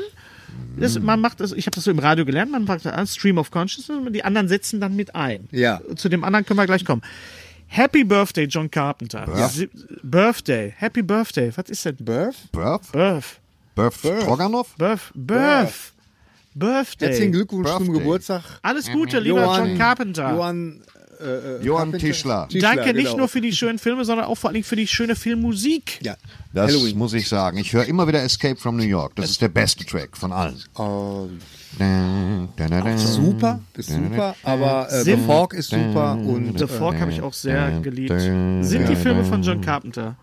Das, man macht das, ich habe das so im Radio gelernt, man macht das an, Stream of Consciousness, und die anderen setzen dann mit ein. Ja. Zu dem anderen können wir gleich kommen. Happy Birthday, John Carpenter. Sie- Birthday. Happy Birthday. Was ist denn? Birth? Birth? Birth. Birth Stroganoff? Birth. Birth. Herzlichen Birthday. Glückwunsch zum Birthday. Geburtstag. Alles Gute, lieber Mhm. Johann- John Carpenter. Johann, äh, äh, Johann Carpenter? Tischler. Danke nicht genau. nur für die schönen Filme, sondern auch vor allen Dingen für die schöne Filmmusik. ja. Das Halloween. muss ich sagen. Ich höre immer wieder Escape from New York. Das ist der beste Track von allen. Ähm, super, ist super, aber äh, The Sim- Fork ist super und äh, The Fork habe ich auch sehr geliebt. Sind die Filme von John Carpenter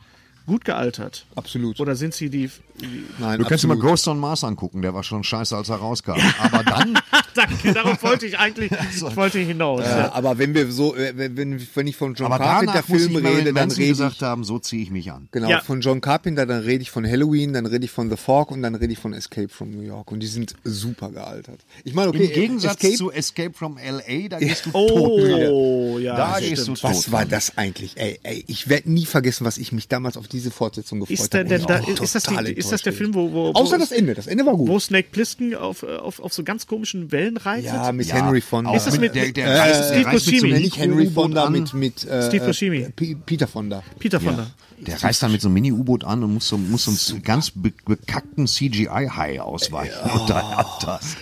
gut gealtert? absolut. Oder sind sie die. die Nein, Du kannst dir mal absolut. Ghost on Mars angucken, der war schon scheiße, als er rauskam. Aber dann, Danke, *laughs* darauf wollte *laughs* ich eigentlich ich wollte hinaus. Äh, aber wenn wir so, äh, wenn, wenn wenn ich von John aber Carpenter danach muss ich Filmen mal, rede, wenn dann Manson rede gesagt ich haben, so ziehe ich mich an. genau Ja. von John Carpenter, dann rede ich von Halloween, dann rede ich von The Fork und dann rede ich von Escape from New York und die sind super gealtert. Ich meine, okay, Im Gegensatz Escape, zu Escape from L.A., da gehst du tot. oh, ja. Da das gehst du stimmt. tot. was war das eigentlich? Ey, ey, ich werde nie vergessen, was ich mich damals auf diese Fortsetzung gefreut Ist, habe. der, denn Und da, auch ist, das, die, total ist das enttäuscht der bin. Film, wo, wo, wo, Außer das Ende. Das Ende war gut. wo Snake Plissken auf, auf, auf so ganz komischen Wellen reitet? Ja, mit Ja, Henry Fonda. auch Ist das mit- der, der Äh, reißt, Steve der reißt mit so Buscemi. einem Nein, nicht Henry Mikro-U-Boot Fonda an. mit, mit äh, Steve äh, Buscemi. P- Peter Fonda. Peter von der. Der reißt dann mit so einem Mini-U-Boot an und muss so, muss so einem ganz be bekackten CGI-Hai ausweichen. Und da hat das.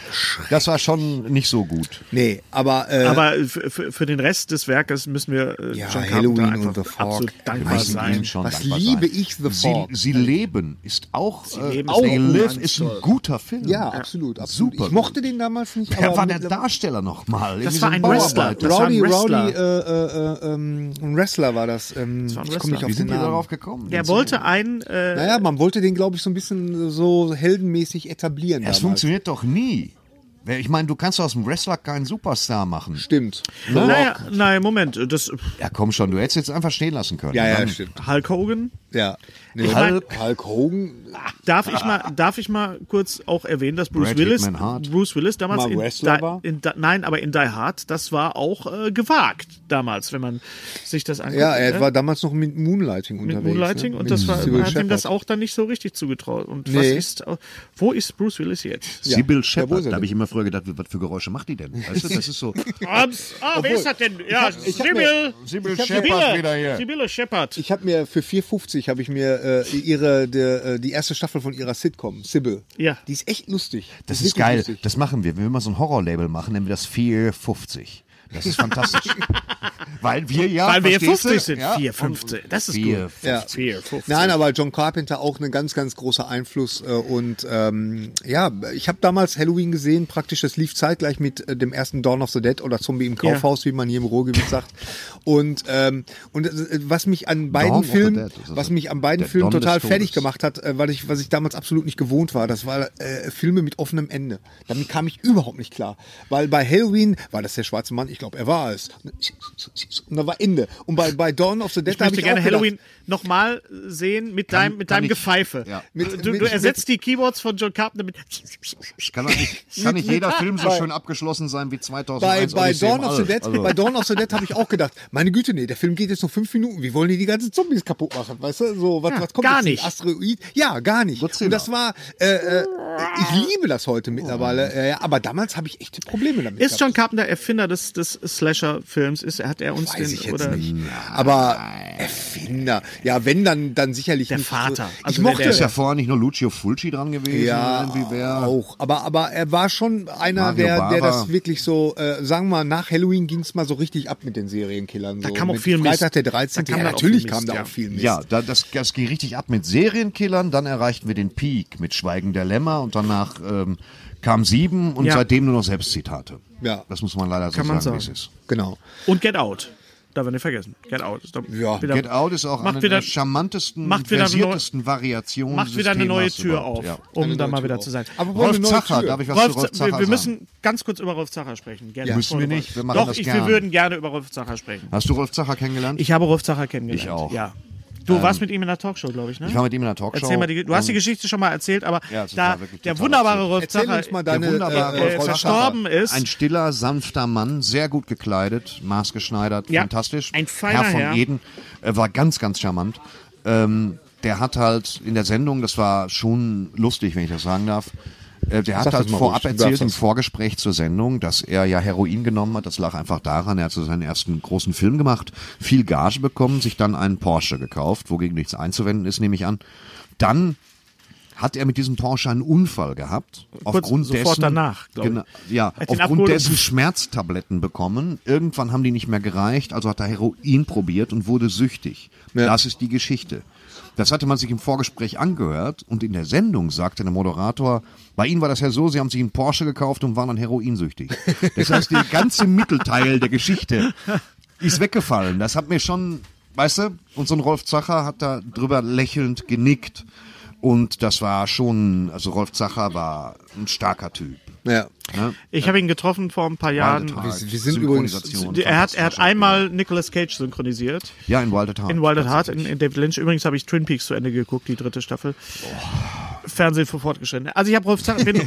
Das war schon nicht so gut. Nee, aber, äh, Aber für, für- für den Rest des Werkes müssen wir äh, Ja, John Halloween Carpenter einfach und The Fog. absolut dankbar Müssen ihm sein. schon was dankbar liebe sein. ich The Sie, Fog. sie leben ist auch. Sie leben leben, ist äh, auch They Live ganz ist toll. ein guter Film. ja, absolut, absolut. Super. Ich mochte den damals nicht. Wer aber war der mittlerweile- Darsteller nochmal? Das war ein Wrestler. Das war ein Rowdy, Rowdy, Wrestler. äh, äh, äh, ähm, ein Wrestler war das. Ähm, war ein ich komme nicht auf Wrestler. Wie den sind wir Namen. darauf gekommen? Genau. Der Das- wollte einen. Äh, Naja, man wollte den, glaube ich, so ein bisschen so heldenmäßig etablieren. Es damals. funktioniert doch nie. Wer- Ich meine, du kannst aus dem Wrestler keinen Superstar machen. Stimmt. naja, nein, Moment. Das, Ja, komm schon, du hättest jetzt einfach stehen lassen können. Ja, ja, Dann- stimmt. Hulk Hogan. Ja. Nee, Ich mein- Hulk, Hulk Hogan, Darf ich Ah. mal, darf ich mal kurz auch erwähnen, dass Bruce Brad Willis, Pittman Hart. Bruce Willis damals Mal in, Wrestler Di- war? in Di- nein, aber in Die Hard, das war auch äh, gewagt damals, wenn man sich das anguckt. Ja, er ne? war damals noch mit Moonlighting mit unterwegs. Moonlighting ne? und Mit das war, Sybil man hat ihm das Shepherd. auch dann nicht so richtig zugetraut. Und was Nee. ist, äh, wo ist Bruce *laughs* Willis jetzt? Sibyl wo ist Shepard, er da habe denn? ich immer früher gedacht, was für Geräusche macht die denn? Weißt du, *laughs* das ist so. Abs, ah, wer ist das denn? Ja, ich hab Sibyl, Sibyl Sibylle, Sibylle Shepard. Ich habe mir für 4,50 habe ich mir äh, ihre der, äh, die erste Staffel von ihrer Sitcom Sybil. Ja. Die ist echt lustig. Das Die ist wirklich geil. lustig. Das machen wir. Wenn wir mal so ein Horrorlabel machen, nennen wir das 450. Das ist *laughs* fantastisch. Weil wir ja. Weil wir verstehst du? 50 sind. Ja, 450. Das ist vier, gut. Ja. 450. Nein, aber John Carpenter auch ein ganz, ganz großer Einfluss. Äh, und ähm, ja, ich habe damals Halloween gesehen, praktisch, das lief zeitgleich mit äh, dem ersten Dawn of the Dead oder Zombie im Kaufhaus, wie man hier im Ruhrgebiet sagt. Und, ähm, und äh, was mich an beiden Dawn of the Filmen, Dead, das ist was mich an beiden der Filmen Dawn des total Todes. fertig gemacht hat, äh, weil ich, was ich damals absolut nicht gewohnt war, das war äh, Filme mit offenem Ende. Damit kam ich überhaupt nicht klar. Weil bei Halloween war das der schwarze Mann, ich glaube, er war es. Und da war Ende. Und bei, bei Dawn of the Dead Ich da hab möchte gerne auch gedacht, Halloween nochmal sehen mit deinem, mit kann deinem ich- Gepfeife. Ja. Mit- du, mit- du ersetzt die Keyboards von John Carpenter mit. Kann doch nicht, kann *laughs* nicht jeder Film so schön abgeschlossen sein wie bei, 2001 bei, Odyssee im Dawn of the All. Dead, Also- bei Dawn of the Dead habe ich auch gedacht, meine Güte, nee, der Film geht jetzt noch fünf Minuten. Wie wollen die die ganzen Zombies kaputt machen? Weißt du, so, was, Ja, was kommt gar jetzt? Ein nicht. Asteroid? Ja, gar nicht. Und das war, äh, äh, ich liebe das heute mittlerweile, äh, aber damals habe ich echte Probleme damit. Ist John gehabt. Carpenter Erfinder des, des Slasher-Films? Ist, hat er uns Weiß den. ich jetzt oder nicht. Aber Erfinder. Ja, wenn, dann, dann sicherlich Der nicht. Vater. So. Ich Also der- mochte. der- Ist ja vorher nicht nur Lucio Fulci dran gewesen? Ja, irgendwie wer? oh, auch. Aber, aber er war schon einer, Mario der, der Bava. das wirklich so, äh, sagen wir mal, nach Halloween ging es mal so richtig ab mit den Serienkillern. Da so. kam auch mit viel Mist. Freitag der 13. Da kam ja, dann auch natürlich viel kam Mist, da ja. auch viel Mist. Ja, da, das, das ging richtig ab mit Serienkillern, dann erreichten wir den Peak mit Schweigen der Lämmer und danach ähm, kam Sieben und Ja. seitdem nur noch Selbstzitate. Ja. Das muss man leider so Kann man sagen, wie es sagen. ist. Genau. Und Get Out. Darf man nicht vergessen. Get Out. Ist doch Ja, wieder- Get Out ist auch Macht eine wieder- der charmantesten, macht wieder eine versiertesten Variationen. Macht wieder eine des neue Themas Tür überhaupt, auf, Ja. um da neue mal Tür wieder auf. zu sein. Aber wollen Rolf wir neue Zacher, Tür? darf ich was Rolf, zu Rolf wir, Zacher wir sagen? müssen ganz kurz über Rolf Zacher sprechen. Gerne. Ja. Müssen wir nicht, wir machen Doch, das ich, wir gern. würden gerne über Rolf Zacher sprechen. Hast du Rolf Zacher kennengelernt? Ich habe Rolf Zacher kennengelernt. Ich auch. Ja. Du warst mit ihm in der Talkshow, glaube ich, ne? Ich war mit ihm in der Talkshow. Ähm, Erzähl mal die, du hast die Geschichte schon mal erzählt, aber Ja, das da war wirklich der total wunderbare absurd. Rolf Erzähl Zacher uns mal der deine wunderbare äh, äh, Rolf Zacher. verstorben ist. Ein stiller, sanfter Mann, sehr gut gekleidet, maßgeschneidert, Ja, fantastisch. ein feiner Herr von Herr. Eden. Er war ganz, ganz charmant. Ähm, der hat halt in der Sendung, das war schon lustig, wenn ich das sagen darf, äh, der hat das halt mal vorab ruhig, du erzählt darfst im das. Vorgespräch zur Sendung, dass er ja Heroin genommen hat. Das lag einfach daran, er hat so seinen ersten großen Film gemacht, viel Gage bekommen, sich dann einen Porsche gekauft, wogegen nichts einzuwenden ist, nehme ich an. Dann hat er mit diesem Porsche einen Unfall gehabt. aufgrund sofort dessen, danach, glaub ich. Genau, ja, Hat den aufgrund abgeholt dessen *laughs* und- Schmerztabletten bekommen. Irgendwann haben die nicht mehr gereicht, also hat er Heroin probiert und wurde süchtig. Das ist die Geschichte. Das hatte man sich im Vorgespräch angehört und in der Sendung sagte der Moderator, bei Ihnen war das ja so, Sie haben sich einen Porsche gekauft und waren dann heroinsüchtig. Das heißt, *laughs* der ganze Mittelteil der Geschichte ist weggefallen. Das hat mir schon, weißt du, und so ein Rolf Zacher hat da drüber lächelnd genickt. Und das war schon, also Rolf Zacher war ein starker Typ. Ja. Ich habe ihn getroffen vor ein paar Jahren. Wilde Tag, wir sind übrigens- Synchronisation, Er hat, er hat fantastischer einmal Nicolas Cage synchronisiert. Film. Ja, in Wild at Heart. In Wild at Heart, in, in David Lynch. Übrigens habe ich Twin Peaks zu Ende geguckt, die dritte Staffel. Fernsehen für Fortgeschrittene. Also ich habe Rolf Zacher, *laughs* bin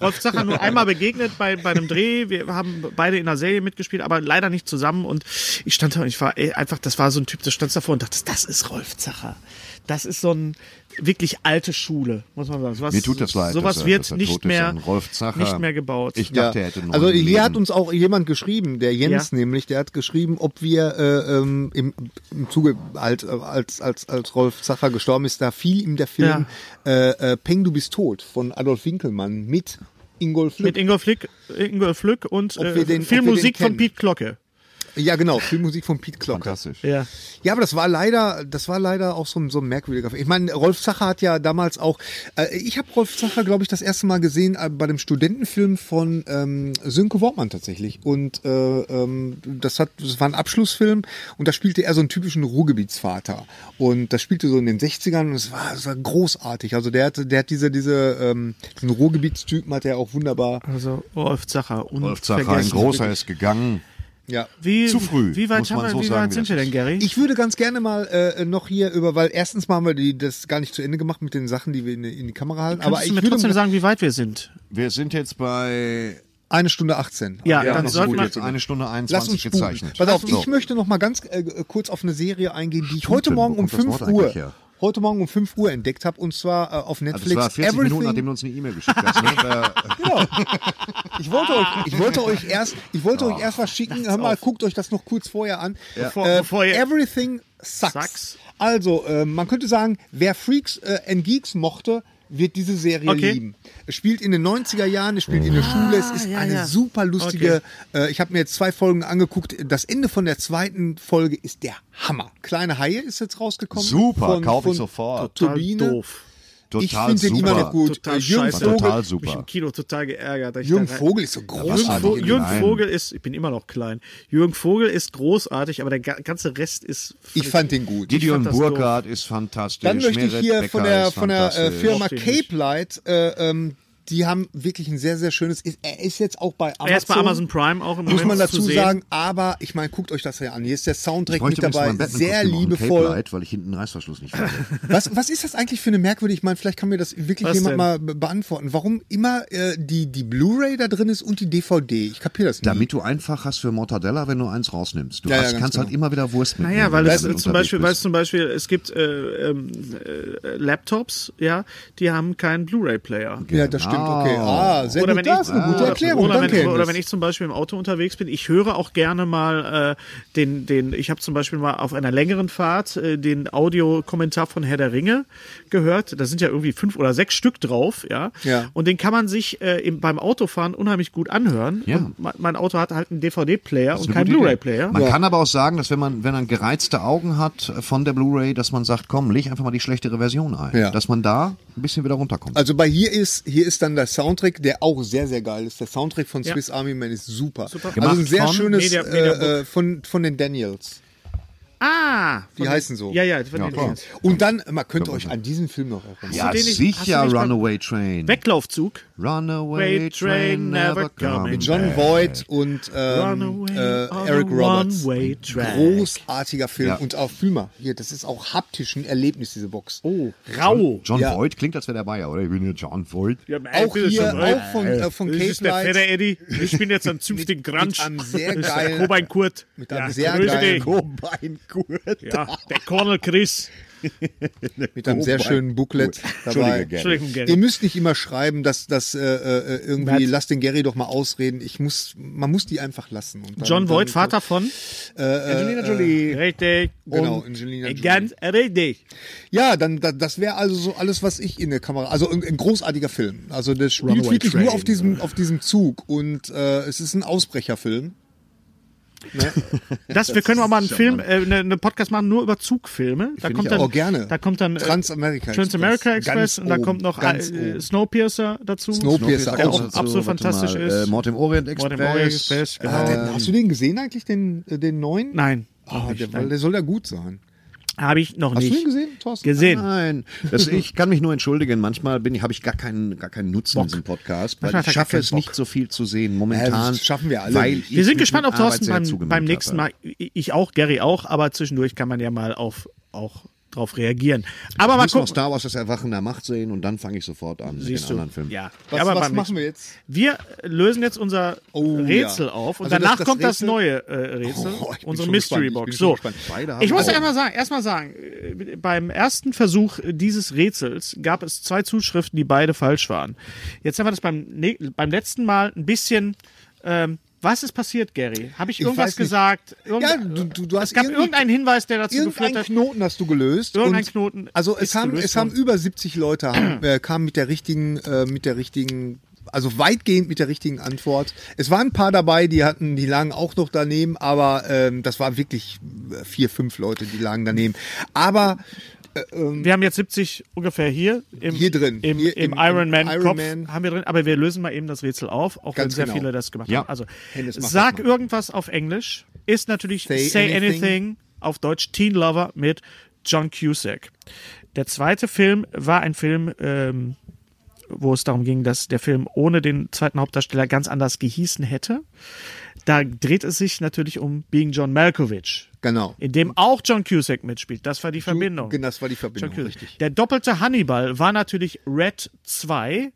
Rolf Zacher nur einmal begegnet bei, bei einem Dreh. Wir haben beide in einer Serie mitgespielt, aber leider nicht zusammen. Und ich stand da und ich war ey, einfach, das war so ein Typ, der stand davor und dachte, das ist Rolf Zacher. Das ist so ein wirklich alte Schule, muss man sagen. Sowas, Mir tut das leid, Sowas dass er- wird dass er tot nicht ist mehr, und Rolf Zacher- nicht mehr gebaut. Ich dachte, er hätte noch Also ein hier hat Leben. uns auch jemand geschrieben, der Jens Ja. nämlich, der hat geschrieben, ob wir äh, ähm, im, im Zuge, als, als, als, als Rolf Zacher gestorben ist, da fiel ihm der Film äh, äh, Peng, du bist tot von Adolf Winkelmann mit Ingolf Lück. mit Ingolf Lück, Ingolf Lück und Ob äh, wir den- viel ob wir den Musik von kennen. Piet Glocke. ja, genau, Filmmusik von Pete Klocker. Fantastisch. Ja. Ja, aber das war leider, das war leider auch so, ein- so ein merkwürdiger Film. Ich meine, Rolf Zacher hat ja damals auch, äh, ich habe Rolf Zacher, glaube ich, das erste Mal gesehen äh, bei dem Studentenfilm von ähm, Sönke Wortmann tatsächlich. Und äh, ähm, das, hat, das war ein Abschlussfilm und da spielte er so einen typischen Ruhrgebietsvater. Und das spielte so in den 60ern und es war, es war großartig. Also der hat, der hat diese, diese, ähm, diesen Ruhrgebietstypen hat er auch wunderbar. Also Rolf Zacher. Rolf Zacher, ein unvergessen. großer, ist gegangen. Ja. Wie, Zu früh, Wie weit, muss haben man wir, so wie sagen, weit wie sind das wir denn, ist. Gary? Ich würde ganz gerne mal äh, noch hier über, weil erstens mal haben wir die, das gar nicht zu Ende gemacht mit den Sachen, die wir in, in die Kamera halten. Aber Kannst ich du mir würde trotzdem sagen, wie weit wir sind? Wir sind jetzt bei eine Stunde 18. Ja, Ja, dann das ist sollten gut, wir. jetzt eine Stunde 21 Lass uns gezeichnet. gezeichnet. Pass auf, So. ich möchte noch mal ganz äh, äh, kurz auf eine Serie eingehen, die ich heute denn? Wo Morgen um kommt das 5 Wort eigentlich Uhr her? heute Morgen um 5 Uhr entdeckt habe und zwar äh, auf also Netflix es war 40 Minuten, Everything- nachdem du uns eine E-Mail geschickt *laughs* hast. Äh, Ne? Ich wollte euch, Ah. ich wollte euch erst, ich wollte Oh, euch erst was schicken. Hör mal, guckt euch das noch kurz vorher an. Bevor- Äh, bevor ihr- Everything sucks. Sucks. Also, äh, man könnte sagen, wer Freaks äh, and Geeks mochte, wird diese Serie Okay. lieben. Es spielt in den 90er Jahren, es spielt in Ah, der Schule, es ist ja, eine ja. super lustige, äh, ich habe mir jetzt zwei Folgen angeguckt, das Ende von der zweiten Folge ist der Hammer. Kleine Haie ist jetzt rausgekommen. Super, von, kauf ich von sofort. Turbine. doof. Ich Total finde den immer noch super. gut. Total Äh, Jürgen scheiße. Vogel, Total Mich im super. Kino total geärgert. dass ich Jürgen da rein- Vogel ist so Jürgen, großartig. Vo eigentlich Jürgen klein? Vogel ist, ich bin immer noch klein. Jürgen Vogel ist großartig, aber der ga- ganze Rest ist. Ich fand den gut. Gideon fand das doof. Burkhardt ist fantastisch. Dann möchte ich Meret hier Becker von der, ist von der äh, fantastisch. Firma Mochte ich nicht. Cape Light, äh, ähm, die haben wirklich ein sehr, sehr schönes. ist- Er ist jetzt auch bei Amazon. Er ist bei Amazon Prime auch im Muss Moment man dazu zu sehen. sagen, aber ich meine, guckt euch das ja an. Hier ist der Ich Soundtrack bräuchte mit übrigens mal dabei, ein Batman-Kostüm sehr auch, ein Cape liebevoll. Light, weil ich hinten einen Reißverschluss nicht finde. Was, was ist das eigentlich für eine merkwürdige? Ich meine, vielleicht kann mir das wirklich Was jemand denn? mal be- beantworten. Warum immer äh, die, die Blu-ray da drin ist und die DVD? Ich kapiere das nicht. Damit du einfach hast für Mortadella, wenn du eins rausnimmst. Du Ja, ja, hast, ganz kannst halt genau. immer wieder Wurst mitnehmen. Naja, weil wenn es du zum Beispiel, weil unterwegs es zum Beispiel, es gibt äh, ähm, äh, Laptops, ja, die haben keinen Blu-ray-Player. ja, das stimmt. genau. Okay. Ah, sehr Oder gut. wenn Das ist ich- eine gute oder- Erklärung. Oder, Danke. wenn, oder Hennes. wenn ich zum Beispiel im Auto unterwegs bin, ich höre auch gerne mal äh, den, den, ich habe zum Beispiel mal auf einer längeren Fahrt äh, den Audiokommentar von Herr der Ringe gehört. Da sind ja irgendwie fünf oder sechs Stück drauf, ja. Ja. Und den kann man sich äh, im, beim Autofahren unheimlich gut anhören. Ja. Und mein, mein Auto hat halt einen DVD-Player bist. und Das ist eine keinen gute Idee. Blu-ray-Player. Man kann aber auch sagen, dass wenn man, wenn man gereizte Augen hat äh, von der Blu-ray, dass man sagt, komm, leg einfach mal die schlechtere Version ein. Ja. Dass man da ein bisschen wieder runterkommt. Also bei hier ist, hier ist dann der Soundtrack, der auch sehr, sehr geil ist. Der Soundtrack von Swiss Army Man ist super. Also ein Gemacht sehr von schönes Media- Media äh, äh, von, von den Daniels. Ah! Die heißen so. Ja, ja, von Ja, den klar. Und dann, man könnte euch an diesen Film noch erinnern. ja, du den nicht- hast du sicher, nicht mal- Runaway Train. Weglaufzug. Runaway Train never coming. Mit John Voight und ähm, Runaway äh, on Eric a Roberts. one-way track. Großartiger Film. Ja. Und auch Filmer. Hier, das ist auch haptisch ein Erlebnis, diese Box. Oh, rau. John Ja. Voight klingt, als wäre der Bayer, oder? Ich bin hier John Voight. Auch hier, auch von, äh, von Das Cape ist der Light. Feder Eddie. Ich bin jetzt am zünftigen *laughs* Grunge. mit einem sehr Das ist der geilen- Kobein Kurt. Mit einem Ja, sehr grüß geilen dich. Oh Kobein-Gurt. Ja, der Cornel Chris. Mit Oh einem sehr schönen Booklet dabei. Entschuldigung, Gary. Ihr müsst nicht immer schreiben, dass das äh, äh, irgendwie lasst den Gary doch mal ausreden. Ich muss, man muss die einfach lassen. Und dann, John dann- Voight, Vater von? Angelina Jolie. Richtig. Äh, Genau, Und Angelina Jolie. Ganz richtig. Ja, dann da, das wäre also so alles, was ich in der Kamera. Also ein, ein großartiger Film. Also das spielt Runaway wirklich Train. nur auf diesem auf diesem Zug und äh, es ist ein Ausbrecherfilm. Das, wir können auch mal einen Film, äh, eine, eine Podcast machen, nur über Zugfilme. Da kommt ich dann, auch. Oh, gerne. Da kommt dann äh, Transamerika Transamerica Express. Express Ganz und da oben, kommt noch ganz äh, oben. Snowpiercer dazu. Snowpiercer der auch auch dazu. absolut Warte fantastisch mal, ist. Äh, Mord im Orient Express. Mord im Orient Express, genau. Ah, den, hast du den gesehen eigentlich den äh, den neuen? Nein. noch Ah, nicht, der, nein. weil der soll ja gut sein. Habe ich noch Hast nicht. du den gesehen, Thorsten? Gesehen. Nein, das, ich kann mich nur entschuldigen. Manchmal bin ich, habe ich gar keinen, gar keinen Nutzen in diesem Podcast, weil Manchmal hat er ich schaffe gar es keinen nicht so viel zu sehen Ja, momentan. das schaffen wir alle Weil nicht. ich Wir sind mich gespannt mit auf Arbeit Thorsten sehr beim, zugemüllt beim nächsten habe. Mal. Ich ich auch, Gary auch, aber zwischendurch kann man ja mal auf auch drauf reagieren. Aber mal muss noch gucken. Star Wars das Erwachen der Macht sehen und dann fange ich sofort an mit den Siehst du, anderen Filmen. ja. Was, ja, aber was beim machen wir nächsten- jetzt? Wir lösen jetzt unser ja. Rätsel auf und Also das- danach das kommt das Rätsel- neue äh, Rätsel, Oh, ich bin unsere schon Mystery gespannt, Box. ich bin schon So, gespannt. Beide haben ich muss auch- einmal sagen, erstmal sagen, äh, beim ersten Versuch äh, dieses Rätsels gab es zwei Zuschriften, die beide falsch waren. Jetzt haben wir das beim, ne beim letzten Mal ein bisschen. Ähm, was ist passiert, Gary? Habe ich, weiß irgendwas nicht. gesagt? Irgend Ja, du- du- du hast es gab irgendwie- irgendeinen Hinweis, der dazu geführt Irgendeinen hat. Knoten hast du gelöst. Irgendein und- Knoten Also es ist haben, gelöst es haben worden. über 70 Leute *clears throat* haben, äh, kamen mit der richtigen, äh, mit der richtigen, also weitgehend mit der richtigen Antwort. Es waren ein paar dabei, die hatten, die lagen auch noch daneben, aber ähm, das waren wirklich äh, vier, fünf Leute, die lagen daneben. Aber Wir haben jetzt 70 ungefähr hier im, Hier drin. im, Hier im, im- Iron im Man Iron Kopf Man. haben wir drin, aber wir lösen mal eben das Rätsel auf, auch Ganz wenn sehr genau. viele das gemacht Ja. haben. Also Hennes, mach sag das mal. irgendwas auf Englisch ist natürlich Say Say, Anything. anything. auf Deutsch Teen Lover mit John Cusack. Der zweite Film war ein Film, ähm, wo es darum ging, dass der Film ohne den zweiten Hauptdarsteller ganz anders gehießen hätte. Da dreht es sich natürlich um Being John Malkovich. genau. In dem auch John Cusack mitspielt. Das war die Verbindung. Genau, das war die John Verbindung, Cusack. richtig. Der doppelte Hannibal war natürlich Red 2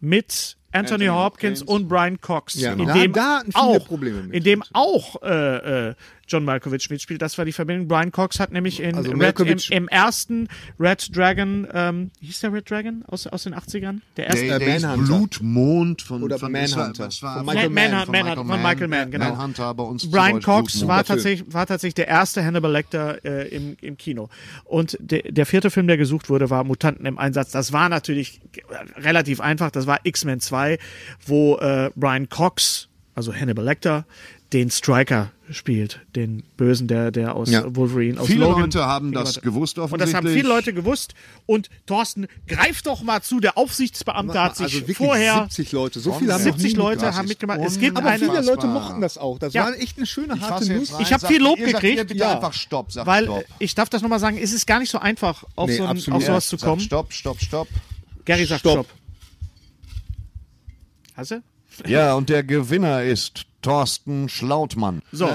mit Anthony, Hopkins, und Brian Cox. Ja, in da- dem da hatten viele auch, Probleme mit. In dem auch äh, äh, John Malkovich mitspielt. Das war die Verbindung. Brian Cox hat nämlich in Also Red, im, Malkovich- im ersten Red Dragon, ähm, hieß der Red Dragon aus, aus den 80ern? Der erste Der, der ist Manhunter. Blutmond von, Oder von Manhunter. Das war, Von von Michael Michael Mann, Mann, von Michael Mann, genau. Manhunter bei uns. zu Brian Deutsch Cox Blutmond. war tatsächlich, war tatsächlich der erste Hannibal Lecter äh, im, im Kino. Und de, der vierte Film, der gesucht wurde, war Mutanten im Einsatz. Das war natürlich g- relativ einfach. Das war X-Men 2, wo äh, Brian Cox, also Hannibal Lecter, den Striker spielt, den Bösen, der, der aus Ja. Wolverine, aus Viele Logan. Leute haben das gewusst Und das haben offensichtlich. viele Leute gewusst. Und Thorsten, greif doch mal zu, der Aufsichtsbeamte hat sich Also wirklich vorher 70 Leute, so viele haben noch 70 nie Leute mitgemacht. haben mitgemacht. Es un- gibt Aber Nein, eine viele das Leute war- mochten das auch. Das Ja. war echt eine schöne, Ich harte fasse jetzt Nuss. rein, Ich hab sagt- viel Lob ihr sagt gekriegt. hier Bitte Ja. einfach Stopp, sag Weil Stopp. ich darf das nochmal sagen, es ist gar nicht so einfach, auf, Nee, so ein, absolut. auf sowas zu Sagt kommen. Stopp, stopp, stopp. Gary sagt Stopp. Stopp. Hast du? Ja, und der Gewinner ist Thorsten Schlautmann. So.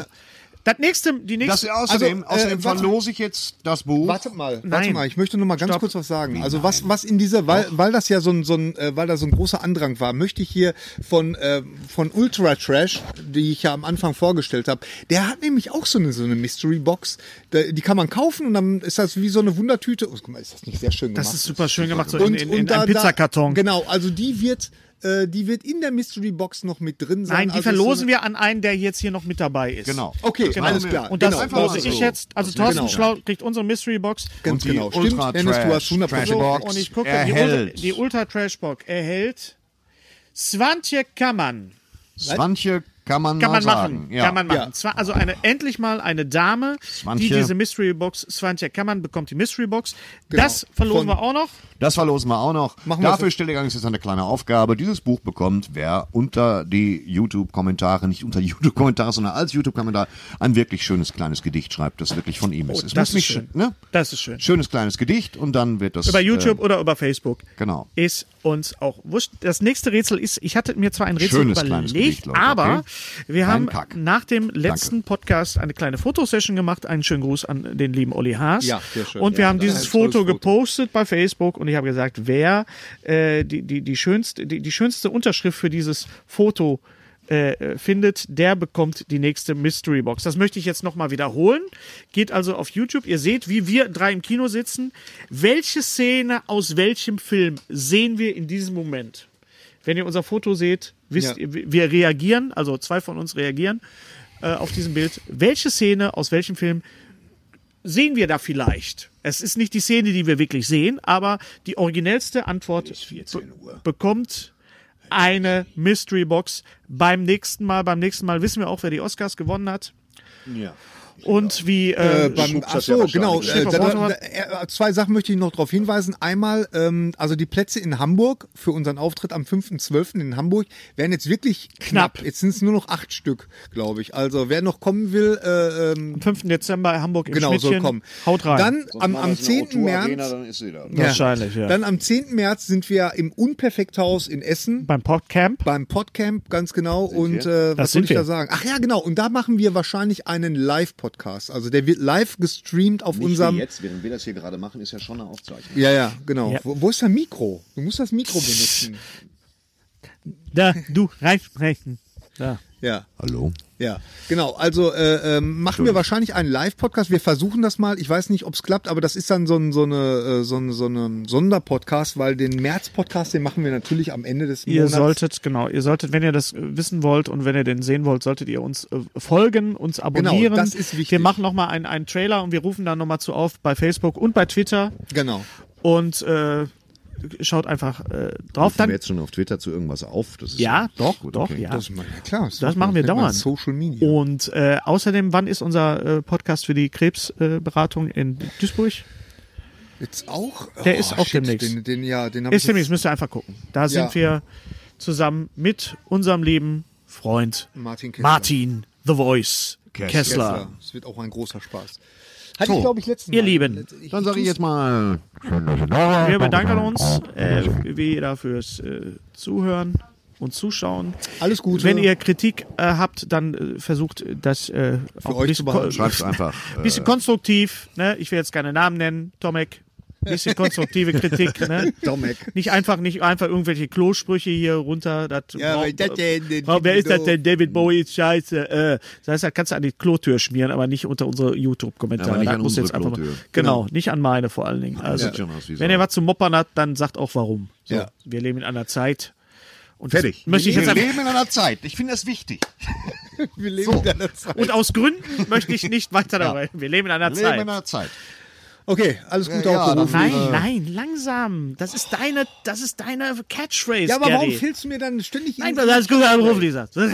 Das nächste, die Das, nächste. außerdem Also, äh, außerdem warte- verlose ich jetzt das Buch. Warte mal, warte Nein. mal, ich möchte nur mal ganz Stopp. kurz was sagen. Also was, was in dieser, weil, weil das ja so ein, so ein, äh, weil da so ein großer Andrang war, möchte ich hier von, äh, von Ultra Trash, die ich ja am Anfang vorgestellt habe, der hat nämlich auch so eine, so eine Mystery Box, da, die kann man kaufen und dann ist das wie so eine Wundertüte. Oh, guck mal, ist das nicht sehr schön gemacht? das ist super schön gemacht, so in, in, in einem Pizzakarton. Da, genau, also die wird, äh, die wird in der Mystery Box noch mit drin sein. Nein, die also verlosen so eine- wir an einen, der jetzt hier noch mit dabei ist. Genau. Okay, Das machen alles wir. klar. Und das Genau. Einfach lose mal so. ich jetzt. Also Das Thorsten machen wir. Schlau kriegt unsere Mystery Box. Und Ganz die genau, stimmt. Ultra Dennis, du hast Trash- 100 Trash- So, Box und ich gucke, die, Ultra- erhält. die Ultra Trash Box erhält Swantje Kammern. Manche kann man, Kann mal man machen. sagen. Ja. Kann man machen. Ja. Zwar, also eine, endlich mal eine Dame, Swantje. die diese Mystery Box, Swantje Kammern bekommt die Mystery Box. Das verlosen Von- wir auch noch. Das verlosen wir auch noch. Machen wir Dafür das- stelle ich uns jetzt eine kleine Aufgabe. Dieses Buch bekommt, wer unter die YouTube-Kommentare, nicht unter die YouTube-Kommentare, sondern als YouTube-Kommentar, ein wirklich schönes kleines Gedicht schreibt, das wirklich von ihm ist. Es Oh, das muss ist nicht- schön. Ne? Das ist schön. Schönes kleines Gedicht und dann wird das. Über YouTube Äh, oder über Facebook. genau. Ist uns auch wurscht. Das nächste Rätsel ist, ich hatte mir zwar ein Rätsel Schönes kleines überlegt, Gedicht, Leute, aber okay? wir Kein haben Kack. nach dem letzten Podcast eine kleine Fotosession gemacht. Einen schönen Gruß an den lieben Olli Haas. Ja, sehr schön. Und wir Ja, haben das dieses ist ein tolles Foto Foto. gepostet bei Facebook und ich habe gesagt, wer äh, die, die, die, schönste, die, die schönste Unterschrift für dieses Foto äh, findet, der bekommt die nächste Mystery Box. Das möchte ich jetzt nochmal wiederholen. Geht also auf YouTube. Ihr seht, wie wir drei im Kino sitzen. Welche Szene aus welchem Film sehen wir in diesem Moment? Wenn ihr unser Foto seht, Ja. wisst ihr, wir reagieren, also zwei von uns reagieren äh, auf diesem Bild. Welche Szene aus welchem Film sehen wir da vielleicht? Es ist nicht die Szene, die wir wirklich sehen, aber die originellste Antwort be bekommt eine Mystery Box beim nächsten Mal. Beim nächsten Mal wissen wir auch, wer die Oscars gewonnen hat. Und wie äh, Äh, beim, schubst ach das ja so, wahrscheinlich. genau. Äh, Stefan da, da, Rosenwald. äh, zwei Sachen möchte ich noch darauf hinweisen. Einmal, ähm, also die Plätze in Hamburg für unseren Auftritt am 5.12. in Hamburg werden jetzt wirklich knapp. Knapp. Jetzt sind es nur noch acht Stück, glaube ich. Also wer noch kommen will, äh, ähm, am 5. Dezember in Hamburg im genau, soll Schmidtchen. kommen. Haut rein. Dann Sonst am, mal am das in 10. der O2 Arena, März. dann ist sie da. Wahrscheinlich, ja. Dann am 10. März sind wir im Unperfekthaus in Essen. beim Podcamp. Beim Podcamp, ganz genau. und äh, was sind soll ich da wir. sagen? Ach ja, genau. Und da machen wir wahrscheinlich einen Live-Podcast. Podcast. Also der wird live gestreamt auf Nicht wie unserem. jetzt, während wir das hier gerade machen, ist ja schon eine Aufzeichnung. Ja, ja, genau. Ja. Wo, wo ist das Mikro? Du musst das Mikro benutzen. Da, du, reinsprechen. Da. Ja. Hallo? Ja, genau. Also äh, ähm, machen wir wahrscheinlich einen Live-Podcast. Wir versuchen das mal. Ich weiß nicht, ob es klappt, aber das ist dann so ein, so eine, äh, so ein, so ein Sonderpodcast, weil den März-Podcast, den machen wir natürlich am Ende des Ihr Monats. solltet, genau, ihr solltet, wenn ihr das äh, wissen wollt und wenn ihr den sehen wollt, solltet ihr uns äh, folgen, uns abonnieren. Genau, das ist wichtig. Wir machen nochmal einen, einen Trailer und wir rufen dann nochmal zu auf bei Facebook und bei Twitter Genau. und äh, schaut einfach äh, drauf. Dann wir Dann, jetzt schon auf Twitter zu irgendwas auf. Das ist ja, doch, Gut, doch, okay. ja. Das, ist mal, ja, klar, das, Das macht man- machen wir nennt man dauernd. Social Media. Und äh, außerdem, wann ist unser äh, Podcast für die Krebsberatung äh, Beratung in Duisburg? Jetzt auch. Oh, Der ist auch demnächst. Den, den, ja, den hab ich Ist demnächst, jetzt, müsst ihr einfach gucken. Da sind wir zusammen mit unserem lieben Freund Martin Kessler. Martin The Voice Kessler. Kessler. Es wird auch ein großer Spaß. Hatte ich, glaube ich, letzten Ihr Mal. Lieben, Dann sage ich jetzt mal. wir bedanken uns äh, wie jeder fürs äh, Zuhören und Zuschauen. Alles Gute. Wenn ihr Kritik äh, habt, dann äh, versucht das äh, auch euch zu bisschen, behalten. Schreib's einfach. Ein Äh, bisschen konstruktiv, ne? Ich will jetzt keine Namen nennen, Tomek. Ein bisschen konstruktive *laughs* Kritik, ne? Domek. Nicht einfach, nicht einfach irgendwelche Klosprüche hier runter. Das Ja, braucht- weil das denn- den braucht- wer ist das so- denn? David Bowie ist scheiße. Äh, das heißt, das kannst du an die Klotür schmieren, aber nicht unter unsere YouTube-Kommentare. Aber nicht Das an musst du unsere jetzt einfach mal- Klotür. Genau, nicht an meine vor allen Dingen. Also, sieht schon aus wie so. wenn ihr was zu moppern habt, dann sagt auch warum. So, Ja. Wir leben in einer Zeit. Und Fertig. das Möchte ich jetzt wir einfach, leben in einer Zeit. Ich finde das wichtig. Wir leben in einer Zeit. und aus Gründen möchte ich nicht weiter dabei. Wir leben in einer Wir leben Zeit. in einer Zeit. Okay, alles Gute Ja, auch dann- beruflich. Nein, nein, langsam. Das ist deine, das ist deine Catchphrase. Ja, aber warum Gary. fehlst du mir dann ständig Nein, in- das ist guter Anruf, Lisa. Meine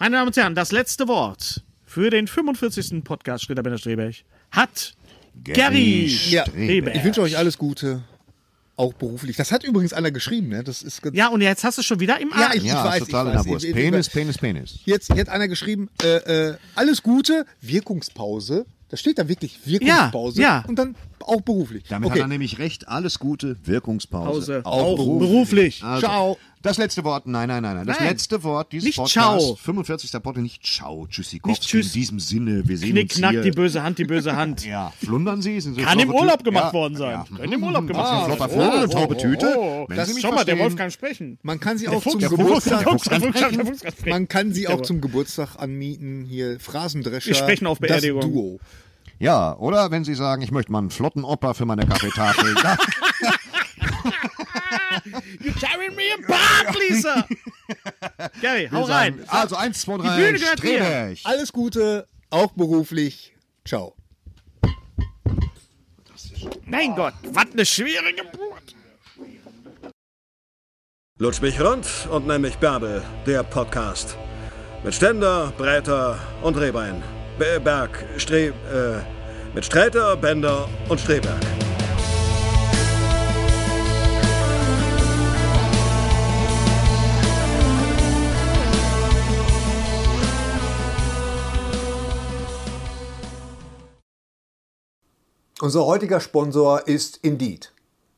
Damen und Herren, das letzte Wort für den 45. Podcast Schritter Strebech hat Gary Ja, Streber. Ich wünsche euch alles Gute, auch beruflich. Das hat übrigens einer geschrieben, ne? Das ist ganz- Ja, und jetzt hast du es schon wieder im Arsch. Ja, weiß, total ich in der weiß. Wurst. Ich- ich- Penis, Penis, Penis. Jetzt hier hat einer geschrieben, äh, äh, alles Gute, Wirkungspause. Da steht da wirklich Wirkungspause. Ja, ja. Und dann auch beruflich. Damit okay. hat er nämlich recht. Alles Gute, Wirkungspause. Pause. Auch beruflich. Also, Ciao. Das letzte Wort, nein, nein, nein, nein. Das Nein. letzte Wort dieses Nicht Podcasts, ciao. 45. Podcast, nicht ciao, tschüssikowski, Nicht tschüss. in diesem Sinne, wir sehen Knick, uns knack, hier. die böse Hand, die böse Hand. ja, flundern Sie, sind Sie Kann im flache Tü- Urlaub gemacht Ja, worden sein. Ja. Kann im Urlaub Ah, gemacht flopper worden Vogel, sein. taube Tüte. Wenn Das Sie mich schau mal, der verstehen. Wolf kann sprechen. man kann sie Der auch Fuchs, zum der Fuchs, der Geburtstag. Fuchs, der Fuchs, der Fuchs kann sprechen. Man kann sie Der auch Wolf. zum Geburtstag anmieten, hier Phrasendrescher. Wir sprechen auf Beerdigung. Das Duo. Ja, oder wenn Sie sagen, ich möchte mal einen flotten Opa für meine *laughs* Kaffeetafel. ja, You carry me apart, Lisa! Gary, hau wir rein. sagen, Also, eins, zwei, Die drei, Bühne gehört mir. Strebech. Alles Gute, auch beruflich. Ciao. Mein Gott, was eine schwere Geburt. Lutsch mich rund und nenn mich Bärbel, der Podcast. Mit Ständer, Breiter und Rehbein. Be- Berg, Stre... Äh, mit Sträter, Bender und Streberg. Unser heutiger Sponsor ist Indeed.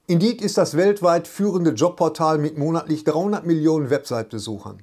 Indeed ist das weltweit führende Jobportal mit monatlich 300 Millionen Website-Besuchern.